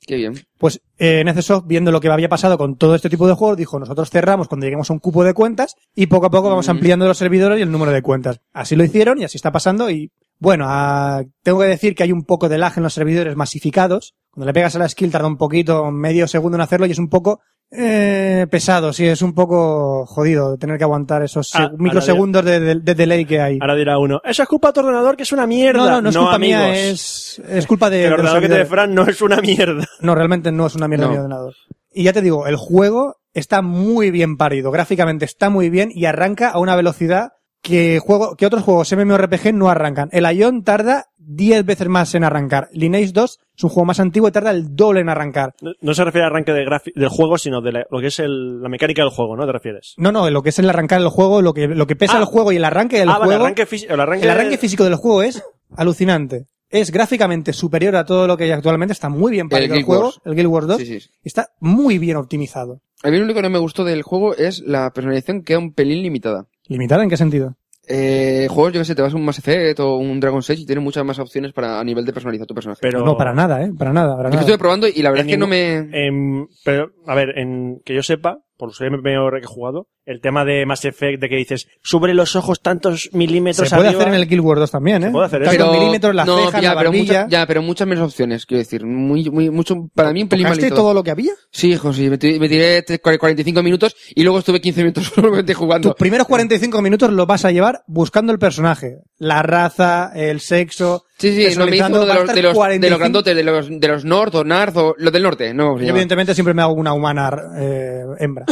Qué bien.
Pues eh, Necesoft, viendo lo que había pasado con todo este tipo de juegos, dijo, nosotros cerramos cuando lleguemos a un cupo de cuentas y poco a poco vamos
Ujú.
ampliando los servidores y el número de cuentas. Así lo hicieron y así está pasando y bueno, ah, tengo que decir que hay un poco de lag en los servidores masificados. Cuando le pegas a la skill tarda un poquito, medio segundo en hacerlo y es un poco eh, pesado, sí, es un poco jodido tener que aguantar esos
Ah,
seg-
ahora
microsegundos de, de- de delay que hay.
Ahora dirá uno, eso es culpa de tu ordenador que es una mierda.
No, no, no es culpa mía,
amigos.
es, es culpa de.
Que
de
El
los
ordenador que te
servidores.
defran no es una mierda.
No, realmente no es una mierda
No.
mi ordenador. Y ya te digo, el juego está muy bien parido, gráficamente está muy bien y arranca a una velocidad que, juego, que otros juegos MMORPG no arrancan. El Ion tarda 10 veces más en arrancar. Lineage 2 es un juego más antiguo y tarda el doble en arrancar.
No, no se refiere al arranque de grafi- del juego, sino de la- lo que es el- la mecánica del juego, ¿no? ¿Te refieres?
No, no, lo que es el arrancar del juego, lo que, lo que pesa
Ah.
el juego y el arranque del
ah,
juego.
vale, arranque fisi- el arranque,
El arranque físico del juego es alucinante. Es gráficamente superior a todo lo que hay actualmente. Está muy bien parido el,
Guild
juego,
Wars.
el Guild Wars 2.
Sí, sí, sí.
Está muy bien optimizado.
A mí lo único que no me gustó del juego es la personalización que era un pelín limitada.
¿Limitada en qué sentido?
Eh, juegos, yo que sé, te vas a un Mass Effect o un Dragon Age y tienes muchas más opciones para a nivel de personalizar tu personaje.
pero,
No, para nada, ¿eh? Para nada, para
es que
nada.
estuve probando y la verdad
En
es que no
ningún-
me...
em, pero, a ver, en, que yo sepa, por los MMOR que he jugado, el tema de Mass Effect, de que dices, sobre los ojos tantos milímetros
Se puede
arriba,
hacer en el Guild Wars 2 también, ¿eh?
puede hacer
Tantos
eso.
pero
milímetros, la
no,
ceja,
ya,
la
pero
barbilla.
muchas, ya, pero muchas menos opciones, quiero decir. Muy, muy, mucho, para mí un pelín
¿Tocaste
malito.
todo lo que había?
Sí, hijo, sí, me, ti- me tiré tre- cuare- 45 minutos y luego estuve 15 minutos solamente jugando.
Tus primeros 45 minutos los vas a llevar buscando el personaje. La raza, el sexo...
Sí, sí, no me hizo
personalizando,
uno de
vas a
los,
estar
de los, de
45.
los grandotes, de los, de los North o Narth o los del norte, no,
Yo, evidentemente, siempre me hago una humana eh, hembra.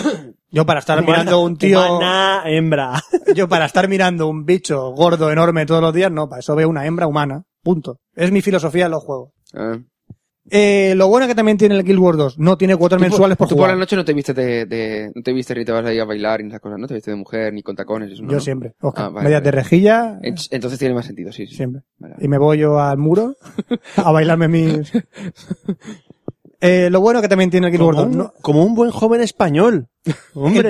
Yo para estar mirando un tío...
Humana, hembra.
Yo para estar mirando un bicho gordo, enorme todos los días, no, para eso veo una hembra humana. Punto. Es mi filosofía en los juegos.
Ah.
Eh, lo bueno que también tiene el Guild Wars 2, no tiene cuotas
Tú
mensuales por
tú
jugar.
por la noche no te viste de, de- no te viste ni te vas ahí a bailar ni esas cosas, no te viste de mujer ni con tacones, eso no,
Yo
¿no?
siempre. Oscar,
Ah, vale,
medias
vale.
de rejilla, eh,
Ent- Entonces tiene más sentido, sí. sí.
siempre.
Vale.
Y me voy yo al muro a bailarme mis... Eh, lo bueno que también tiene el Guild Wars
Como
2.
un,
¿no?
como un buen joven español. Hombre.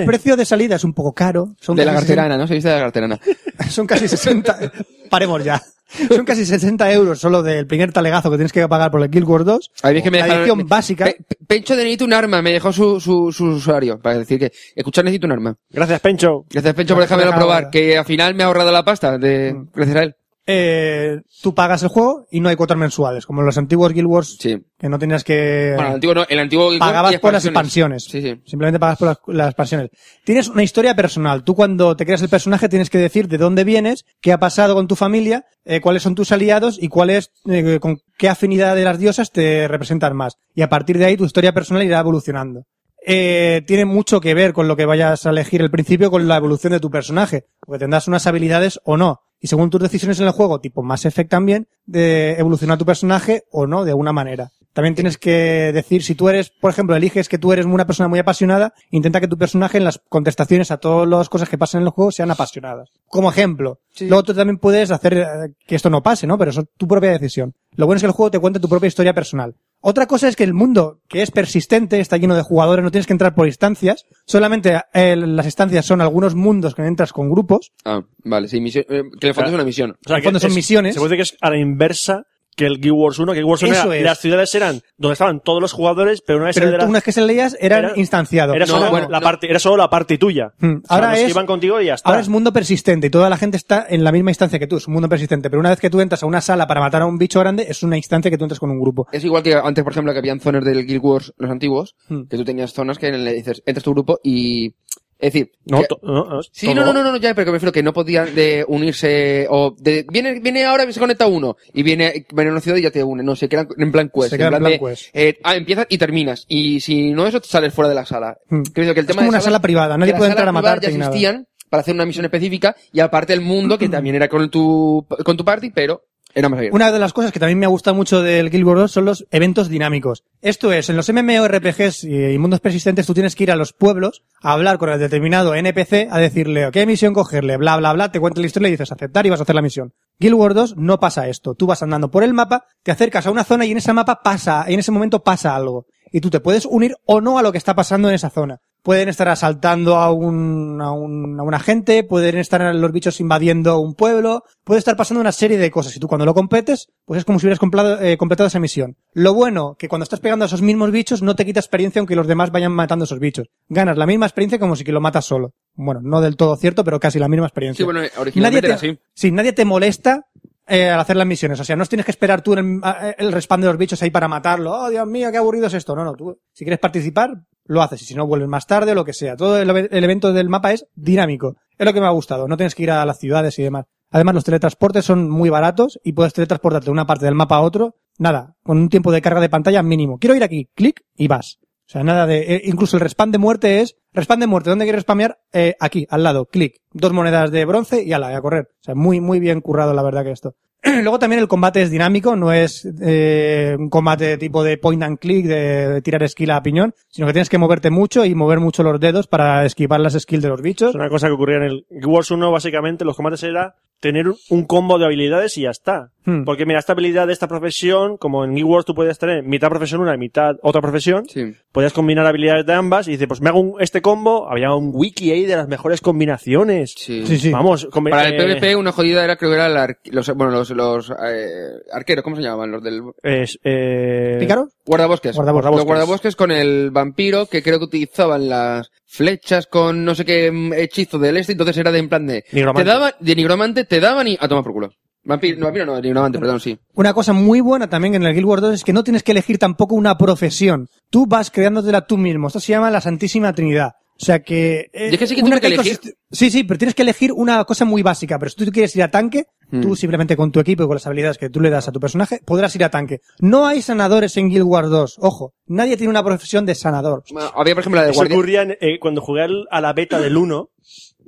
El precio de salida es un poco caro. Son
De la
casi 60
carterana, ¿no? Se viste de la carterana.
Son casi 60. Paremos ya. Son casi 60 euros solo del primer talegazo que tienes que pagar por el Guild Wars 2.
Ahí es que me
la
dejaron-
edición básica.
Pe- Pe- Pencho de necesito un arma, me dejó su, su, su usuario para decir que, escuchar necesito un arma.
Gracias, Pencho.
Gracias Pencho por
Gracias,
dejármelo
Raúl.
probar, que al final me ha ahorrado la pasta, de, gracias a él.
Mm. Eh, tú pagas el juego y no hay cuotas mensuales, como en los antiguos Guild Wars,
Sí.
que no tenías que...
Bueno, el antiguo no, el antiguo...
pagabas
y
por las expansiones.
Sí, sí.
Simplemente pagas por las, las expansiones. Tienes una historia personal. Tú cuando te creas el personaje tienes que decir de dónde vienes, qué ha pasado con tu familia, eh, cuáles son tus aliados y cuáles, eh, con qué afinidad de las diosas te representan más. Y a partir de ahí tu historia personal irá evolucionando. Eh, tiene mucho que ver con lo que vayas a elegir al principio con la evolución de tu personaje, porque tendrás unas habilidades o no. Y según tus decisiones en el juego, tipo Mass Effect también, de evolucionar tu personaje o no de alguna manera. También tienes que decir si tú eres, por ejemplo, eliges que tú eres una persona muy apasionada, intenta que tu personaje en las contestaciones a todas las cosas que pasan en el juego sean apasionadas. Como ejemplo. Luego tú también puedes hacer eh, que esto no pase, ¿no? Pero eso es tu propia decisión. Lo bueno es que el juego te cuenta tu propia historia personal. Otra cosa es que el mundo, que es persistente, está lleno de jugadores, no tienes que entrar por instancias. Solamente eh, las instancias son algunos mundos que entras con grupos.
Ah, vale, sí, misión, eh, que en el fondo es una misión.
O sea,
Al
que
fondo son
es-
misiones.
Se puede decir que es a la inversa que el Guild Wars 1, que el Guild Wars 1
Eso
era-
es.
las ciudades eran donde estaban todos los jugadores, pero una vez
Pero
de las-
unas que se leías eran
era-
instanciados.
era
No,
solo,
bueno,
la
no.
parte, era solo la parte tuya.
Mm,
O sea,
ahora
los que
es-
iban contigo y ya está.
Ahora es mundo persistente y toda la gente está en la misma instancia que tú, es un mundo persistente. Pero una vez que tú entras a una sala para matar a un bicho grande, es una instancia que tú entras con un grupo.
Es igual que antes, por ejemplo, que habían zonas del Guild Wars, los antiguos,
Hmm.
que tú tenías zonas que le dices, entras tu grupo y... Es decir...
No,
que-
to- no, no,
Sí,
todo-
no, no, no, no, ya, pero que me refiero que no podían de unirse o de, viene, viene ahora, se conecta uno y viene, viene a una ciudad y ya te une, no, se quedan en plan quest.
Se quedan en
plan
plan
de,
quest.
eh, ah, empiezas y terminas. Y si no eso, te sales fuera de la sala.
Hmm.
Quiero decir que el
Es
tema
como
de
una
salas-
sala privada, nadie
que las
puede entrar
salas
a matarte
privadas
ni
Ya
nada.
existían para hacer una misión específica y aparte el mundo, que también era con tu, con tu party, pero era más abierto.
Una de las cosas que también me ha gustado mucho del Guild Wars 2 son los eventos dinámicos. Esto es, en los MMORPGs y y mundos persistentes tú tienes que ir a los pueblos a hablar con el determinado NPC, a decirle qué misión cogerle, bla, bla, bla, te cuenta la historia y dices aceptar y vas a hacer la misión. Guild Wars 2 no pasa esto. Tú vas andando por el mapa, te acercas a una zona y en esa mapa pasa, en ese momento pasa algo. Y tú te puedes unir o no a lo que está pasando en esa zona. Pueden estar asaltando a un, a un, a un agente, pueden estar los bichos invadiendo un pueblo, puede estar pasando una serie de cosas. Y tú cuando lo competes, pues es como si hubieras complado- eh, completado esa misión. Lo bueno, que cuando estás pegando a esos mismos bichos, no te quita experiencia aunque los demás vayan matando a esos bichos. Ganas la misma experiencia como si que lo matas solo. Bueno, no del todo cierto, pero casi la misma experiencia.
Sí, bueno,
Nadie
originalmente
te,
era así.
sí, nadie te molesta eh, al hacer las misiones. O sea, no tienes que esperar tú el, eh, el respawn de los bichos ahí para matarlo. Oh, Dios mío, qué aburrido es esto. No, no, tú, si quieres participar, lo haces. Y si no, vuelves más tarde o lo que sea. Todo el, el evento del mapa es dinámico. Es lo que me ha gustado. No tienes que ir a las ciudades y demás. Además, los teletransportes son muy baratos y puedes teletransportarte de una parte del mapa a otro. Nada, con un tiempo de carga de pantalla mínimo. Quiero ir aquí, clic y vas. O sea, nada de. eh, incluso el respawn de muerte es. Respawn de muerte, ¿dónde quieres spamear? Eh, aquí, al lado, clic. Dos monedas de bronce y ala, y a correr. O sea, muy, muy bien currado, la verdad que esto. Luego también el combate es dinámico, no es eh, un combate tipo de point and click, de, de tirar skill a piñón, sino que tienes que moverte mucho y mover mucho los dedos para esquivar las skills de los bichos.
Es una cosa que ocurría en el Guild Wars 1, básicamente, los combates era tener un- un combo de habilidades y ya está.
Hmm.
Porque mira, esta habilidad de esta profesión, como en Guild Wars tú podías tener mitad profesión una y mitad otra profesión,
Sí.
podías combinar habilidades de ambas y dices, pues me hago un- este combo, había un wiki ahí de las mejores combinaciones.
Sí.
Sí, sí.
Vamos, combi-
Para el
eh,
PvP una jodida era, creo que era el ar- los, bueno, los, los eh, arqueros, ¿cómo se llamaban? Los del
es, eh,
¿Pícaro?
Guardabosques.
Guardabosques.
Los guardabosques con el vampiro, que creo que utilizaban las flechas con no sé qué mm, hechizo del este, entonces era de en plan de...
Nigromante.
Te daban, de nigromante, te daban y... A tomar por culo. Vampiro, no, vampiro no, nigromante, perdón, sí.
Una cosa muy buena también en el Guild Wars 2 es que no tienes que elegir tampoco una profesión. Tú vas creándotela tú mismo. Esto se llama la Santísima Trinidad. O sea que... eh,
Y es que sí que
una
tienes que elegir.
consist- Sí, sí, pero tienes que elegir una cosa muy básica. Pero si tú quieres ir a tanque,
Hmm.
tú simplemente con tu equipo y con las habilidades que tú le das a tu personaje, podrás ir a tanque. No hay sanadores en Guild Wars 2. Ojo, nadie tiene una profesión de sanador.
Bueno, había, por ejemplo, la de
Eso
guardia...
ocurría en- eh, cuando jugué al- a la beta del 1.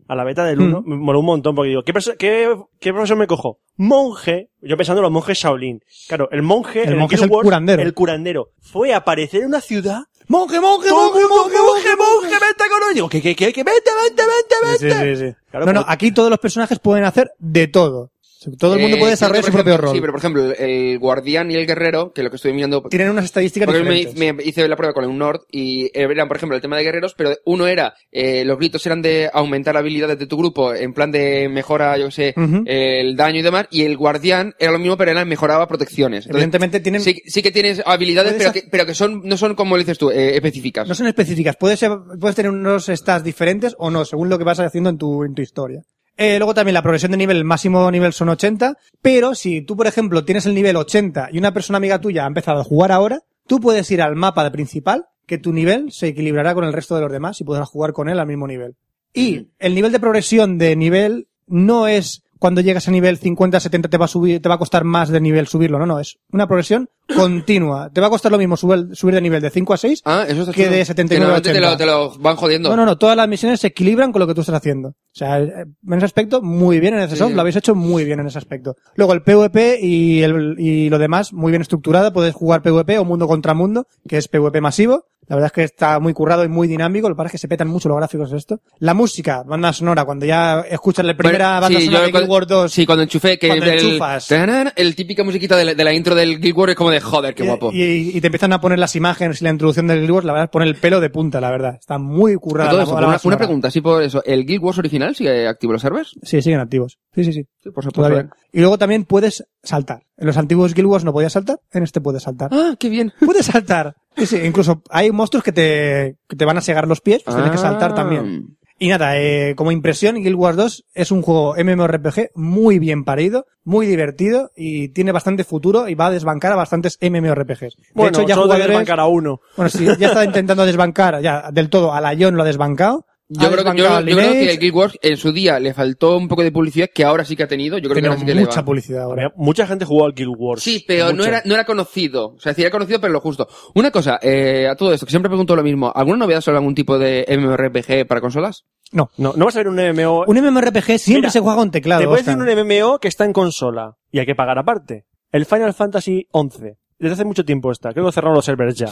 A la beta del
Mm.
1. Me moló un montón porque digo, ¿qué, perso- qué, qué profesión me cojo? Monje. Yo pensando en los monjes Shaolin. Claro, el monje,
El
en
monje es
Guild
el curandero.
El curandero. Fue a aparecer en una ciudad.
¡Monje, monje,
¡Todo
monje,
el mundo,
monje, monje, monje!
vente con nosotros! Digo, ¿qué, qué, qué, qué? Vente, vente, vente, vente.
Sí, sí, sí.
Claro,
no, no,
como-
aquí todos los personajes pueden hacer de todo. O Todo el mundo
Eh,
puede
sí,
desarrollar
por
su propio
ejemplo,
rol.
Sí, pero por ejemplo, el guardián y el guerrero, que lo que estoy mirando...
Tienen unas estadísticas
Porque
diferentes.
me, me hice la prueba con el Nord y eran, por ejemplo, el tema de guerreros, pero uno era, eh, los gritos eran de aumentar habilidades de tu grupo en plan de mejora, yo qué sé,
Ujú.
el daño y demás, y el guardián era lo mismo, pero era mejoraba protecciones. Entonces,
Evidentemente tienen,
sí, sí que tienes habilidades,
Puedes
pero que, pero que son, no son como dices tú, eh, específicas.
no son específicas. Puedes, ser- puedes tener unos stats diferentes o no, según lo que vas haciendo en tu, en tu historia. Eh, luego también la progresión de nivel, el máximo nivel son 80, pero si tú, por ejemplo, tienes el nivel 80 y una persona amiga tuya ha empezado a jugar ahora, tú puedes ir al mapa principal, que tu nivel se equilibrará con el resto de los demás y podrás jugar con él al mismo nivel. Y el nivel de progresión de nivel no es cuando llegas a nivel 50, 70 te va a subir, te va a costar más de nivel subirlo, no, no, es una progresión continua. Te va a costar lo mismo subir, subir de nivel de 5 a 6
ah, eso está
que
chulo.
de 79
Que normalmente
a
te lo,
80.
te lo van jodiendo.
no, no, no, todas las misiones se equilibran con lo que tú estás haciendo. O sea, eh, en ese aspecto, muy bien en ese
Sí,
soft,
sí.
lo habéis hecho muy bien en ese aspecto. Luego el PvP y, el- y lo demás, muy bien estructurado, puedes jugar PvP o mundo contra mundo, que es PvP masivo. La verdad es que está muy currado y muy dinámico, lo que pasa es que se petan mucho los gráficos de esto. La música, banda sonora, cuando ya escuchas la primera
Bueno,
banda
sí,
sonora
yo
de
cuando-
Guild Wars 2,
Sí, cuando enchufé, que
Cuando
el,
enchufas.
tanana, el típica musiquita de la, de la intro del Guild Wars es como de joder, qué
y-
guapo.
Y, y te empiezan a poner las imágenes y la introducción del Guild Wars, la verdad, pone el pelo de punta, la verdad. Está muy
A
currada
todo
la-
esto,
la
una-
banda
una,
sonora.
pregunta, sí, por eso. ¿El Guild Wars original sigue activo los servers?
Sí, siguen activos. Sí, sí, sí.
Sí, por supuesto.
Todavía. Y luego también puedes saltar. En los antiguos Guild Wars no podías saltar, en este puedes saltar.
Ah, qué bien.
Puedes saltar. Sí, sí, incluso hay monstruos que te, que te van a segar los pies, pues tienes que saltar
Ah.
tambild Y nada, eh, como impresión, Guild Wars 2 es un juego MMORPG muy bien parido, muy divertido y tiene bastante futuro y va a desbancar a bastantes MMORPGs.
Bueno,
de hecho, ya
solo te
jugadores-
desbancar a uno.
Bueno, sí, ya está intentando desbancar ya del todo. A la Ion lo ha desbancado.
Yo
Ha
creo, que, yo,
desbancado a
yo creo que
Lineage,
el Guild Wars en su día le faltó un poco de publicidad que ahora sí que ha tenido. Yo creo que
tiene
ahora sí que le
mucha
va.
publicidad ahora.
Había- Mucha gente jugó al Guild Wars.
Sí, pero no
Mucha.
era, no era conocido. O sea, sí era conocido, pero lo justo. Una cosa, eh, a todo esto, que siempre pregunto lo mismo. ¿Alguna novedad sobre algún tipo de MMORPG para consolas?
No, no vas a ver un MMO.
Un MMORPG siempre
pues- Mira,
se juega con teclado.
Te puedes
Óscar.
decir un MMO que está en consola y hay que pagar aparte. El Final Fantasy 11. Desde hace mucho tiempo está. Creo que cerraron los servers ya.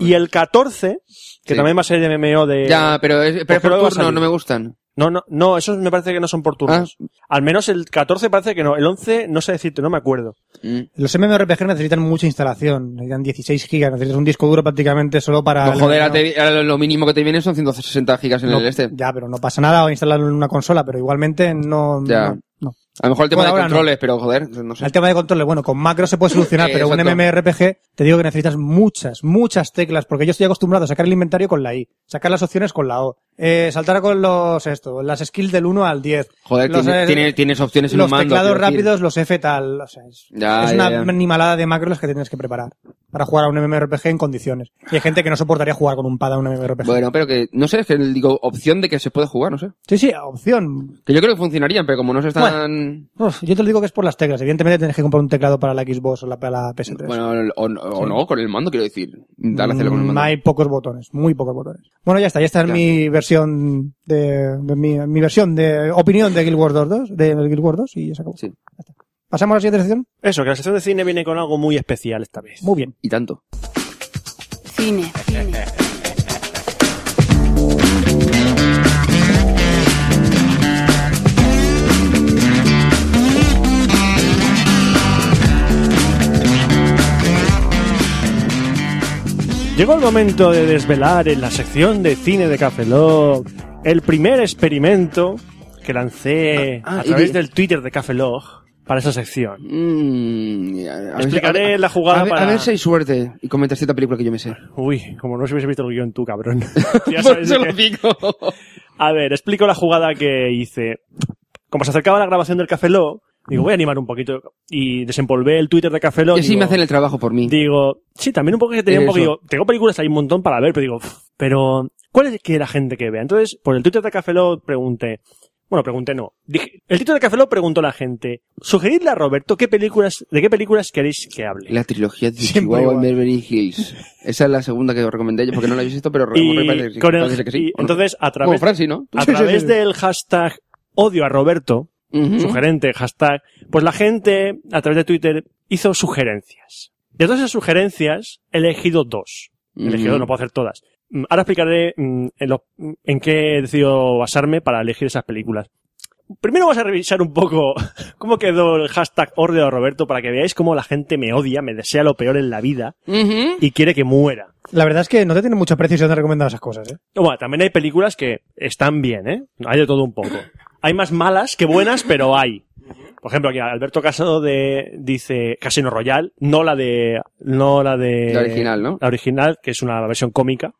Y el 14, que
Sí.
también va a ser de MMO
eh,
de...
ya, pero es, pero
pues
es por
creo que va a
turno,
salir.
no me gustan.
No, no, no, esos me parece que no son por turnos.
Ah.
Al menos el 14 parece que no. El 11 no sé decirte, no me acuerdo.
Mm.
Los MMORPG necesitan mucha instalación, necesitan 16 gigas, necesitas un disco duro prácticamente solo para...
No, joder,
no,
a te- a lo mínimo que te viene son 160 gigas en
no,
el este.
Ya, pero no pasa nada o instalarlo en una consola, pero igualmente no...
Ya.
no, no.
A lo mejor el tema
Bueno,
de
ahora no.
controles, pero joder, no sé.
El tema de controles, bueno, con macro se puede solucionar,
Eh,
pero un
exacto.
MMORPG te digo que necesitas muchas, muchas teclas, porque yo estoy acostumbrado a sacar el inventario con la I, sacar las opciones con la O, eh, saltar con los, esto, las skills del 1 al 10,
Joder,
los,
tiene-
eh,
tiene- tienes opciones en
los
un mando.
teclados
quiero decir.
rápidos, los F tal, o sea, es,
Ya,
es
ya,
una
ya.
animalada de macros las que tienes que preparar para jugar a un MMORPG en condiciones. Y hay gente que no soportaría jugar con un pad a un MMORPG.
Bueno, pero que, no sé, es que digo, opción de que se puede jugar, no sé.
Sí, sí, opción.
Que yo creo que funcionarían, pero como no se están...
Uf, yo te lo digo que es por las teclas. Evidentemente tienes que comprar un teclado para la Xbox o la, para la PS3.
Bueno, o, o no, con el mando, quiero decir. Dale, hacerlo con el
Mm,
mando.
hay pocos botones, muy pocos botones. Bueno, ya está, ya está
Ya.
mi versión de, de mi, mi versión de opinión de Guild Wars 2, de Guild Wars 2 y ya se acabó.
Sí.
Ya está. Pasamos a la siguiente sección.
Eso, que la sección de cine viene con algo muy especial esta vez.
Muy bien.
Y tanto.
Cine.
Llegó el momento de desvelar en la sección de cine de Café Log el primer experimento que lancé
Ah, ah,
a
y
través
di-
del Twitter de Café Log para esa sección.
Mm, a- a ver-
Explicaré
a-
la jugada
a ver,
para-
A ver si hay suerte y comentas cierta película que yo me sé.
Uy, como no se hubiese visto el guión tú, cabrón. ya
Por
sabes
eso
que-
lo digo.
A ver, explico la jugada que hice. Como se acercaba la grabación del Café Log, digo, voy a animar un poquito. Y desempolvé el Twitter de Café Log.
Y así
digo,
me hacen el trabajo por mí.
Digo, sí, también un poco que tenía un
Eso.
poco, digo, tengo películas, hay un montón para ver, pero digo, "Uf, pero, ¿cuál es que la gente que vea? Entonces, por el Twitter de Café Lock pregunté, bueno, pregunté no. Dije, el Twitter de Café Lock preguntó a la gente, sugeridle a Roberto qué películas, de qué películas queréis que hable.
La trilogía de
Siempre
Chihuahua en
igual.
Beverly Hills. Esa es la segunda que os recomendé yo porque no la habéis visto, pero
Y
parece que sí,
con el-
parece que sí,
y
¿o no?
entonces, a
Como
través,
Fran, sí, ¿no?
a través del hashtag odio a Roberto,
Ujú.
sugerente, hashtag, pues la gente, a través de Twitter, hizo sugerencias. De todas esas sugerencias, he elegido dos. He elegido,
Ujú.
no puedo hacer todas. Mm, Ahora explicaré mm, en, lo- mm, en qué he decidido basarme para elegir esas películas. Primero vamos a revisar un poco cómo quedó el hashtag Ordeo Roberto para que veáis cómo la gente me odia, me desea lo peor en la vida
Ujú.
y quiere que muera.
La verdad es que no te tiene mucho precio si no te recomiendan esas cosas, ¿eh?
Bueno, también hay películas que están bien, ¿eh? Hay de todo un poco. Hay más malas que buenas, pero hay. Por ejemplo, aquí Alberto Casado de, dice Casino Royal, no la de, no la de...
La original, ¿no?
La original, que es una versión cómica.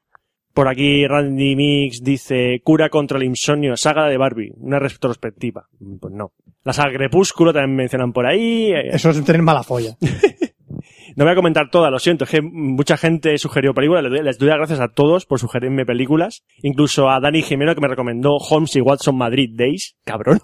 Por aquí Randy Mix dice Cura contra el insomnio, saga de Barbie, una retrospectiva. Mm, Pues no. La saga Crepúsculo también mencionan por ahí. Eh,
Eso es tener mala folla.
No voy a comentar todas, lo siento, es que mucha gente sugirió películas, les doy- les doy las gracias a todos por sugerirme películas, incluso a Dani Jimeno que me recomendó Holmes y Watson Madrid Days, cabrón,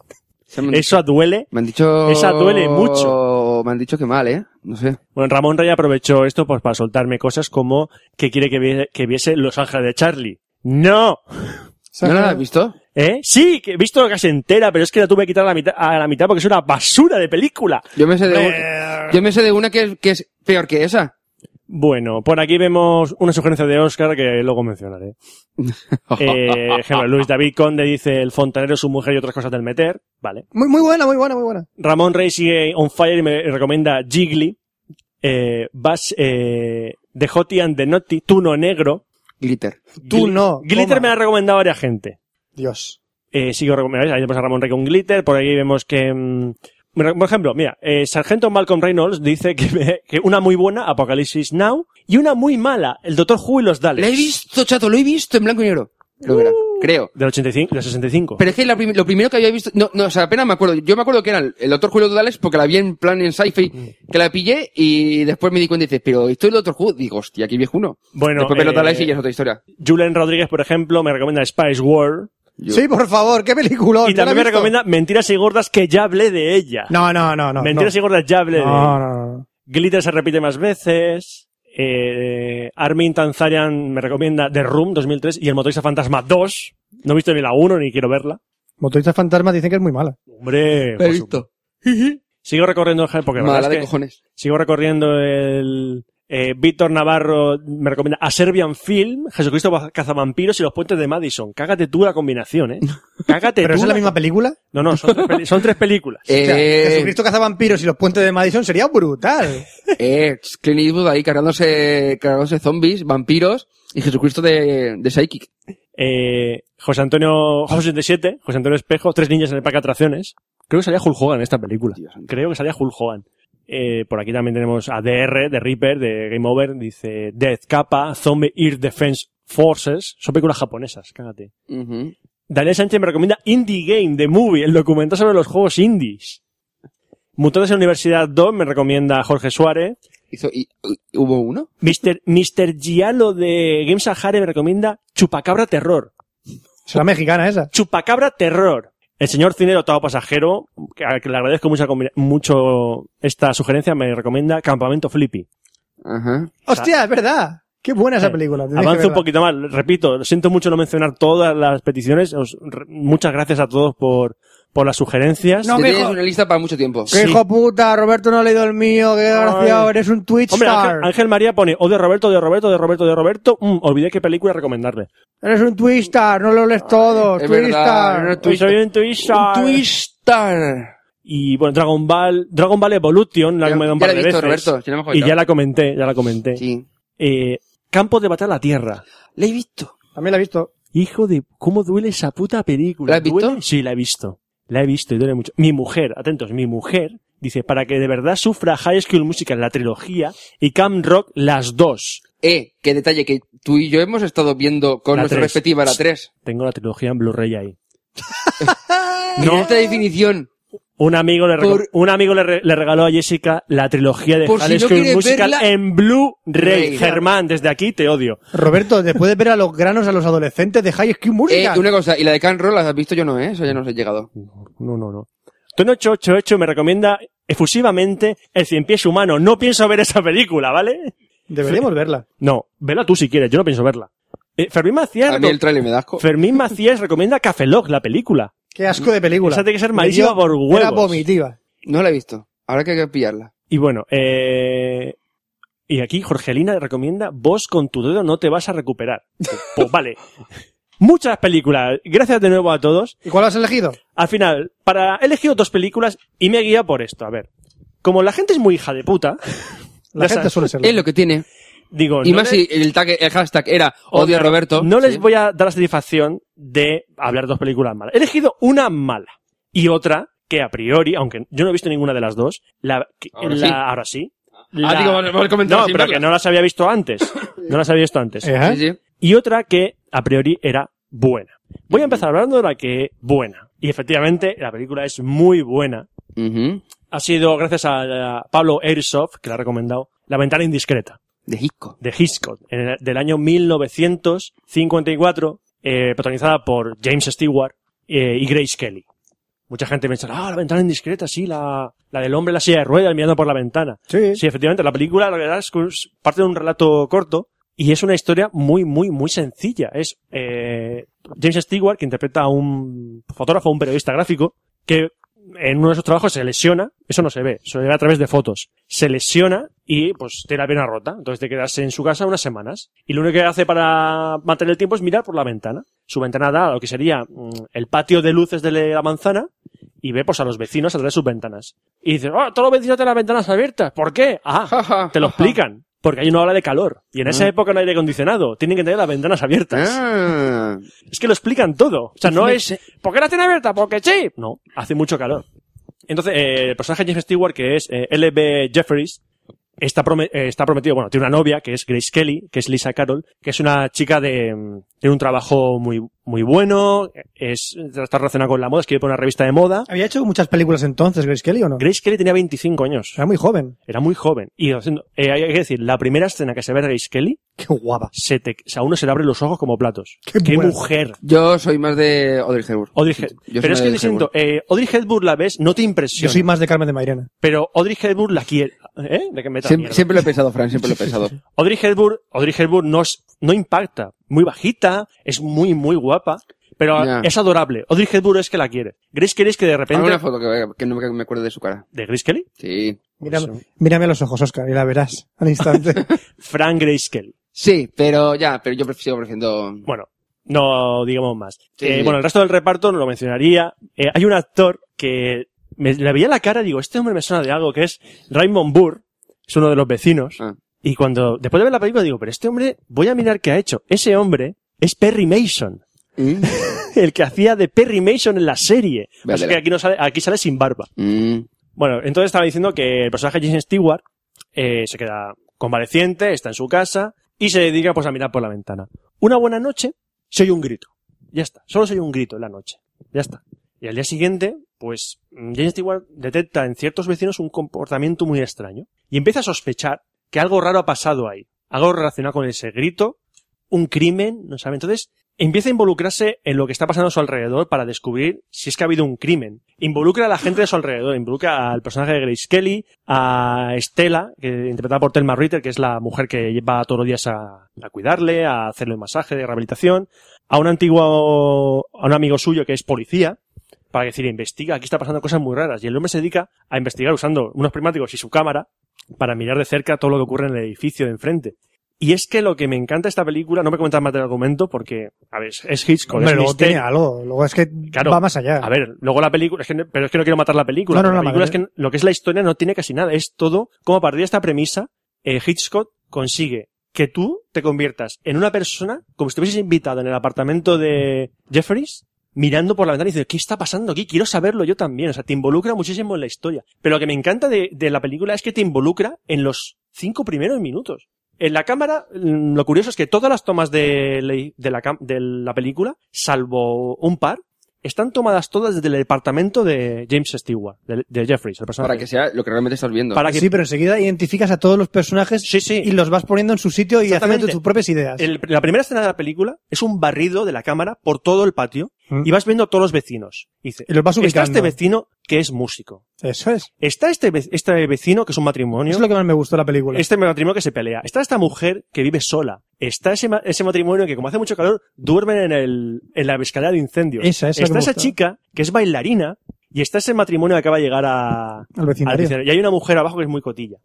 Se me-
eso duele.
Me han dicho...
Esa duele mucho.
Me han dicho que mal, ¿eh? No sé.
Bueno, Ramón Rey aprovechó esto pues, para soltarme cosas como que quiere que, vie- que viese Los Ángeles de Charlie. ¡No!
¿No la has visto?
¿Eh? Sí, que he visto casi entera, pero es que la tuve que quitar a la mitad, a la mitad porque es una basura de película. eh,
Yo me sé de, un- yo me sé de una que es, que es peor que esa.
Bueno, por aquí vemos una sugerencia de Oscar que luego mencionaré. Eh, ejemplo, Luis David Conde dice el fontanero, su mujer y otras cosas del meter. Vale.
Muy, muy buena, muy buena, muy buena.
Ramón Rey sigue on fire y me recomienda Jiggly. Eh, Bash, eh, The Hottie and the Naughty, Tuno Negro.
Glitter.
Tú
Gli-
no,
Glitter
coma.
me la ha recomendado varias gente.
Dios.
Eh, sigo recomendando. Ahí tenemos a Ramón Rey con Glitter. Por ahí vemos que... mm, bueno, por ejemplo, mira, eh, Sargento Malcolm Reynolds dice que, que una muy buena, Apocalipsis Now, y una muy mala, El Doctor Who y los
La he
Daleks.
visto, chato, lo he visto en blanco y negro. Creo que era.
Uh.
Creo.
Del 85, del 65.
Pero es que la prim- lo primero que había visto, no, no, o sea, apenas me acuerdo. Yo me acuerdo que era el el Doctor Julio Dudales porque la vi en plan en sci-fi,
Mm.
que la pillé y después me di cuenta y dices, pero esto es el Doctor Who. Digo, hostia, qué viejuno.
Bueno,
después
eh,
veo Dudales y ya es otra historia.
Julen Rodríguez, por ejemplo, me recomienda Spice World.
Yo-
Sí, por favor, qué película.
Y también me recomienda Mentiras y Gordas, que ya hablé de ella.
No, no, no, no.
Mentiras
no.
y Gordas ya hablé de
No,
ella.
no, no.
Glitter se repite más veces. Eh, Armin Tanzarian me recomienda The Room 2003 y El Motorista Fantasma 2. No he visto ni la 1 ni quiero verla.
Motoristas fantasmas dicen que es muy mala.
Hombre, por su-
Perfecto.
sigo recorriendo porque la verdad
Mala
es
de
que
cojones.
sigo recorriendo el eh, Víctor Navarro me recomienda A Serbian Film, Jesucristo Cazavampiros y Los Puentes de Madison. Cágate tú la combinación, ¿eh? Cágate
¿Pero
tú
esa es la misma película?
No, no, son tres, peli- son tres películas.
O sea,
Eh,
Jesucristo cazavampiros y los puentes de Madison sería brutal.
eh, Clint Eastwood ahí cargándose, cargándose zombies, vampiros y Jesucristo de, de Psychic.
Eh, José Antonio, José 77, José Antonio Espejo, Tres niñas en el parque de atracciones. Creo que salía Hulk Hogan en esta película.
Dios santo.
Creo que salía Hulk Hogan. Eh, por aquí también tenemos a DR, de Reaper, de Game Over, dice Death Kappa, Zombie Ear Defense Forces. Son películas japonesas, cágate.
Ujú.
Daniel Sánchez me recomienda Indie Game, The Movie, el documental sobre los juegos indies. Mutantes en la Universidad 2 me recomienda Jorge Suárez.
Hizo, y, y- ¿Hubo uno?
Mr. Mr. Giallo de Game Sahara me recomienda Chupacabra Terror.
Será mexicana esa.
Chupacabra Terror. El señor Cinero Tao Pasajero, que al que le agradezco mucho, mucho esta sugerencia, me recomienda Campamento Flippy.
Ajá.
Hostia, es verdad. Qué buena esa
Eh,
película. tenéis que
Avanza un
verla.
poquito más. Repito, siento mucho no mencionar todas las peticiones. Os- re- muchas gracias a todos por, por las sugerencias.
No,
Te
me
tienes
jo-
una lista para mucho tiempo.
¡Qué
Sí.
hijo puta! Roberto no ha leído el mío. ¡Qué desgraciado!
Ay.
Eres un Twitch
Hombre,
star.
Ángel, Ángel María pone, o de Roberto, de Roberto, de Roberto, de Roberto. Mm, olvidé qué película recomendarle.
Eres un Twitch star. No lo lees todo.
es
Twitch
verdad,
star.
no-
Soy
Twister.
un Twister.
Twistar.
Y bueno, Dragon Ball, Dragon Ball Evolution, la he
Ya-
comentado un
ya
par
la
de
he visto,
veces.
Roberto, si no me he
y ya
comentado.
la comenté, ya la comenté.
Sí.
Eh, Campo de batalla a la tierra.
La he visto.
También la he visto.
Hijo de, ¿cómo duele esa puta película?
¿La has visto?
¿Duele? Sí, la he visto. La he visto y duele mucho. Mi mujer, atentos, mi mujer dice, para que de verdad sufra High School Musical la trilogía y Camp Rock las dos.
Eh, qué detalle que tú y yo hemos estado viendo con
La
nuestra
tres.
respectiva la 3.
Tengo la trilogía en Blu-ray ahí.
No. esta definición.
Un amigo le, reco-
Por-
un amigo le, re- le regaló a Jessica la trilogía de
Por si
High
no
School
quieres
Musical
verla-
en Blu-ray.
Rey.
Germán, desde aquí te odio.
Roberto, después de ver a los granos a los adolescentes de High School
Eh,
Musical.
una cosa, y la de Can Roll la has visto yo no, ¿eh? Eso ya nos ha llegado.
No, no, no. Tono 888 me recomienda efusivamente El Cien Pies Humano. No pienso ver esa película, ¿vale?
Deberíamos verla.
No, vela tú si quieres, yo no pienso verla. Eh, Fermín Macías,
A mí el trailer me da asco.
Fermín Macías recomienda Café Lock, la película.
Qué asco de película.
Esa tiene que ser
Me
malísima
dio-
por
Era
huevos.
vomitiva.
No la he visto. Ahora que hay que pillarla.
Y bueno, eh, y aquí Jorgelina recomienda Vos con tu dedo no te vas a recuperar. Pues vale. Muchas películas. Gracias de nuevo a todos.
¿Y cuál has elegido?
Al final, para, he elegido dos películas y me guía por esto. A ver, como la gente es muy hija de puta,
La
Ya
gente
sabes.
suele serlo.
Es lo que tiene.
digo,
Y
Pues no
más
le-
si el, tag, el hashtag era odio a
claro,
Roberto.
No les
Sí.
voy a dar la satisfacción de hablar dos películas malas. He elegido una mala y otra que a priori, aunque yo no he visto ninguna de las dos, la, que-
Ahora
la-
sí.
ahora sí.
Ah, digo, vale, vale, comentaba
no,
sin
pero que
verlas.
no las había visto antes. No las había visto antes.
Ajá.
Sí, sí.
Y otra que a priori era buena. Voy a empezar hablando de la que buena. Y efectivamente, la película es muy buena.
Ujú.
Ha sido gracias a, a Pablo Airsoft, que la ha recomendado, La ventana indiscreta
De Hitchcock.
de Hitchcock, en el- del año 1954, eh, protagonizada por James Stewart eh, y Grace Kelly. Mucha gente pensará, ah, la ventana indiscreta, sí, la, la del hombre en la silla de ruedas mirando por la ventana.
Sí.
Sí, efectivamente, la película, la verdad, es que es parte de un relato corto y es una historia muy, muy, muy sencilla. Es eh, James Stewart, que interpreta a un fotógrafo, un periodista gráfico, que en uno de sus trabajos se lesiona, eso no se ve, se ve a través de fotos. Se lesiona y pues tiene la pierna rota, entonces te quedas en su casa unas semanas. Y lo único que hace para mantener el tiempo es mirar por la ventana. Su ventana da a lo que sería mm, el patio de luces de la manzana y ve pues a los vecinos a través de sus ventanas. Y dice, oh, todos los vecinos tienen las ventanas abiertas, ¿por qué? Ah, te lo explican. Porque hay una ola de calor. Y en esa época no hay aire acondicionado. Tienen que tener las ventanas abiertas.
Ah.
Es que lo explican todo. O sea, no es. ¿Por qué la tiene abierta? Porque sí. No, hace mucho calor. Entonces, eh, el personaje de James Stewart, que es eh, L.B. Jeffries, está, prome- eh, está prometido, bueno, tiene una novia, que es Grace Kelly, que es Lisa Carroll, que es una chica de, mm, tiene un trabajo muy, muy bueno, es, está relacionada con la moda, escribe por una revista de moda.
¿Había hecho muchas películas entonces, Grace Kelly, o no?
Grace Kelly tenía 25 años.
Era muy joven.
Era muy joven. Y haciendo- eh, hay que decir, la primera escena que se ve de Grace Kelly,
Qué guapa.
se te, o sea, a uno se le abren los ojos como platos.
Qué buena.
mujer!
Yo soy más de Audrey Hepburn.
Audrey
Yo
Hep-
soy
pero
más
es
de
que siento, eh, Audrey Hepburn la ves, no te
Yo
impresiona.
soy más de Carmen de Mairena.
Pero Audrey Hepburn la quiere. ¿Eh? ¿De qué me
Siempre, siempre lo he pensado, Fran, siempre lo he pensado.
Audrey Hepburn, Audrey Hepburn no, es- no impacta. Muy bajita, es muy, muy guapa. Pero
Ya.
es adorable. Audrey Hepburn es que la quiere. Grace Kelly es que de
Hago
repente...
una foto que, que no me, que me acuerdo de su cara.
¿De Grace Kelly?
Sí.
Mírame, mírame a los ojos, Oscar, y la verás al instante.
Frank Grace Kelly.
Sí, pero ya, pero yo prefiero prefiriendo...
Bueno, no digamos más.
Sí,
Eh,
sí.
Bueno, el resto del reparto no lo mencionaría. Eh, hay un actor que me, le veía la cara y digo, este hombre me suena de algo, que es Raymond Burr, es uno de los vecinos.
Ah.
Y cuando, después de ver la película, digo, pero este hombre, voy a mirar qué ha hecho. Ese hombre es Perry Mason,
Mm.
el que hacía de Perry Mason en la serie.
Vale.
Así que aquí, no sale, aquí sale sin barba.
Mm.
Bueno, entonces estaba diciendo que el personaje de James Stewart eh, se queda convaleciente, está en su casa y se dedica pues a mirar por la ventana. Una buena noche, se oye un grito. Ya está, solo se oye un grito en la noche. Ya está. Y al día siguiente, pues mm, James Stewart detecta en ciertos vecinos un comportamiento muy extraño y empieza a sospechar que algo raro ha pasado ahí. Algo relacionado con ese grito, un crimen, no sabe. Entonces empieza a involucrarse en lo que está pasando a su alrededor para descubrir si es que ha habido un crimen. Involucra a la gente de su alrededor, involucra al personaje de Grace Kelly, a Estela, que interpretada por Thelma Ritter, que es la mujer que va todos los días a, a cuidarle, a hacerle un masaje de rehabilitación, a un antiguo, a un amigo suyo que es policía, para decir, investiga, aquí está pasando cosas muy raras. Y el hombre se dedica a investigar usando unos prismáticos y su cámara para mirar de cerca todo lo que ocurre en el edificio de enfrente. Y es que lo que me encanta de esta película, no me cuentas más del argumento porque, a ver, es Hitchcock,
Hombre,
es
luego
misterio.
tiene algo. Luego es que
Claro.
va más allá.
A ver, luego la película, es que no- pero es que no quiero matar la película.
No, no,
la
no,
película es
madre.
que lo que es la historia no tiene casi nada. Es todo, como a partir de esta premisa, eh, Hitchcock consigue que tú te conviertas en una persona como si estuvieses invitado en el apartamento de Jeffries, mirando por la ventana y diciendo, ¿qué está pasando aquí? Quiero saberlo yo también. O sea, te involucra muchísimo en la historia. Pero lo que me encanta de, de la película es que te involucra en los cinco primeros minutos. En la cámara, mm, lo curioso es que todas las tomas de, la- de la, cam- de la película, salvo un par, están tomadas todas desde el departamento de James Stewart, de, de Jeffries, el personaje.
Para que sea lo que realmente estás viendo.
Para que-
Sí, pero enseguida identificas a todos los personajes
Sí, sí.
y los vas poniendo en su sitio y haciendo
Exactamente.
tus propias ideas.
El- la primera escena de la película es un barrido de la cámara por todo el patio
Mm.
y vas viendo a todos los vecinos. Y dice,
Y los vas
está
ubicando.
este vecino que es músico.
Eso es.
Está este, ve- este vecino que es un matrimonio.
Eso es lo que más me gustó de la película.
Este matrimonio que se pelea. Está esta mujer que vive sola. Está ese, ma- ese matrimonio que, como hace mucho calor, duermen en, el, en la escalera de incendios.
Esa, esa que
está
me
esa
gusta.
chica que es bailarina y está ese matrimonio que acaba de llegar a, al
Al vecindario.
vecindario. Y hay una mujer abajo que es muy cotilla.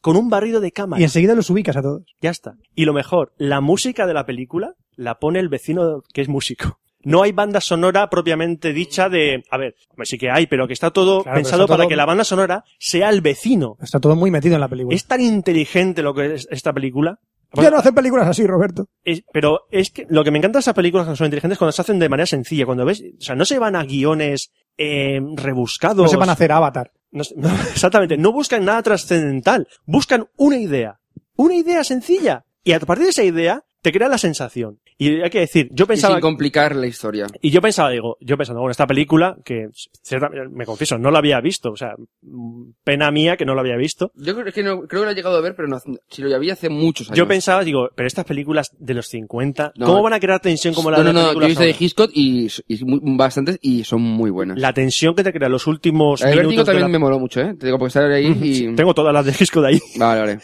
Con un barrido de cámara.
Y enseguida los ubicas a todos.
Ya está. Y lo mejor, la música de la película la pone el vecino que es músico. No hay banda sonora propiamente dicha de, a ver, hombre, sí que hay, pero que está
Claro,
todo
pero
pensado
está todo-
para que la banda sonora sea el vecino.
Está todo muy metido en la película.
Es tan inteligente lo que es esta película.
Ya no hacen películas así, Roberto.
Es- pero es que lo que me encanta de esas películas que son inteligentes es cuando se hacen de manera sencilla, cuando ves, o sea, no se van a guiones eh, rebuscados.
No sepan hacer Avatar.
No sé- no, exactamente, no buscan nada trascendental, buscan una idea, una idea sencilla. Y a partir de esa idea te crea la sensación. Y hay que decir, yo
Y sin
pensaba
complicar la historia.
y yo pensaba, digo, yo pensando, bueno, esta película, que cierta- me confieso, no la había visto, o sea, mm, pena mía que no la había visto.
Yo creo que, no, creo que lo he llegado a ver, pero no, hace- si lo había hace muchos años.
Yo pensaba, digo, pero estas películas de los 50,
No.
¿cómo van a crear tensión como la
no,
de
no,
las
no, yo he
películas
visto de
ahora?
Hitchcock y, y muy- bastantes y son muy buenas.
La tensión que te crean los últimos
La de Vértigo
minutos de
también
la-
me moló mucho, ¿eh? Te digo, porque estar ahí y...
Tengo todas las de disco de ahí.
Vale, vale.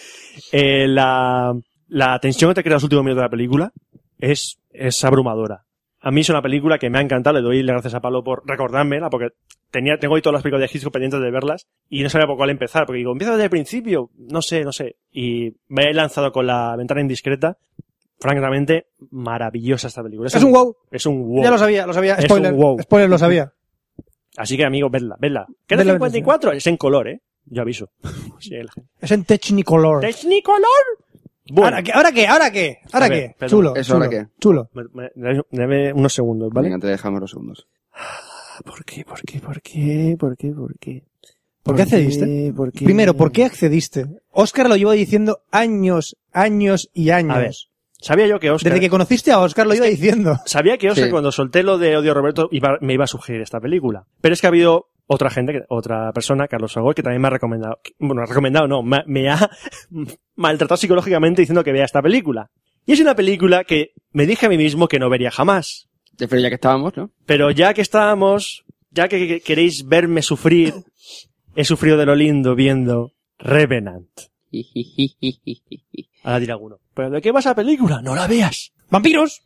Eh, la, la tensión que te crea los últimos minutos de la película es, es abrumadora. A mí es una película que me ha encantado, le doy las gracias a Pablo por recordármela, porque tenía, tengo hoy todas las películas de Hitchcock pendientes de verlas, y no sabía por cuál empezar, porque digo, empiezo desde el principio, no sé, no sé. Y me he lanzado con la ventana indiscreta. Francamente, maravillosa esta película.
Es un wow.
Es un wow.
Ya lo sabía, lo sabía.
Es un
Spoiler.
wow.
Spoiler, lo sabía.
Así que, amigos, vedla, vedla. ¿Qué es
Vedla,
54? Es en color, ¿eh? Yo aviso. Sí, la-
Es en Technicolor.
¿Technicolor? Bueno.
¿Ahora qué? ¿Ahora qué? ¿Ahora qué? ¿Ahora
A ver,
qué?
perdón.
Chulo.
Eso,
chulo,
¿ahora qué?
Chulo.
Me- me- dame- Dame unos segundos, ¿vale?
Venga, te dejamos los segundos.
¿Por qué? ¿Por qué? ¿Por qué? ¿Por qué? ¿Por qué?
¿Por qué accediste?
¿Por qué?
Primero, ¿por qué accediste? Oscar lo llevo diciendo años, años y años.
A ver, Sabía yo que Oscar...
Desde que conociste a Oscar lo iba diciendo.
Sabía que Oscar
Sí.
cuando solté lo de Odio a Roberto iba- me iba a sugerir esta película. Pero es que ha habido otra gente, que- otra persona, Carlos Sagor, que también me ha recomendado... que- Bueno, recomendado no, ma- me ha maltratado psicológicamente diciendo que vea esta película. Y es una película que me dije a mí mismo que no vería jamás.
Ya, Pero ya que estábamos, ¿no?
Pero ya que estábamos, ya que que queréis verme sufrir, he sufrido de lo lindo viendo Revenant. Ahora dirá alguno, ¿pero de qué va esa película? No la veas.
¡Vampiros!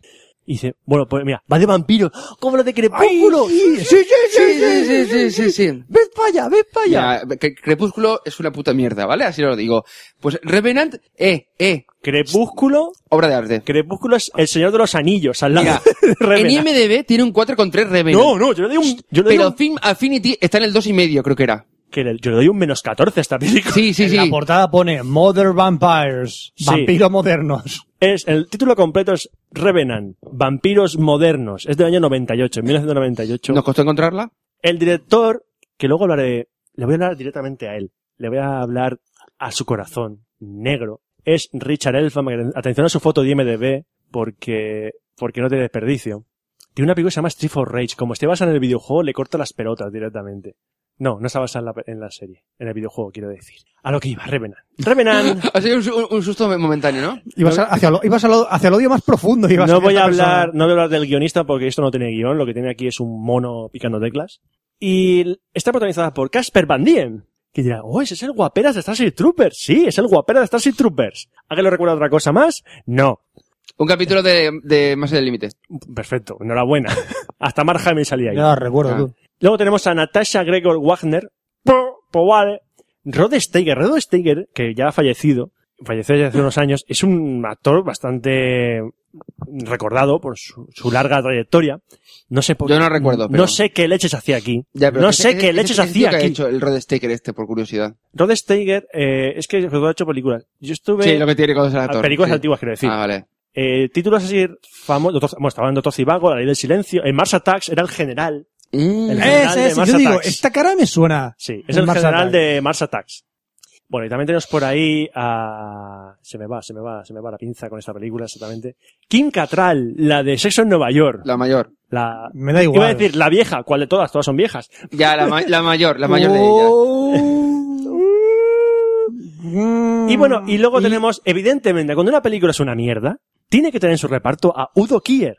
Y dice, bueno, pues mira, va de vampiros. ¿Cómo lo de Crepúsculo?
sí,
sí, sí, sí, sí, sí, sí.
¡Ves para allá, ves para
Ya, Cre- Crepúsculo es una puta mierda, ¿vale? Así lo digo. Pues Revenant, eh, eh,
Crepúsculo,
obra de arte.
Crepúsculo es el Señor de los Anillos, al lado
Mira,
de Revenant.
En IMDB tiene un 4,3 Revenant.
No, no, yo le doy un, yo le doy
Pero
un-
Film Affinity está en el 2,5, creo que era.
que le- yo le doy un menos 14 a esta película.
Sí, sí, sí.
La portada pone Modern Vampires.
Sí.
Vampiros modernos.
Es, el título completo es Revenant, Vampiros Modernos. Es del año 98, 1998.
¿Nos costó encontrarla?
El director, que luego hablaré, le voy a hablar directamente a él, le voy a hablar a su corazón negro, es Richard Elfman. Atención a su foto de IMDb, porque, porque no tiene desperdicio. Tiene una película que se llama Street for Rage. Como esté basada en el videojuego, le corta las pelotas directamente. No, no está basada en la, en la serie, en el videojuego, quiero decir. A lo que iba, Revenant. Revenant,
Ha sido un su- un susto momentáneo, ¿no?
Ibas, a- hacia, lo- ibas a lo- hacia el odio más profundo. ibas
no
hacia
voy a
esta persona.
hablar, no voy a hablar del guionista porque esto no tiene guión, lo que tiene aquí es un mono picando teclas. Y está protagonizada por Casper Van Dien, que dirá, oh, ese es el guaperas de Starship Troopers. Sí, es el guaperas de Starship Troopers. ¿A que lo recuerda otra cosa más? No.
Un capítulo de, de Más allá del límite.
Perfecto, enhorabuena. Hasta Mark Hamill salía ahí.
Ya lo recuerdo,
Ah.
tú.
Luego tenemos a Natasha Gregor Wagner. Pues vale. Rod Steiger. Rod Steiger, que ya ha fallecido, falleció ya hace unos años, es un actor bastante recordado por su, su larga trayectoria. No sé por
Yo no recuerdo, pero-
No sé qué leches hacía aquí.
Ya, pero
no
ese-
sé
ese-
qué
ese-
leches
ese tío
hacía
que ha
aquí.
hecho el Rod Staker este, por curiosidad.
Rod Steiger, eh, es que sobre todo ha hecho películas. Yo estuve...
Sí, lo que tiene con el actor.
películas
sí.
antiguas, quiero decir.
Ah, vale.
Eh, títulos así famosos. Doctor- Bueno, estaba en Doctor Cibago, La Ley del Silencio. En Mars Attacks era el general.
Mm.
El- general
Ese,
de
ese.
Mars
Yo digo,
Attacks.
esta cara me suena.
Sí, es
En
el
Mars
general
Attacks.
de Mars Attacks. Bueno, y también tenemos por ahí a... Se me va, se me va, se me va la pinza con esta película exactamente. Kim Cattrall, la de Sexo en Nueva York.
La mayor.
La...
Me da igual.
Iba a decir la vieja, ¿cuál de todas? Todas son viejas.
Ya, la, ma- la mayor, la mayor de ellas.
ellas.
Y bueno, y luego tenemos, evidentemente, cuando una película es una mierda, tiene que tener en su reparto a Udo Kier.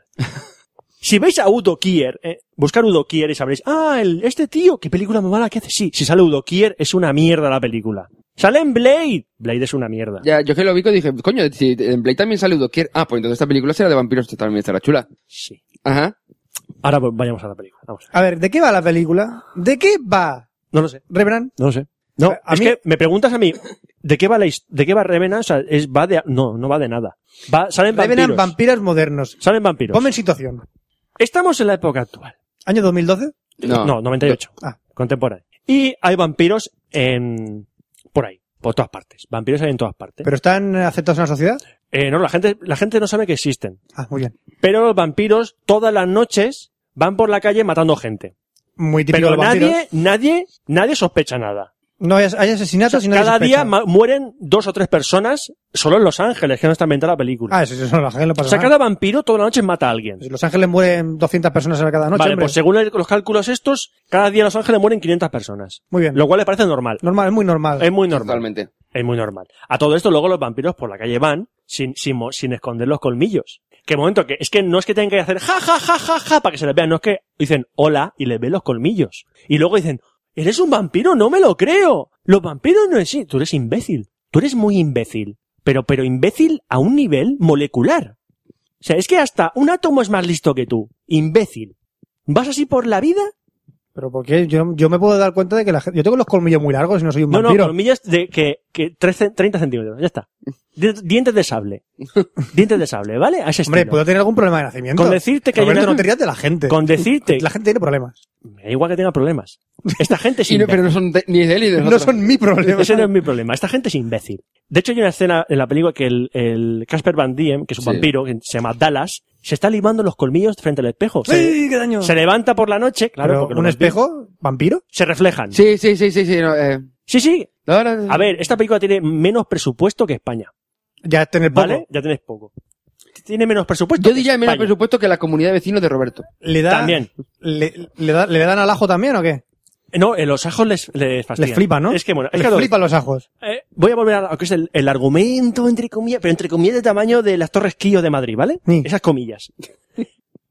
si veis a Udo Kier, eh, buscar Udo Kier y sabréis, ah, el- este tío, qué película más mala que hace. Sí, si sale Udo Kier, es una mierda la película. Sale en Blade. Blade es una mierda.
Ya, yo que lo vi que dije, coño, si en Blade también sale Udo Kier. Ah, pues entonces esta película será de vampiros, esta también estará chula.
Sí.
Ajá.
Ahora pues, vayamos a la película. Vamos.
A ver, ¿de qué va la película? ¿De qué va?
No lo sé.
Reverend,
No lo sé. No,
A- a
es
mí-
que me preguntas a mí, ¿de qué va la his- de qué va Revenant? O sea, es, va de, no, no va de nada. Va, salen
Revenant
vampiros.
vampiros modernos.
Salen vampiros.
Ponme en situación.
Estamos en la época actual.
¿Año 2012?
No.
No, 98.
Ah.
Contemporáneo. Y hay vampiros en, por ahí, por todas partes. Vampiros hay en todas partes.
¿Pero están aceptados en la sociedad?
Eh, no, la gente, la gente no sabe que existen.
Ah, muy bien.
Pero los vampiros todas las noches van por la calle matando gente.
Muy típico
Pero
de los vampiros.
nadie, nadie, nadie sospecha nada.
No hay, hay asesinatos y nadie
Cada
sospecha.
día ma- mueren dos o tres personas solo en Los Ángeles, que no está inventada la película.
Ah, eso, eso, Los Ángeles no
o
pasa
sea,
nada.
cada vampiro toda la noche mata a alguien.
Los Ángeles mueren 200 personas cada noche,
vale,
hombre.
pues según el- los cálculos estos, cada día en Los Ángeles mueren 500 personas.
Muy bien.
Lo Eh, cual le parece normal.
Normal, es muy normal.
Es muy normal.
Totalmente.
Es muy normal. A todo esto luego los vampiros por la calle van sin, sin, mo- sin esconder los colmillos. Que momento que es que no es que tengan que hacer ja ja ja ja ja para que se les vean, no es que dicen hola y les ven los colmillos. Y luego dicen, eres un vampiro, no me lo creo. Los vampiros no existen. Tú eres imbécil. Tú eres muy imbécil. Pero, pero imbécil a un nivel molecular. O sea, es que hasta un átomo es más listo que tú. Imbécil. ¿Vas así por la vida?
Pero porque yo, yo me puedo dar cuenta de que la gente... Yo tengo los colmillos muy largos y no soy un
No, no,
vampiro.
colmillas de que, que 13 30 centímetros, ya está. Di- Dientes de sable. Dientes de sable, ¿vale? A ese
Hombre,
estilo.
puedo tener algún problema de nacimiento.
Con decirte que hay
Roberto,
una-
no te rías de la gente.
Con decirte,
La gente tiene problemas.
me da igual que tenga problemas. Esta gente es
Y no-
imbécil.
pero no son de- ni de él ni de
No
nosotros.
son mi problema.
Ese no es mi problema. Esta gente es imbécil. De hecho, hay una escena en la película que el, el Casper Van Diem, que es un
Sí.
vampiro, que se llama Dallas, se está limando los colmillos frente al espejo. Se,
¡Sí, qué daño!
se levanta por la noche, claro,
Pero
porque los
¿Un
vampiros
espejo? ¿Vampiro?
se reflejan.
Sí, sí, sí, sí, sí. No, eh,
sí, sí.
no, no, no.
A ver, pues esta película tiene menos presupuesto que España.
Ya está en el poco.
¿Vale? Ya tienes poco. Tiene menos presupuesto.
Yo
que
diría menos
España.
presupuesto que la comunidad de vecinos de Roberto.
¿Le da,
También.
Le, le da- ¿Le dan al ajo también o qué?
No, eh, los ajos les, les fastidian.
Les flipa, ¿no?
Es que bueno, es que
Les
lo-
flipan los ajos.
eh, voy a volver a lo que es el, el argumento, entre comillas, pero entre comillas de tamaño de las Torres Quillo de Madrid, ¿vale?
Sí.
Esas comillas.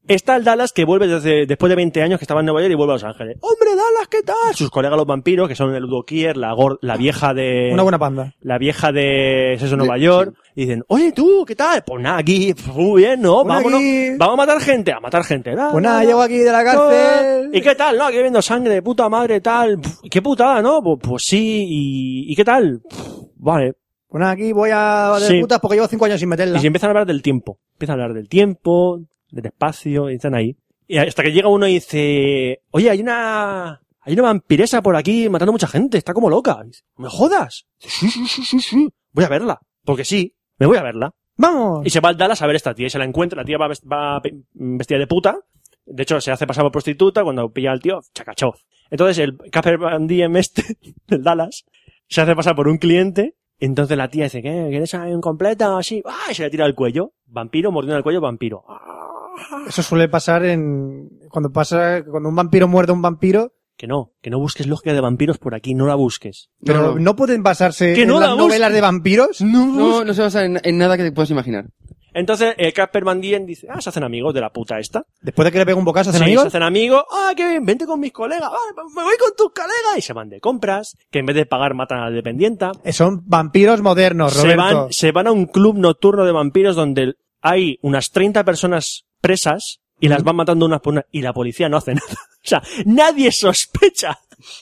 Está el Dallas que vuelve desde, después de 20 años que estaba en Nueva York y vuelve a Los Ángeles. ¡Hombre, Dallas, qué tal! Sus colegas los vampiros, que son el Udokier, la, gor- la vieja de...
Una buena panda.
La vieja de es eso,
De-
Nueva York. Y dicen, oye, tú, ¿qué tal? Pues nada, aquí, muy bien, ¿no?
Pues
oh, Vámonos,
aquí.
vamos a matar gente, a matar gente. Da,
Pues
da,
nada,
da.
llego aquí de la cárcel.
¿Y qué tal? No, aquí viendo sangre de puta madre, tal. Pf, ¿Qué putada, no? Pues, pues sí, y, ¿y qué tal? Pf, Vale.
Pues nada, aquí voy a de
Sí.
putas porque llevo cinco años sin meterla.
Y si empiezan a hablar del tiempo. Empiezan a hablar del tiempo, del espacio, y están ahí. Y hasta que llega uno y dice, oye, hay una, hay una vampiresa por aquí matando mucha gente, está como loca. Y dice, ¿me jodas? Sí, sí, sí, sí, sí. Voy a verla. Porque sí, me voy a verla.
¡Vamos!
Y se va al Dallas a ver a esta tía y se la encuentra. La tía va, vest- va pe- vestida de puta. De hecho, se hace pasar por prostituta cuando pilla al tío, chacachó. Entonces, el Casper Van Diem este, del Dallas, se hace pasar por un cliente. Entonces la tía dice, ¿qué? ¿Quieres un completo? Así. ¡Ah! Y se le tira al cuello. Vampiro, mordiendo el cuello, vampiro. ¡Ah!
Eso suele pasar en... Cuando pasa... Cuando un vampiro muerde a un vampiro...
Que no, que no busques lógica de vampiros por aquí, no la busques.
Pero
No,
no,
no.
pueden basarse
Que
en
no la
las
busque.
novelas de vampiros.
No, no se basa en, en nada que te puedas imaginar.
Entonces, el Casper Van Diem dice, ah, se hacen amigos de la puta esta.
Después de que le pegue un bocazo, ¿hacen
Sí,
amigos?
se hacen amigos. Ah, qué bien, vente con mis colegas. Ah, me voy con tus colegas. Y se van de compras, que en vez de pagar matan a la dependienta.
Eh, Son vampiros modernos,
Se
Roberto.
van, se van a un club nocturno de vampiros donde hay unas 30 personas presas y las van matando unas por unas. Y la policía no hace nada. O sea, nadie sospecha.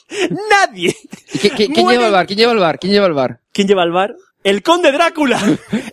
Nadie.
¿Y qué- qué- ¿Quién
Muere.
lleva el bar? ¿Quién lleva el bar? ¿Quién lleva el bar?
¿Quién lleva el bar? El conde Drácula.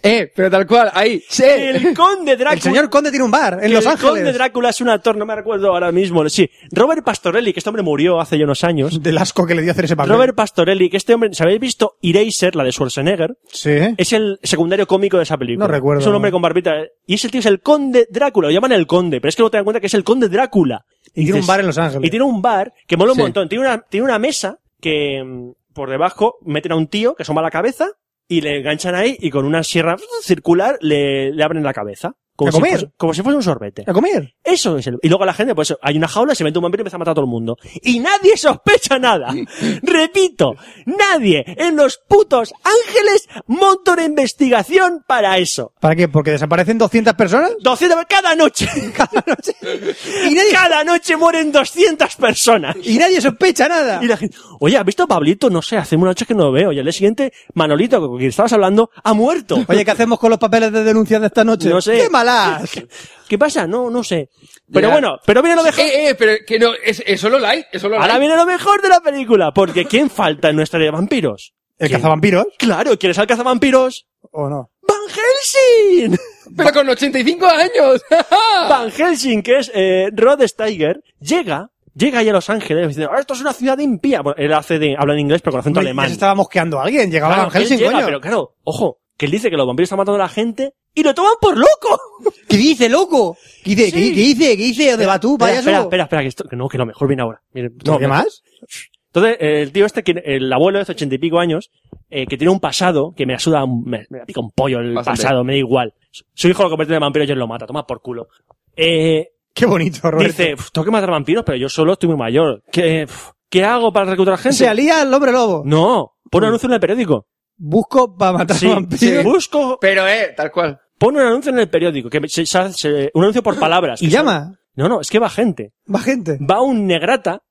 Eh, pero tal cual, ahí. Sí.
El conde Drácula.
El señor Conde tiene un bar en
Que
Los
el
Ángeles.
conde Drácula es un actor, no me recuerdo ahora mismo. Sí, Robert Pastorelli, que este hombre murió hace ya unos años.
Del asco que le dio hacer ese papel.
Robert Pastorelli, que este hombre, ¿se habéis visto Eraser, la de Schwarzenegger?
Sí. ¿eh?
Es el secundario cómico de esa película.
No recuerdo.
Es un hombre con barbita. Y ese tío es el conde Drácula, lo llaman el conde, pero es que no te dan cuenta que es el conde Drácula.
Y tiene
dices-
un bar en Los Ángeles.
Y tiene un bar que mola un
Sí.
montón. Tiene una, tiene una mesa que mm, por debajo meten a un tío que asoma la cabeza y le enganchan ahí y con una sierra circular le, le abren la cabeza. Como
¿A
si,
comer?
fuese, como si fuese un sorbete.
¿A comer?
Eso es el... Y luego la gente, pues hay una jaula, se mete un vampiro y empieza a matar a todo el mundo. Y nadie sospecha nada. Repito, nadie en los putos ángeles monta una investigación para eso.
¿Para qué? ¿Porque desaparecen 200 personas?
200 per- cada noche. Cada noche.
Y nadie-
Cada noche mueren 200 personas.
Y nadie sospecha nada.
Y la gente, oye, ¿has visto a Pablito? No sé, hace una noche que no lo veo. Y al día siguiente, Manolito, con quien estabas hablando, ha muerto.
Oye, ¿qué hacemos con los papeles de denuncia de esta noche?
No sé.
¡Qué malas!
¿Qué pasa? No, no sé. Pero
Ya.
bueno, pero viene lo mejor.
Eh, eh, pero que no, es, es solo light, es solo
Ahora
light.
viene lo mejor de la película, porque ¿quién falta en nuestra de vampiros?
¿El
¿Quién?
cazavampiros?
Claro, ¿quién es el cazavampiros?
¿O no?
¡Vangelis Helsing!
Pero con 85 años.
Van Helsing, que es eh, Rod Steiger, llega, llega ahí a Los Ángeles diciendo, "Ah, esto es una ciudad impía. Bueno, él hace de, habla en inglés pero con acento
Hombre, ya
alemán.
se estaba mosqueando a alguien, llegaba
Claro,
Van Helsing,
él llega,
coño.
Pero claro, ojo, que él dice que los vampiros están matando a la gente y lo toman por loco.
¿Qué dice, loco? ¿Qué dice?
Sí.
¿Qué, qué dice? ¿Qué dice? ¿Dónde va tú,
Espera,
payaso?
espera, espera, espera, que esto, que no, que lo mejor viene ahora. Miren,
¿No,
no,
¿Qué
mira.
más?
Entonces, eh, el tío este, que- el abuelo de ochenta y pico años, eh, que tiene un pasado, que me asuda, un- me, me pica un pollo el
Bastante.
pasado, me da igual. Su- Su hijo lo convierte en vampiro y él lo mata, toma por culo. Eh,
Qué bonito, Roberto.
dice, "Uf, tengo que matar vampiros, pero yo solo estoy muy mayor. ¿Qué, uf, ¿qué hago para reclutar gente?
Se alía al hombre lobo.
No, pon un anuncio en el periódico.
Busco para matar
Sí,
a vampiros.
busco,
Pero, eh, tal cual.
pon un anuncio en el periódico, que se- se- se- un anuncio por palabras.
Y
que son-
llama.
No, no, es que va gente.
Va gente.
Va un negrata,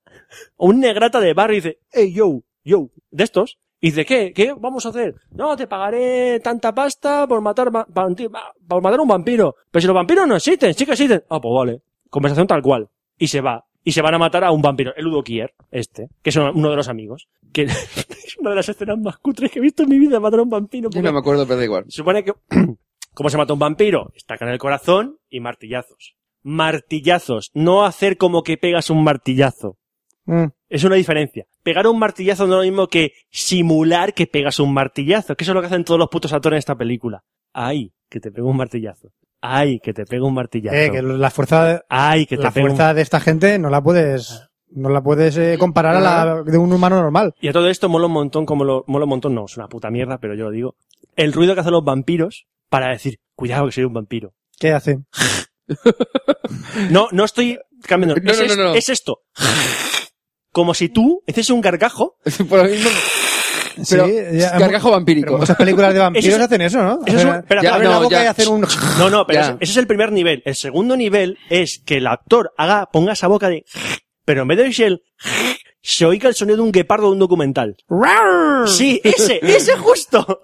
un negrata de barrio y dice, hey, yo, yo, de estos. Y dice, ¿qué? ¿Qué vamos a hacer? No, te pagaré tanta pasta por matar, va- vampi- va- por matar un vampiro. Pero si los vampiros no existen, sí que existen. Ah, pues vale. Conversación tal cual. Y se va. Y se van a matar a un vampiro, el Udo Kier, este, que es uno de los amigos. Que es una de las escenas más cutres que he visto en mi vida, matar a un vampiro.
Yo
porque-
no me acuerdo, pero da igual.
se supone que, ¿cómo se mata un vampiro? Estaca en el corazón y martillazos. Martillazos. No hacer como que pegas un martillazo.
Mm.
Es una diferencia. Pegar un martillazo no es lo mismo que simular que pegas un martillazo. Que eso es lo que hacen todos los putos actores en esta película. Ay, que te pego un martillazo. Ay, que te pego un martillazo.
Eh, que la fuerza,
Ay, que te
la
pego un...
fuerza de esta gente no la puedes, no la puedes eh, comparar a la de un humano normal.
Y a todo esto mola un montón, como lo, mola un montón, no, es una puta mierda, pero yo lo digo. El ruido que hacen los vampiros para decir, cuidado que soy un vampiro.
¿Qué hace?
No, no estoy cambiando.
No,
es,
no, no,
es-
no.
es esto. Como si tú hicieses un gargajo.
Por lo mismo, pero
ya-
gargajo
pero
vampírico.
muchas películas de vampiros
Eso es-
hacen eso, ¿no?
eso es un-
Hacen-
espera,
Ya,
abren la
no,
boca
ya.
y hacen un...
No, no, pero
Ya.
ese, ese es el primer nivel. El segundo nivel es que el actor haga, ponga esa boca de, pero en vez de oírse el, se oiga el sonido de un guepardo de un documental. Sí, ese, ese justo.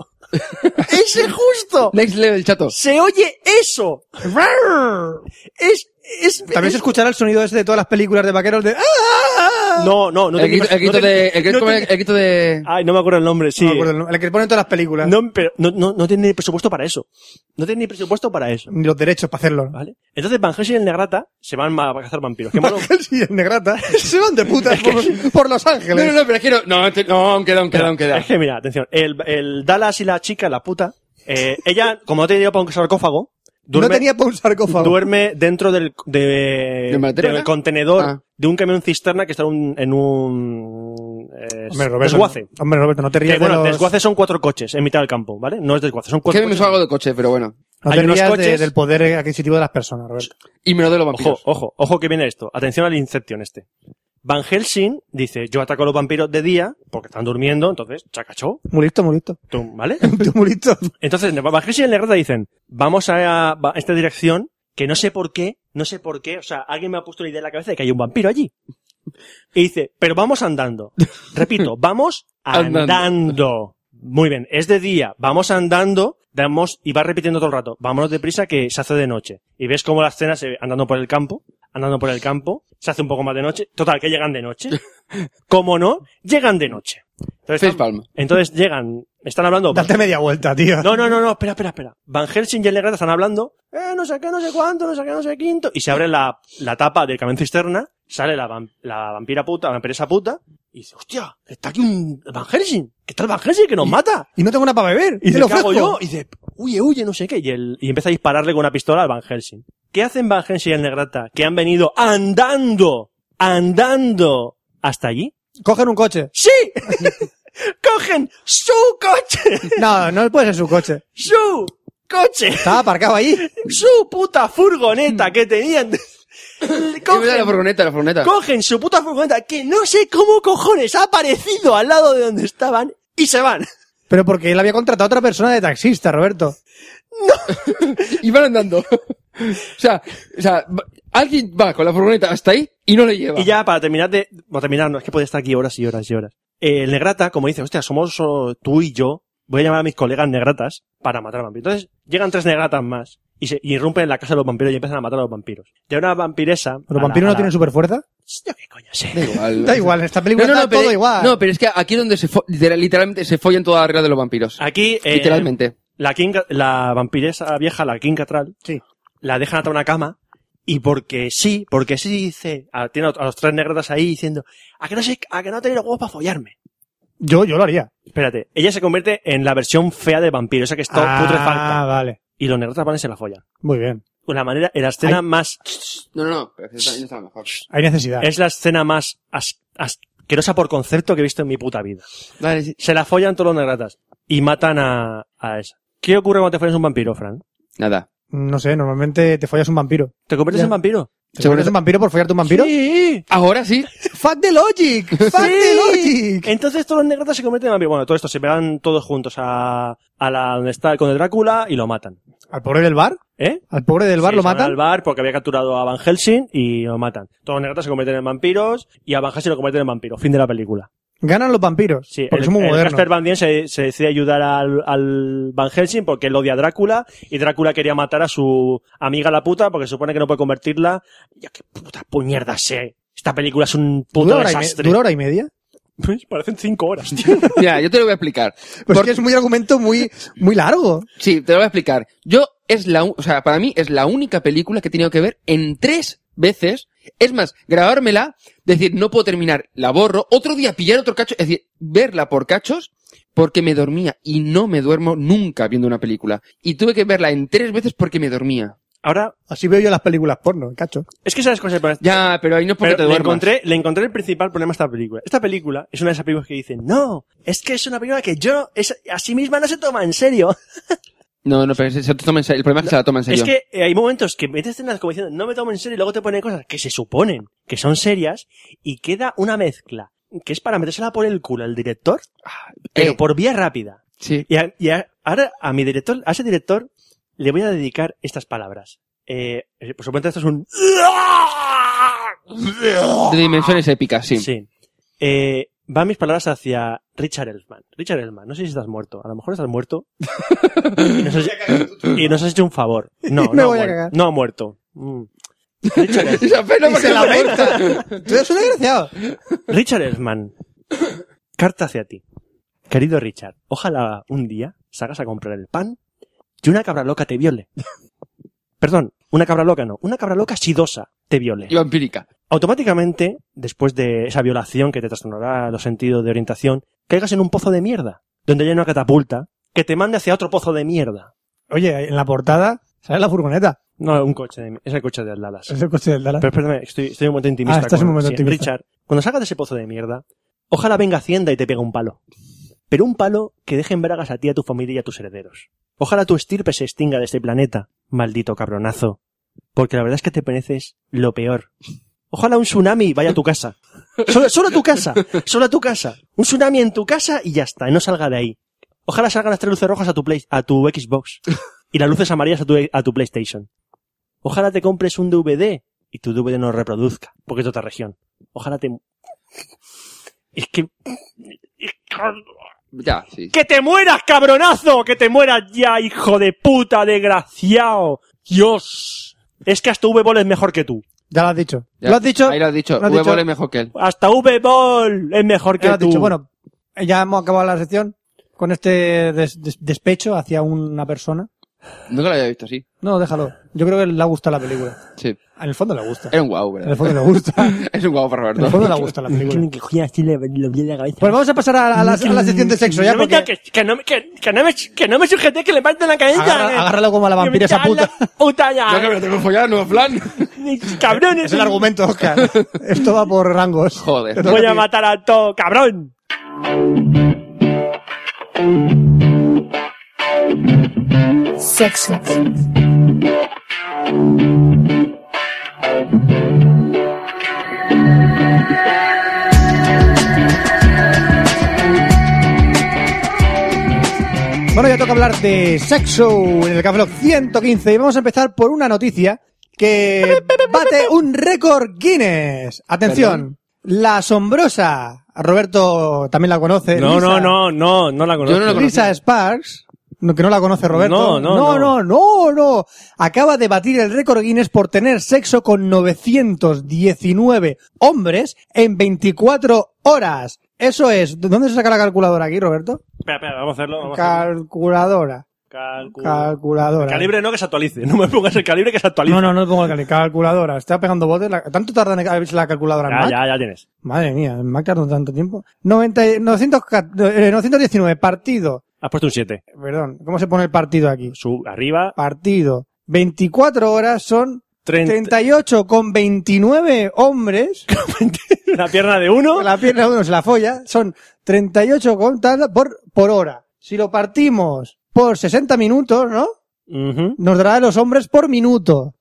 Ese justo.
Next level, chato.
Se oye eso. Es, es,
También
es-
se escuchará el sonido ese de todas las películas de vaqueros de... ¡Ah!
No, no, no te
El grito,
imag-
el grito
no te-
de, el grito,
no te- Ah,
el grito de...
Ay, no me acuerdo el nombre, sí.
No me acuerdo el nombre, el que ponen todas las películas.
No, pero no, no, no tiene presupuesto para eso. No tiene ni presupuesto para eso.
Ni los derechos para hacerlo.
¿Vale? Entonces Van Helsing y el Negrata se van a cazar vampiros. Qué malo.
Sí, el Negrata. Se van de putas por, por Los
No, no,
Ángeles.
no, pero quiero... No, no, te- no, aún queda, aún queda, aún queda.
Es que mira, atención. El, el Dallas y la chica, la puta, eh, ella, como no tenía dinero para un sarcófago,
No,
duerme,
tenía para un sarcófago.
duerme dentro del, de-
¿De madera?
del contenedor
Ah.
de un camión cisterna que está en un, en un eh,
Hombre, Roberto,
desguace.
no- hombre, Roberto, no te
Que,
rías de
bueno,
los...
desguace son cuatro coches en mitad del campo, ¿vale? No es desguace, son
Que
cuatro
me
coches.
hizo algo de coche, pero bueno.
No
Hay
te
unos
rías de-
coches-
del poder adquisitivo de las personas, Roberto.
Y me lo de los
Ojo,
vampiros.
ojo, ojo que viene esto. Atención al Inception este. Van Helsing dice, yo ataco a los vampiros de día porque están durmiendo, entonces, chacachó,
Muy listo, muy listo.
tum, ¿vale?
Tú muy listo.
Entonces, Van Helsing y el Negrata dicen, vamos a, a esta dirección, que no sé por qué, no sé por qué, o sea, alguien me ha puesto la idea en la cabeza de que hay un vampiro allí. Y dice, pero vamos andando. Repito, vamos
Andando.
andando. Muy bien, es de día, vamos andando, damos, y va repitiendo todo el rato, vámonos deprisa que se hace de noche. Y ves cómo la escena se ve andando por el campo, andando por el campo, se hace un poco más de noche, total, que llegan de noche. ¿Cómo no? Llegan de noche. Entonces, están-
Facepalm.
entonces llegan, están hablando...
Date media vuelta, tío.
No, no, no, no, espera, espera, espera. Van Helsing y el Negrata están hablando, eh, no sé qué, no sé cuánto, no sé qué, no sé quinto. Y se abre la, la tapa del camión cisterna, sale la, vam- la vampira puta, la vampiresa puta, y dice, hostia, está aquí un Van Helsing, que está el Van Helsing que nos mata.
Y no tengo nada para beber.
Y
te
dice,
lo
¿qué hago yo?
ofrezco.
Y dice, huye, huye, no sé qué. Y, el, y empieza a dispararle con una pistola al Van Helsing. ¿Qué hacen Van Helsing y el Negrata? Que han venido andando, andando hasta allí.
Cogen un coche.
¡Sí! ¡Cogen su coche!
No, no puede ser su coche.
¡Su coche!
Estaba aparcado allí.
su puta
Mm.
furgoneta que tenían.
Y me da la
cogen,
furgoneta, la furgoneta.
cogen su puta furgoneta que no sé cómo cojones ha aparecido al lado de donde estaban y se van.
Pero porque él había contratado a otra persona de taxista, Roberto.
Y van andando. o sea, o sea, va- alguien va con la furgoneta hasta ahí y no le lleva.
Y ya para terminar de... Bueno, terminar, no es que puede estar aquí horas y horas y horas. Eh, el Negrata, como dice, hostia, somos oh, tú y yo, voy a llamar a mis colegas negratas para matar a vampiros. Entonces llegan tres negratas más y se y irrumpen en la casa de los vampiros y empiezan a matar a los vampiros. Ya una vampiresa...
¿Los vampiros no tienen superfuerza?
Yo qué coño sé.
Da igual.
Da igual, en esta película está
pero,
todo igual. Ah,
No, pero es que aquí es donde se fo- literal- literalmente se follan toda la regla de los vampiros.
Aquí... eh,
literalmente.
la, Kim Ca- la vampiresa vieja, la Kim Catral,
Sí.
la dejan atada a una cama y porque sí, porque sí dice, a- tiene a los tres negras ahí diciendo, a que no sé, a que no tenéis los huevos para follarme.
Yo, yo lo haría.
Espérate, ella se convierte en la versión fea de vampiro, esa que está putrefacta.
ah, vale.
Y los negros van y se la follan.
Muy bien.
La manera, la escena más,
No, no, no, pero esta- esta está mejor.
Hay necesidad.
es la escena más as- asquerosa por concepto que he visto en mi puta vida.
Dale, sí.
Se la follan todos los negratas y matan a, a esa. ¿Qué ocurre cuando te follas un vampiro, Fran?
Nada.
No sé, normalmente te follas un vampiro.
¿Te conviertes
Ya.
en vampiro?
¿Te follas un vampiro por follarte un vampiro?
Sí.
Ahora sí.
¡Fuck the logic! ¡Fuck the logic!
Entonces todos los negratas se convierten en vampiro. Bueno, todo esto se pegan todos juntos a, a la donde está el conde Drácula y lo matan.
¿Al pobre del bar?
¿Eh?
¿Al pobre del bar
Sí,
lo
se van
matan?
Al bar porque había capturado a Van Helsing y lo matan. Todos los negratas se convierten en vampiros y a Van Helsing lo convierten en vampiro. Fin de la película.
Ganan los vampiros.
Sí,
porque
el,
son muy
el
modernos.
Casper Van Dien se, se decide ayudar al, al Van Helsing porque él odia a Drácula y Drácula quería matar a su amiga la puta porque supone que no puede convertirla. Ya qué puta puñerda sé. Esta película es un puto
¿Dura hora, y me-
desastre.
dura hora y media?
Pues parecen cinco horas, tío.
Mira, yo te lo voy a explicar.
Pues
Por-
que es muy argumento muy, muy largo.
Sí, te lo voy a explicar. Yo es la, u- o sea, para mí es la única película que he tenido que ver en tres veces. Es más, grabármela, decir, no puedo terminar, la borro, otro día pillar otro cacho, es decir, verla por cachos, porque me dormía y no me duermo nunca viendo una película. Y tuve que verla en tres veces porque me dormía.
Ahora,
Así veo yo las películas porno, cacho.
es que sabes cosas.
Ya, pero ahí no es porque
Pero
te
le
duermas.
encontré, le encontré el principal problema a esta película. Esta película es una de esas películas que dicen, no, es que es una película que yo, es, a sí misma no se toma en serio.
No, no, pero se, se toma en serio. El problema es que se la toma en serio.
Es que eh, hay momentos que metes escenas como diciendo, no me tomo en serio y luego te ponen cosas que se suponen que son serias y queda una mezcla que es para metérsela por el culo al director, pero
Eh,
por vía rápida.
sí.
Y, a- y a- ahora a mi director, a ese director, le voy a dedicar estas palabras. Eh, eh, por supuesto esto es un...
De dimensiones épicas, sí.
Sí. Eh, van mis palabras hacia Richard Elfman. Richard Elfman, no sé si estás muerto. A lo mejor estás muerto. y, nos has, y nos has hecho un favor. No,
Me
no,
voy a
ha muer-
cagar.
no ha muerto. Mm. Richard, Elf-
Esa pena
Y
porque
se
no me gusta.
lamenta. Tú eres un desgraciado.
Richard Elfman, carta hacia ti. Querido Richard, ojalá un día salgas a comprar el pan y una cabra loca te viole. Perdón, una cabra loca no, una cabra loca sidosa te viole.
Y vampírica.
automáticamente, después de esa violación que te trastornará los sentidos de orientación, caigas en un pozo de mierda, donde hay una catapulta que te mande hacia otro pozo de mierda.
Oye, en la portada sale la furgoneta.
No, un coche de, mi- es el coche de Dallas.
Es el coche del Dallas.
Pero espérame, estoy, estoy en un momento intimista.
Ah, estás en un
con-
momento
sí,
optimista.
Richard, cuando salgas de ese pozo de mierda, ojalá venga Hacienda y te pega un palo. Pero un palo que deje en bragas a ti, a tu familia y a tus herederos. Ojalá tu estirpe se extinga de este planeta, maldito cabronazo. Porque la verdad es que te mereces lo peor. Ojalá un tsunami vaya a tu casa. Solo, solo a tu casa. Solo a tu casa. Un tsunami en tu casa y ya está. Y no salga de ahí. Ojalá salgan las tres luces rojas a tu, play, a tu Xbox. Y las luces amarillas a tu, a tu PlayStation. Ojalá te compres un DVD y tu DVD no reproduzca, porque es de otra región. Ojalá te... Es que...
Ya, sí.
¡Que te mueras, cabronazo! ¡Que te mueras ya, hijo de puta, desgraciado! ¡Dios! Es que hasta V-Ball es mejor que tú.
Ya lo has dicho.
Ya.
¿Lo has dicho?
Ahí lo has dicho.
Lo has
Huevo
dicho.
es mejor que él.
Hasta V-Ball es mejor que
Ya lo has
tú.
dicho. Bueno, ya hemos acabado la sección con este des- des- despecho hacia una persona.
Nunca lo había visto así.
No, déjalo. Yo creo que le gusta la película.
Sí.
En el fondo le gusta.
Era un guau,
En
¿verdad?
el fondo le gusta. En
Es un guau,
el
Roberto.
fondo le gusta la película.
que joder, así le- le viene la cabeza.
Pues vamos a pasar a, a la, a la sección de sexo ya
No me
porque
toques, que no me- que- que no me que no me sujete que le parten la cabeza.
agarra- agárralo como a la
Que me
vampira esa
cago en la
puta.
puta ya.
Yo que me lo tengo follado, no plan.
Cabrones.
Es el argumento, Oscar. Esto va por rangos.
Joder.
Voy a matar a todo, cabrón.
Sexo.
Bueno, ya toca hablar de sexo en el Café Lock 115 y vamos a empezar por una noticia que bate un récord Guinness. Atención, la asombrosa, Roberto también la conoce.
No,
Lisa-
no, no, no, no la conozco.
Yo no la conozco.
Lisa Sparks, no, que no la conoce Roberto.
No, no,
no, no, no, no. Acaba de batir el récord Guinness por tener sexo con 919 hombres en 24 horas. Eso es. ¿De ¿Dónde se saca la calculadora aquí, Roberto?
Espera, espera, vamos a hacerlo. Vamos a hacerlo.
Calculadora.
Calcu-
Calculadora.
Calibre no que se actualice. No me pongas el calibre que se actualice.
No, no, no pongo el calibre. Calculadora. Está pegando botes. La- ¿Tanto tarda en abrirse la calculadora en
Ya,
Mac?
ya, ya tienes.
Madre mía, en Mac tardó tanto tiempo. 90, y- 900 ca- eh, 919, partido.
Has puesto un 7.
Perdón, ¿cómo se pone el partido aquí?
Sub, arriba.
Partido. 24 horas son
30.
38 con 29 hombres.
La pierna de uno.
La pierna de uno se la folla. Son 38 con tal por, por hora. Si lo partimos por 60 minutos, ¿no?
Ujú.
Nos dará los hombres por minuto.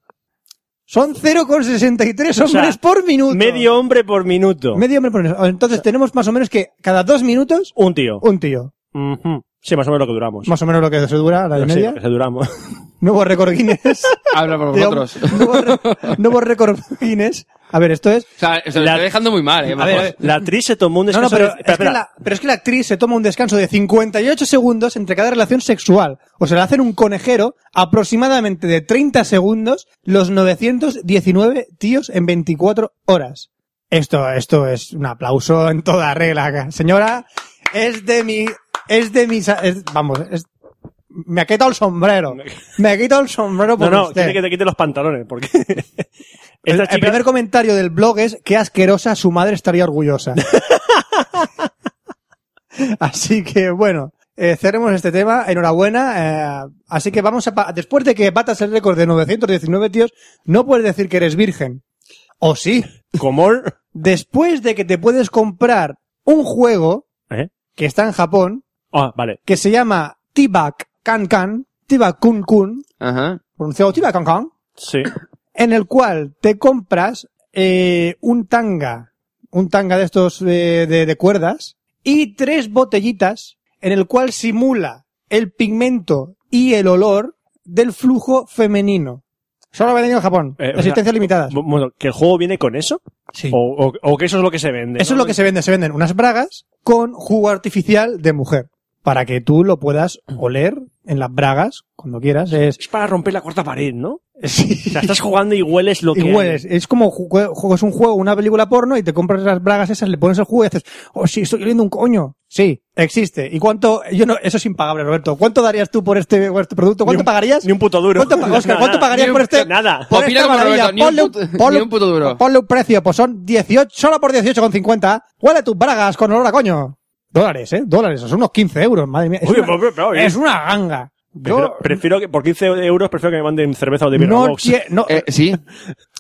Son 0,63 hombres
O sea,
por minuto.
Medio hombre por minuto.
Medio hombre por minuto. Entonces tenemos más o menos que cada dos minutos
Un tío.
un tío.
Ujú. Sí, más o menos lo que duramos.
Más o menos lo que se dura, la de
Sí, eh.
media.
lo que duramos.
Nuevo récord Guinness.
Habla por
de hom-
vosotros.
Nuevo, re- nuevo récord Guinness. A ver, esto es.
O sea, se lo
La-
estoy dejando muy mal, eh.
A ver, a
vamos.
ver.
La actriz se tomó un
No, no,
descanso.
pero,
de-
es
espera,
que
espera.
la, pero es que la actriz se toma un descanso de 58 segundos entre cada relación sexual. O se le hacen un conejero aproximadamente de 30 segundos los 919 tíos en 24 horas. Esto, esto es un aplauso en toda regla. Señora, es de mi, es de mis, es- vamos, es- me ha quitado el sombrero. Me ha quitado el sombrero
No,
por
no,
usted.
tiene que te quite los pantalones, porque.
El,
Esta
el
chica-
primer comentario del blog es que asquerosa su madre estaría orgullosa. Así que bueno, eh, cerremos este tema. Enhorabuena. eh, así que vamos a pa- después de que batas el récord de 919 tíos, no puedes decir que eres virgen. O sí.
Comor.
Después de que te puedes comprar un juego
¿Eh?
que está en Japón
Ah, vale.
que se llama T-Bag Kan Kan, T-Bag Kun Kun,
Ajá.
pronunciado T-Bag Kan Kan
Sí.
en el cual te compras eh, un tanga, un tanga de estos eh, de, de cuerdas, y tres botellitas en el cual simula el pigmento y el olor del flujo femenino. Solo venden en Japón.
Eh, o
Existencias limitadas.
Bu- Bueno, ¿que el juego viene con eso?
Sí.
O, o- o que eso es lo que se vende?
Eso es lo que se vende. Se venden unas bragas con jugo artificial de mujer. Para que tú lo puedas oler en las bragas cuando quieras. Es,
Es para romper la cuarta pared, ¿no? O
Sí.
sea, estás jugando y hueles lo que.
Y
hay.
hueles. Es como jue- juegas un juego, una película porno y te compras las bragas esas, le pones el juego y haces, oh sí, estoy oliendo un coño. Sí, existe. ¿Y cuánto? Yo no, eso es impagable, Roberto. ¿cuánto darías tú por este, por este producto? ¿Cuánto
Ni un-
pagarías?
Ni un puto duro.
¿Cuánto, pa- Oscar,
Nada,
¿cuánto
nada.
pagarías
Ni un-
por este?
Nada.
Por
Opina
esta
como
maravilla.
Pues Roberto, ni un
Ponle
puto-
ponle
ni un puto duro.
Ponle un precio, pues son 18, solo por 18,50. Huele tus bragas con olor a coño. Dólares, eh, dólares, son unos 15 euros, madre mía. Es,
Oye,
una,
pero- pero- pero-
es una ganga. Yo-
Prefiero, prefiero que por 15 euros prefiero que me manden cerveza o de birra
no,
box.
tie- no,
Eh, sí.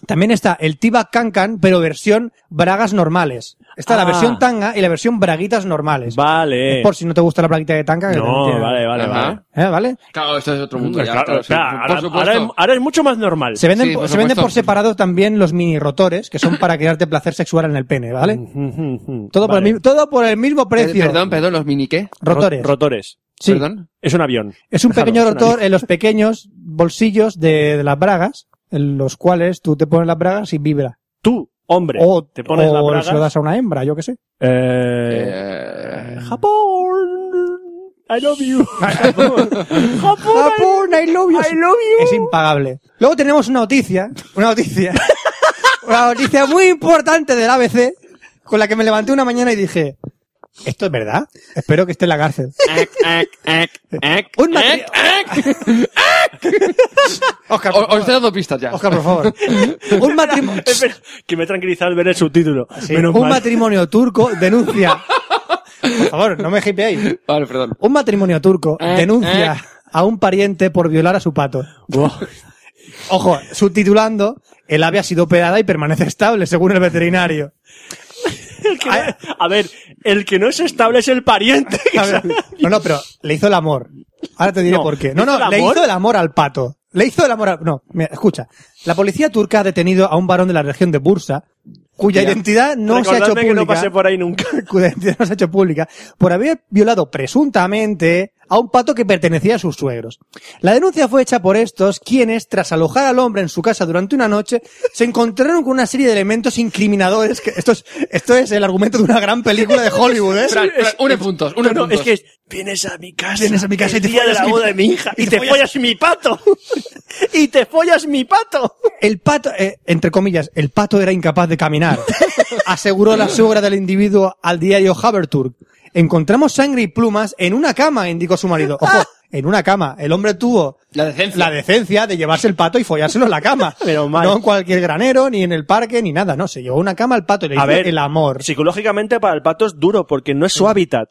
También está el T-Bag Cancan, pero versión bragas normales. Está la
Ah.
versión tanga y la versión braguitas normales.
Vale.
Por si no te gusta la braguita de tanga. que también
No,
tiene-
vale, vale,
Ajá.
vale.
¿Eh? ¿Vale?
Claro, esto es otro mundo. ya,
Claro,
claro, sí.
claá,
por
ahora,
supuesto.
ahora es, ahora es mucho más normal.
Se venden,
Sí,
po-
por
se venden por
supuesto.
separado también los mini rotores, que son para crearte placer sexual en el pene, ¿vale? Todo,
Todo
por, el, mi- todo por el mismo
Mm. Eh,
precio.
perdón, perdón, los miniqué.
Rotores.
Rotores.
Sí.
Perdón.
Es un avión.
Es un
Déjalo,
pequeño
es un
rotor en los pequeños bolsillos de, de las bragas, en los cuales tú te pones las bragas y vibra.
Tú, hombre,
O,
te pones la
o
braga.
se lo das a una hembra, yo qué sé.
Eh,
Eh,
Japón. I love you. Japón.
Japón, I love you.
I love you.
Es impagable. Luego tenemos una noticia, una noticia, una noticia muy importante del ABC, con la que me levanté una mañana y dije, ¿esto es verdad? Espero que esté en la cárcel.
ac, ac, ac, ac,
Un matri-
ac, ac.
Oscar,
O-
por
Os
favor.
he dado pistas ya.
Oscar, por favor. Un matrimonio,
Eh.
Espera, que me he tranquilizado al ver el subtítulo. Menos
un
mal.
matrimonio turco denuncia, por favor, no me hipeéis.
Vale, perdón.
Un matrimonio turco
Eh, eh.
denuncia a un pariente por violar a su pato.
Buah.
Ojo, subtitulando, el ave ha sido operada y permanece estable, según el veterinario.
El que no- a ver, el que no es estable es el pariente. que
A ver,
sabe.
No, no, pero le hizo el amor. Ahora te diré
No,
por qué.
¿le
No, no,
hizo el
le
amor?
hizo el amor al pato. Le hizo el amor al... No, mira, escucha. La policía turca ha detenido a un varón de la región de Bursa, cuya
Hostia.
identidad no se ha hecho
Recordadme
pública.
que no pasé por ahí nunca.
cuya identidad no se ha hecho pública, por haber violado presuntamente a un pato que pertenecía a sus suegros. La denuncia fue hecha por estos, quienes, tras alojar al hombre en su casa durante una noche, se encontraron con una serie de elementos incriminadores. Que esto, es, esto es el argumento de una gran película de Hollywood, ¿eh?
Fran, Fran, une puntos, une
No, no,
puntos.
es que es, vienes a mi casa.
Vienes a mi casa
el
y te
día de
follas
la
mi-
boda de mi hija.
y
Y
te
te follas mi pato. Y te follas mi pato.
El pato, eh, entre comillas, el pato era incapaz de caminar, aseguró la suegra del individuo al diario Haberturk. Encontramos sangre y plumas en una cama, indicó su marido. Ojo, en una cama. El hombre tuvo
La decencia.
la decencia de llevarse el pato y follárselo en la cama.
Pero mal.
No en cualquier granero, ni en el parque, ni nada. No, se llevó una cama al pato y le
A
hizo
ver,
el amor.
Psicológicamente para el pato es duro porque no es su hábitat.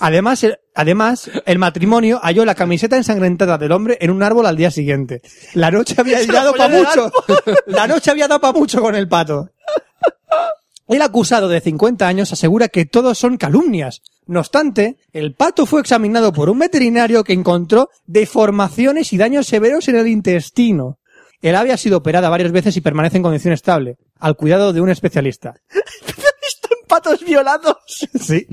Además, el, además, el matrimonio halló la camiseta ensangrentada del hombre en un árbol al día siguiente. La noche había dado para mucho. La noche había dado para mucho con el pato. El acusado de 50 años asegura que todos son calumnias. No obstante, el pato fue examinado por un veterinario que encontró deformaciones y daños severos en el intestino. El ave ha sido operada varias veces y permanece en condición estable, al cuidado de un especialista.
Están patos violados.
Sí.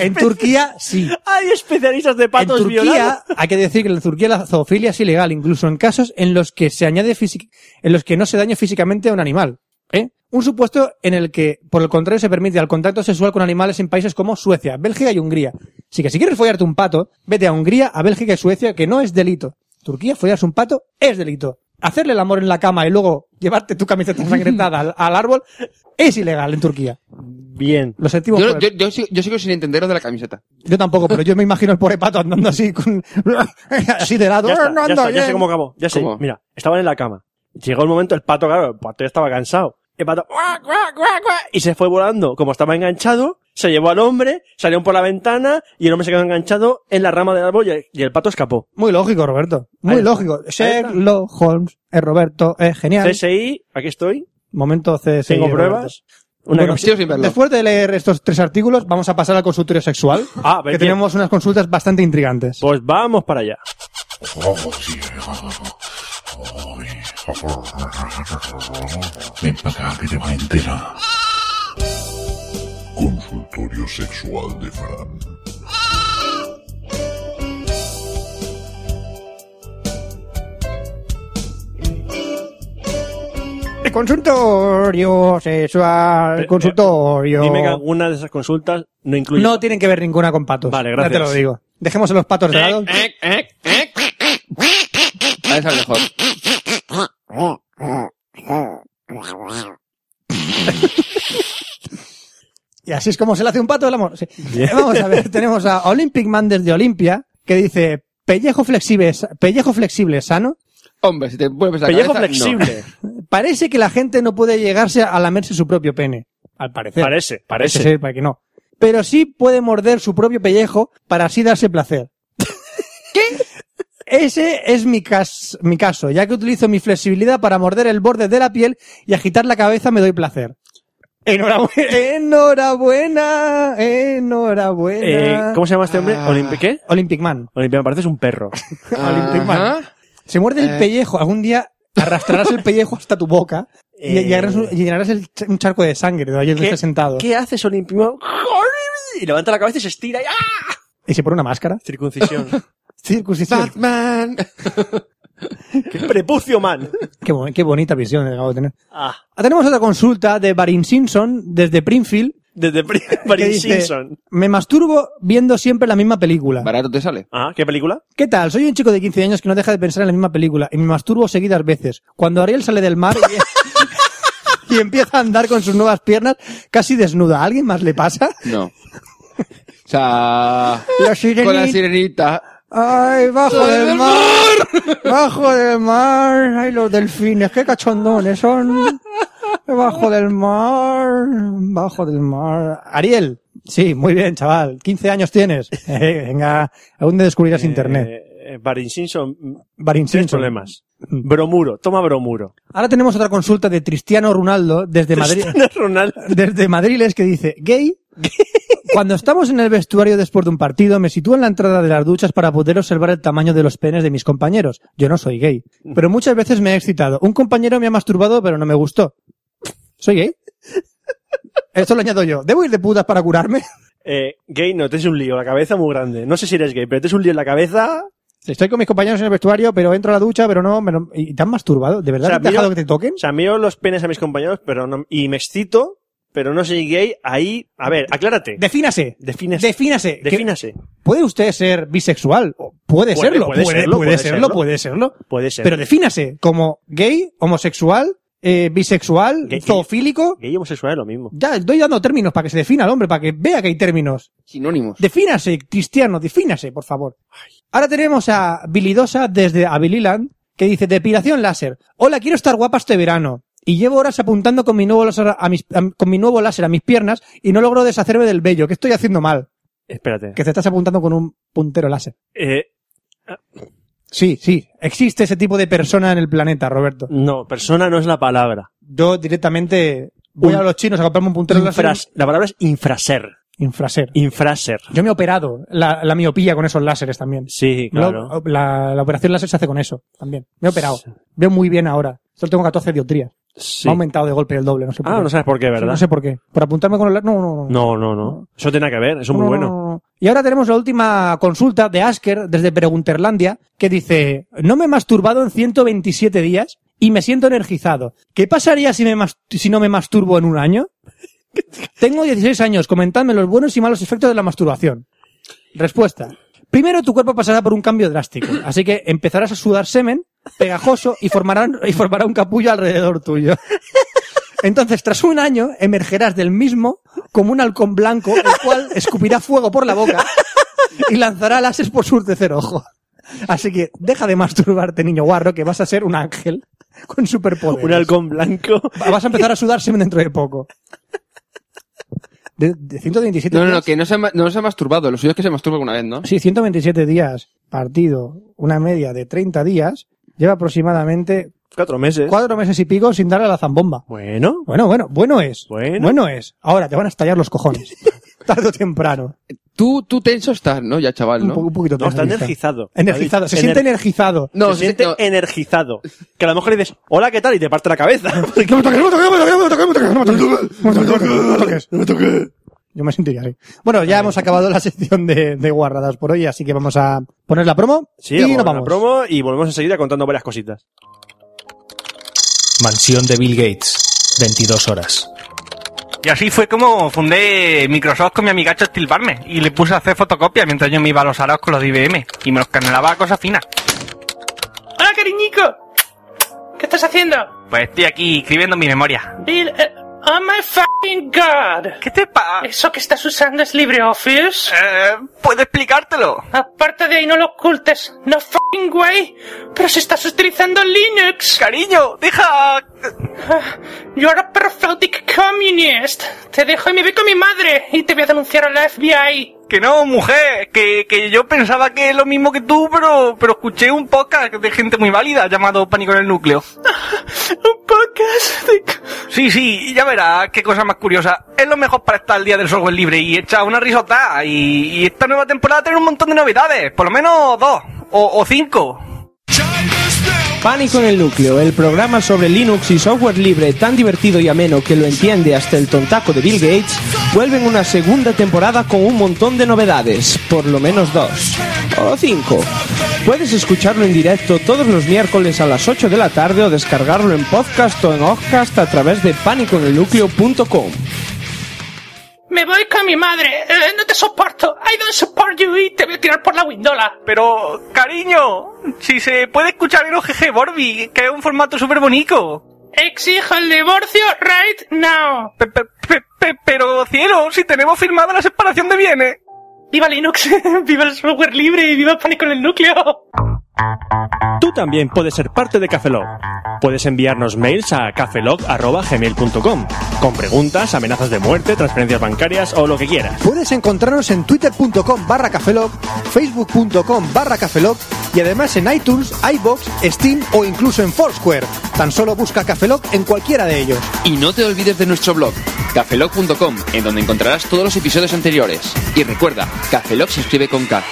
En Turquía, sí.
Hay especialistas de
En
patos
Turquía,
violados.
hay que decir que en Turquía la zoofilia es ilegal, incluso en casos en los que se añade físic- en los que no se daña físicamente a un animal. ¿eh? Un supuesto en el que, por el contrario, se permite el contacto sexual con animales en países como Suecia, Bélgica y Hungría. Así que si quieres follarte un pato, vete a Hungría, a Bélgica y Suecia, que no es delito. Turquía, follarse un pato es delito. Hacerle el amor en la cama y luego llevarte tu camiseta ensangrentada al, al árbol es ilegal en Turquía.
Bien.
Lo sentimos.
Yo,
por
yo,
el-
yo sigo, yo sigo sin entender lo de la camiseta.
yo tampoco, pero yo me imagino el pobre pato andando así, con, así de lado.
Ya, está,
No
ya,
ando
está, ya sé
bien.
cómo acabó. Ya sé.
¿Cómo?
Mira, estaban en la cama. Llegó el momento, el pato, claro, el pato ya estaba cansado. El pato, ¡guau, guau, guau, guau! y se fue volando. Como estaba enganchado, se llevó al hombre, salieron por la ventana y el hombre se quedó enganchado en la rama del árbol y el- y el pato escapó.
Muy lógico, Roberto. Muy
Ahí está.
lógico.
está.
Sherlock Holmes es Roberto, es genial.
CSI, aquí estoy.
Momento CSI.
Tengo
Roberto.
pruebas. Una
Bueno,
cosa-
Sigo sin verlo.
Después de leer estos tres artículos, vamos a pasar al consultorio sexual.
Ah,
que
bien.
tenemos unas consultas bastante intrigantes.
Pues vamos para allá.
Ven para acá que te va a enterar. Consultorio sexual de Fran.
El consultorio sexual.
Pero,
consultorio.
Dime que alguna de esas consultas no incluye. Eh,
No tienen que ver ninguna con patos.
Vale,
Ya
gracias. Eh,
te lo digo. Dejemos a los patos de lado.
A ver, sale mejor.
Y así es como se le hace un pato el amor. Sí.
Bien.
Eh, Vamos a ver, tenemos a Olympic Man desde Olimpia, que dice, pellejo flexible, pellejo flexible sano,
Hombre, si te vuelves la
Pellejo
cabeza, no.
flexible.
Parece que la gente no puede llegarse a lamerse su propio pene. Al parecer.
Parece,
Parece
parece.
ser, para que no. Pero sí puede morder su propio pellejo para así darse placer. ¿Qué? Ese es mi, cas- mi caso, ya que utilizo mi flexibilidad para morder el borde de la piel y agitar la cabeza me doy placer. Enhorabuena, enhorabuena,
Eh,
enhorabuena.
¿Cómo se llama este hombre?
Ah.
Olimpi- ¿Qué?
Olympic Man.
Olimpia, me parece un perro.
Olympic Man.
Ajá.
Se muerde el
Eh.
pellejo. Algún día arrastrarás el pellejo hasta tu boca y,
Eh.
y llenarás, un- y llenarás el ch- un charco de sangre de ayer que estés sentado.
¿Qué haces, Olimpia? Y levanta la cabeza y se estira. Y, ¡ah!
Y se pone una máscara.
Circuncisión. Ah.
Circuncisión.
Batman.
¡Qué prepucio, man!
Qué, bo- qué bonita visión acabo de tener.
Ah,
Ah, Tenemos otra consulta de Barin Simpson desde Prinfield.
desde Pri-
que
Barry
dice,
Simpson.
Me masturbo viendo siempre la misma película.
Barato te sale.
Ah, ¿qué película?
¿Qué tal? Soy un chico de 15 años que no deja de pensar en la misma película y me masturbo seguidas veces. Cuando Ariel sale del mar y, y empieza a andar con sus nuevas piernas casi desnuda. ¿A alguien más le pasa?
No. O sea,
La sirenita.
con la sirenita.
Ay, bajo
¡Ay,
del
del
mar. Bajo del mar. Ay, los delfines, qué cachondones son. Bajo del mar. Bajo del mar. Ariel. Sí, muy bien, chaval. 15 años tienes. Eh, venga, aún de descubrirás internet.
Eh, eh, Barry Simpson. mm,
Barin
Tres
Simpson.
problemas. Bromuro. Toma bromuro.
Ahora tenemos otra consulta de Cristiano Ronaldo desde Madrid.
Ronaldo.
desde Madrid es que dice, gay. Cuando estamos en el vestuario después de un partido, me sitúo en la entrada de las duchas para poder observar el tamaño de los penes de mis compañeros. Yo no soy gay. Pero muchas veces me he excitado. Un compañero me ha masturbado, pero no me gustó. ¿Soy gay? Esto lo añado yo. ¿Debo ir de putas para curarme?
Eh, gay no, tienes un lío, la cabeza muy grande. No sé si eres gay, pero tienes un lío en la cabeza.
Estoy con mis compañeros en el vestuario, pero entro a la ducha, pero no... me lo- ¿Y te han masturbado? ¿De verdad
O sea,
te has
miro-
dejado que te toquen?
O sea, miro los penes a mis compañeros pero no, y me excito, pero no soy gay. Ahí, a ver, aclárate.
Defínase.
Defínase.
Defínase. Que-
Defínase.
¿Puede usted ser bisexual? O- Puede,
Puede-
serlo.
puede
Puede,
serlo,
puede
puede
serlo,
serlo.
puede serlo.
Puede ser.
Pero defínase como gay, homosexual, eh, bisexual,
Gay-
zoofílico.
Gay y homosexual es lo mismo.
Ya, estoy dando términos para que se defina al hombre, para que vea que hay términos.
Sinónimos.
Defínase, cristiano, defínase, por favor. Ahora tenemos a Bilidosa desde Avililand, que dice, depilación láser. Hola, quiero estar guapa este verano. Y llevo horas apuntando con mi nuevo láser a mis, a- con mi nuevo láser a mis piernas y no logro deshacerme del vello. ¿Qué estoy haciendo mal?
Espérate.
Que te estás apuntando con un puntero láser.
Eh,
Sí, sí. Existe ese tipo de persona en el planeta, Roberto.
no, persona no es la palabra.
Yo directamente voy
Un-
a los chinos a comprarme un puntero láser.
Infras- la palabra es infraser.
Infraser.
Infraser.
Yo me he operado la, la miopía con esos láseres también.
Sí, claro.
La, la- la operación láser se hace con eso también. Me he operado. Veo muy bien ahora. Solo tengo 14 dioptrías.
Sí.
Me ha aumentado de golpe el doble, no sé por
Ah,
qué.
no sabes por qué, ¿verdad?
No sé por qué. Por apuntarme con el láser. No, no, no.
No, no, no. Eso tiene nada que ver, eso es muy
No,
bueno.
no, no, no. Y ahora tenemos la última consulta de Asker desde Pregunterlandia que dice, no me he masturbado en 127 días y me siento energizado. ¿Qué pasaría si, me mas- si no me masturbo en un año? Tengo 16 años, comentadme los buenos y malos efectos de la masturbación. Respuesta. Primero tu cuerpo pasará por un cambio drástico, así que empezarás a sudar semen pegajoso y formará, y formará un capullo alrededor tuyo. Entonces, tras un año, emergerás del mismo como un halcón blanco, el cual escupirá fuego por la boca y lanzará láseres por su tercer ojo. Así que deja de masturbarte, niño guarro, que vas a ser un ángel con superpoderes.
Un halcón blanco.
Vas a empezar a sudar semen dentro de poco. De, de 127
No, no, no,
días.
que no se, ha, ma- no se ha masturbado. Lo suyo es que se masturba alguna vez, ¿no?
Sí, 127 días partido, una media de 30 días, lleva aproximadamente
Cuatro meses.
cuatro meses y pico sin darle a la zambomba.
Bueno.
Bueno, bueno, bueno es.
Bueno.
es. Ahora te van a estallar los cojones. Tarde o temprano.
Tú, tú tenso estás, ¿no? Ya, chaval,
Un, po-
¿no?
un poquito
No, está
pesimista.
energizado.
Energizado. Se
Ener-
siente energizado.
No,
se siente
no.
energizado. Que a lo mejor le dices, hola, ¿qué tal? Y te parte la cabeza. Porque-
Yo me sentiría así. Bueno, ya hemos acabado la sección de, de guardadas por hoy, así que vamos a poner la promo
sí,
y
vamos
nos
a
vamos.
la promo y volvemos enseguida contando varias cositas.
Mansión de Bill Gates, 22 horas.
Y así fue como fundé Microsoft con mi amigacho Steve Barnes y le puse a hacer fotocopias mientras yo me iba a los araos con los de IBM y me los canelaba a cosas finas.
Hola, cariñico. ¿Qué estás haciendo?
Pues estoy aquí escribiendo mi memoria.
Bill, eh, oh my fucking god.
¿Qué te pasa?
¿Eso que estás usando es LibreOffice?
¿Puedo explicártelo?
Aparte de ahí, no lo ocultes. No fucking way. Pero si estás utilizando Linux.
Cariño, deja...
You're a perfect communist. Te dejo y me voy con mi madre y te voy a denunciar a la FBI.
Que no, mujer, que, que yo pensaba que es lo mismo que tú, pero, pero escuché un podcast de gente muy válida llamado Pánico en el Núcleo.
Un podcast de...
Sí, sí, ya verás qué cosa más curiosa. Es lo mejor para estar al día del software libre y echar una risota. Y, y esta nueva temporada tiene un montón de novedades, por lo menos dos o, o cinco.
Pánico en el núcleo, el programa sobre Linux y software libre tan divertido y ameno que lo entiende hasta el tontaco de Bill Gates, vuelve en una segunda temporada con un montón de novedades, por lo menos dos o cinco. Puedes escucharlo en directo todos los miércoles a las 8 de la tarde o descargarlo en podcast o en Offcast a través de pánicoenelnucleo.com.
Me voy con mi madre. Eh, no te soporto. I don't support you y te voy a tirar por la windola.
Pero, cariño, si se puede escuchar en OGG Borbi, que es un formato súper bonito.
Exijo el divorcio right now.
Pe- pe- pe- pe- Pero, cielo, si tenemos firmada la separación de bienes.
¡Viva Linux! ¡Viva el software libre! y ¡Viva el pánico en el núcleo!
Tú también puedes ser parte de Cafelog. Puedes enviarnos mails a cafelog.gmail.com con preguntas, amenazas de muerte, transferencias bancarias o lo que quieras.
Puedes encontrarnos en twitter.com barra cafelog, facebook.com barra cafelog y además en iTunes, iBox, Steam o incluso en Foursquare. Tan solo busca cafelog en cualquiera de ellos.
Y no te olvides de nuestro blog, cafelog.com, en donde encontrarás todos los episodios anteriores. Y recuerda, Cafelog se escribe con K.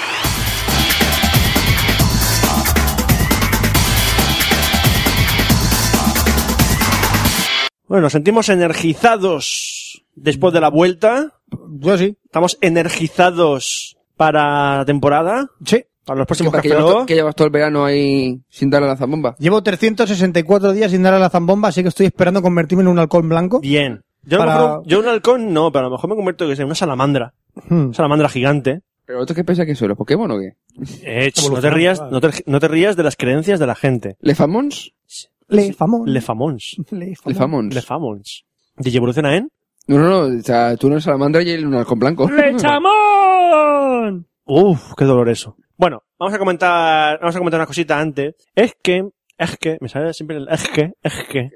Bueno, nos sentimos energizados después de la vuelta.
Yo sí.
Estamos energizados para la temporada,
Sí.
para los próximos
que, llevas to-
Cafelog.
que llevas todo el verano ahí sin darle a la zambomba.
Llevo 364 días sin dar a la zambomba, así que estoy esperando convertirme en un halcón blanco.
Bien. Yo, a lo
Para-
mejor- yo un halcón no, pero a lo mejor me convierto que sea una salamandra.
Hmm.
Una salamandra gigante.
¿Pero otro qué piensa que son los Pokémon o qué?
Eh, ch, no, te rías, no, te, no te rías de las creencias de la gente.
¿Lefamons?
Le Famons.
Le Famons.
Le
Le Famons.
Le Famons. ¿Y evoluciona en?
No, no, no. O sea, tú no salamandra y él un halcón blanco.
chamón! Uf, qué dolor eso. Bueno, vamos a comentar, vamos a comentar una cosita antes. Es que, es que, me sale siempre el es que, es que,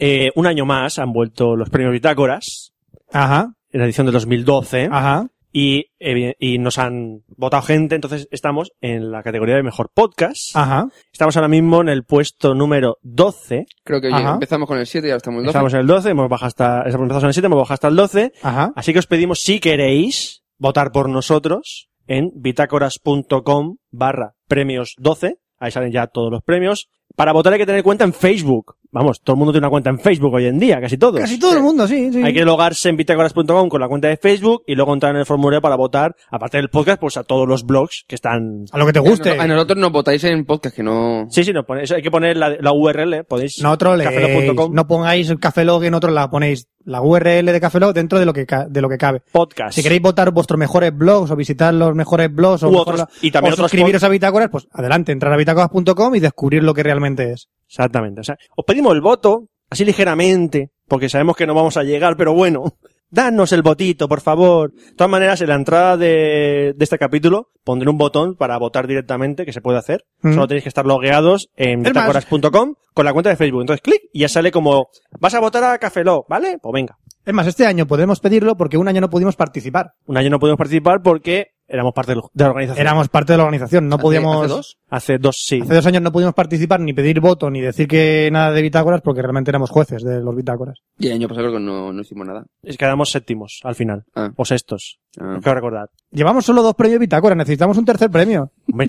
eh, un año más han vuelto los premios Bitácoras.
Ajá.
En la edición del 2012.
Ajá.
Y, evi- y nos han votado gente, entonces estamos en la categoría de mejor podcast.
Ajá.
Estamos ahora mismo en el puesto número 12.
Creo que oye,
Ajá.
empezamos con el 7 y ahora estamos en el 12.
Estamos en el 12, hemos bajado hasta, empezamos en el 7, hemos bajado hasta el 12.
Ajá.
Así que os pedimos, si queréis, votar por nosotros en bitácoras.com barra premios 12. Ahí salen ya todos los premios. Para votar hay que tener cuenta en Facebook. Vamos, todo el mundo tiene una cuenta en Facebook hoy en día, casi todos.
Casi todo el mundo, sí, sí.
Hay que logarse en bitácoras.com con la cuenta de Facebook y luego entrar en el formulario para votar, aparte del podcast, pues a todos los blogs que están...
A lo que te guste.
A nosotros nos votáis en podcast, que no...
Sí, sí, no, pone- eso hay que poner la, la URL, ¿eh? podéis...
No troleéis,
cafelog.com.
no pongáis el Café Log en otro lado, ponéis la URL de Café Log dentro de lo que, ca- de lo que cabe.
Podcast.
Si queréis votar vuestros mejores blogs o visitar los mejores blogs o,
U
mejor
otros-
la-
y también
o
otros
suscribiros
pod-
a Bitácoras, pues adelante, entrar a bitácoras.com y descubrir lo que realmente es.
Exactamente. O sea, os pedimos el voto, así ligeramente, porque sabemos que no vamos a llegar, pero bueno. Dadnos el votito, por favor. De todas maneras, en la entrada de, de este capítulo pondré un botón para votar directamente, que se puede hacer.
Mm.
Solo tenéis que estar logueados en
Es más-
bitácoras.com con la cuenta de Facebook. Entonces, clic y ya sale como, vas a votar a Cafeló, ¿vale? Pues venga.
Es más, este año podemos pedirlo porque un año no pudimos participar.
Un año no pudimos participar porque éramos parte de lo- de la organización.
Éramos parte de la organización, no podíamos...
¿Hace dos?
Hace dos, sí.
hace dos años no pudimos participar ni pedir voto ni decir que nada de bitácoras porque realmente éramos jueces de los bitácoras.
Y el año pasado creo que no, no hicimos nada.
Es- Quedamos séptimos al final.
Ah.
O sextos.
Ah.
Creo recordar.
Llevamos solo dos premios bitácoras, necesitamos un tercer premio.
Hombre,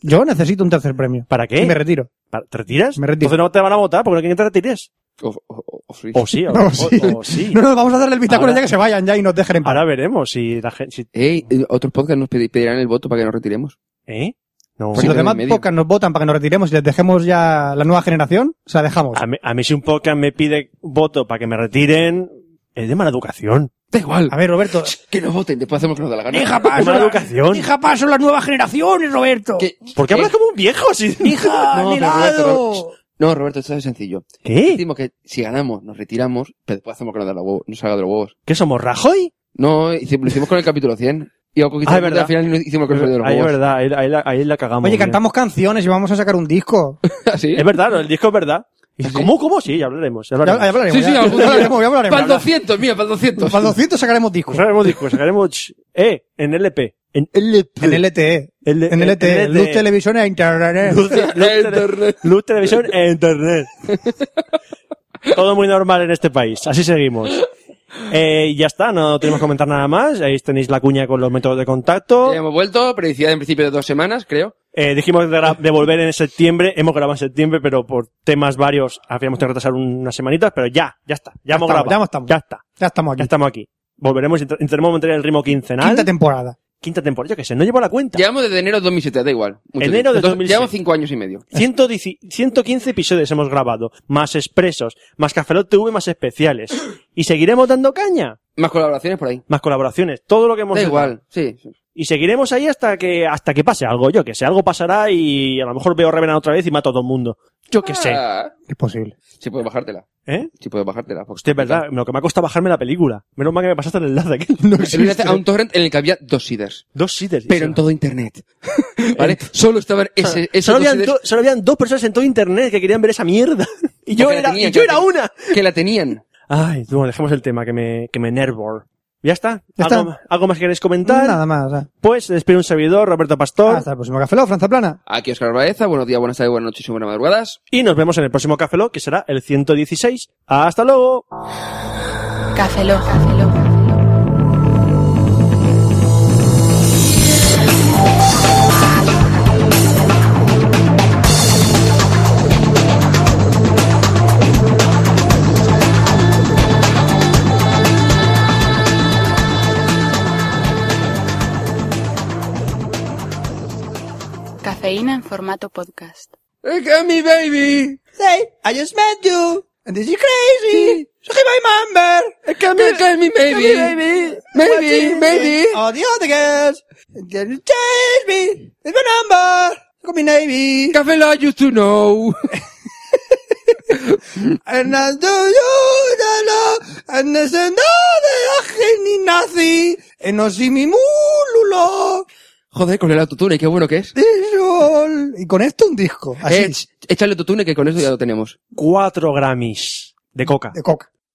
Yo necesito un tercer premio.
¿Para qué?
Y me retiro.
¿Para- ¿Te retiras?
Me retiro.
Entonces no te van a votar porque no quieren que te retires.
O, o- o- o sí.
O sí, o,
No,
o-
sí.
o sí.
No, no, vamos a darle el bitácora
Ahora-
ya que se vayan ya y nos dejen en paz.
Ahora veremos si la gente... si-
Ey, eh, otros podcasts nos pedi- pedirán el voto para que nos retiremos.
¿Eh? No.
Si los
Sí,
demás
en medio.
podcast nos votan para que nos retiremos y les dejemos ya la nueva generación, se la dejamos.
A mí, a mí si un podcast me pide voto para que me retiren, es de mala educación.
Da igual.
A ver, Roberto.
Ah, Que nos voten, después hacemos que nos da la gana. Pues
Es mala educación.
paso las nuevas generaciones, Roberto.
Que-
¿Por qué hablas
eh,
como un viejo? Si...
No, pero Roberto, Roberto, no, Roberto, esto es sencillo.
¿Qué?
Decimos que si ganamos, nos retiramos, pero después hacemos que nos, da la huevo, nos salga de los huevos.
¿Qué somos, Rajoy?
No, hicimos- lo hicimos con el capítulo 100. Y algo que
Ah, es
hicimos
verdad.
al final y no hicimos con el capítulo de los
Ahí es
huevos.
verdad, ahí, ahí la, ahí la cagamos.
Oye,
mira.
cantamos canciones y vamos a sacar un disco.
¿Ah, ¿Sí?
Es verdad, el disco es verdad. Y dices,
¿Sí?
¿Cómo, cómo? Sí, ya hablaremos. Ya
Ya,
hablaremos.
ya hablaremos.
Sí, sí,
ya,
algún
ya
día.
hablaremos, ya hablaremos.
Para el 200, mira, para el 200.
Para el 200 sacaremos discos.
Sacaremos Pues discos, sacaremos eh, en LP. En LP.
En LTE.
L-
En LTE. Luz Televisión e Internet.
Luz, luz,
Internet.
tele- luz, televisión e internet. Todo muy normal en este país. Así seguimos. Eh, ya está, no tenemos que comentar nada más. Ahí tenéis la cuña con los métodos de contacto.
Ya hemos vuelto, periodicidad en principio de dos semanas, creo.
Eh, dijimos de, gra- de volver en septiembre. Hemos grabado en septiembre, pero por temas varios habíamos tenido que retrasar un- unas semanitas. Pero ya, ya está. Ya,
estamos,
hemos grabado.
ya estamos.
Ya está.
Ya estamos
Ya
aquí.
estamos aquí. Volveremos, int- intentaremos mantener el ritmo quincenal.
Quinta temporada.
Quinta temporada. Yo que sé, no llevo la cuenta.
Llevamos desde enero de 2007, da igual. Mucho
Enero
tiempo.
de
Entonces,
2007.
Llevamos cinco años y medio.
110 115 episodios hemos grabado, más expresos, más Cafelot TV, más especiales. Y seguiremos dando caña,
Más colaboraciones por ahí.
más colaboraciones, todo lo que hemos
Da
hecho.
igual, sí. sí.
Y seguiremos ahí hasta que hasta que pase algo, yo que sé, algo pasará y a lo mejor veo Revenant otra vez y mato a todo el mundo. Yo que sé,
Ah,
Es posible.
sí puedes bajártela.
¿eh?
Sí puedes bajártela. porque-
Hostia, es verdad, lo que me ha costado bajarme la película. Menos mal que me pasaste el enlace aquí.
El enlace a un torrent en el que había dos seeders.
Dos seeders.
Pero en todo internet. ¿Vale? Solo estaban ese, esos
Ah, solo,
dos
habían
seeders
do- solo habían dos personas en todo internet que querían ver esa mierda. Y yo
Porque la
era,
tenían,
y yo
que la
era
tenían.
una.
que la tenían.
Ay, bueno, dejemos el tema que me, que me nervor. Ya está.
Ya
¿Algo,
está.
algo más que queréis comentar?
Nada más. o sea.
Pues se despide un servidor, Roberto Pastor.
Hasta el próximo Café Log, Franza Plana.
Aquí Oscar Baeza. Buenos días, buenas tardes, buenas noches y buenas madrugadas.
Y nos vemos en el próximo Café Lock, que será el 116. ¡Hasta luego!
Café Lock. Café Lock. Cafeína en formato podcast.
Look at me, Eh, baby.
Hey, I just met you. And this is crazy. So my member.
Look at me, baby. Maybe, maybe.
All Oh, the other girls. Can you change me? It's my number. Call me Navy.
Café Lock used to know.
En la llorana, en el sendero de la geninazi, en osimimúlulo,
Joder, con el autotune, qué bueno que es.
sol. Y con esto un disco. Así.
Eh, ch- échale autotune que con eso ya lo tenemos.
Cuatro Grammys de coca.
De coca.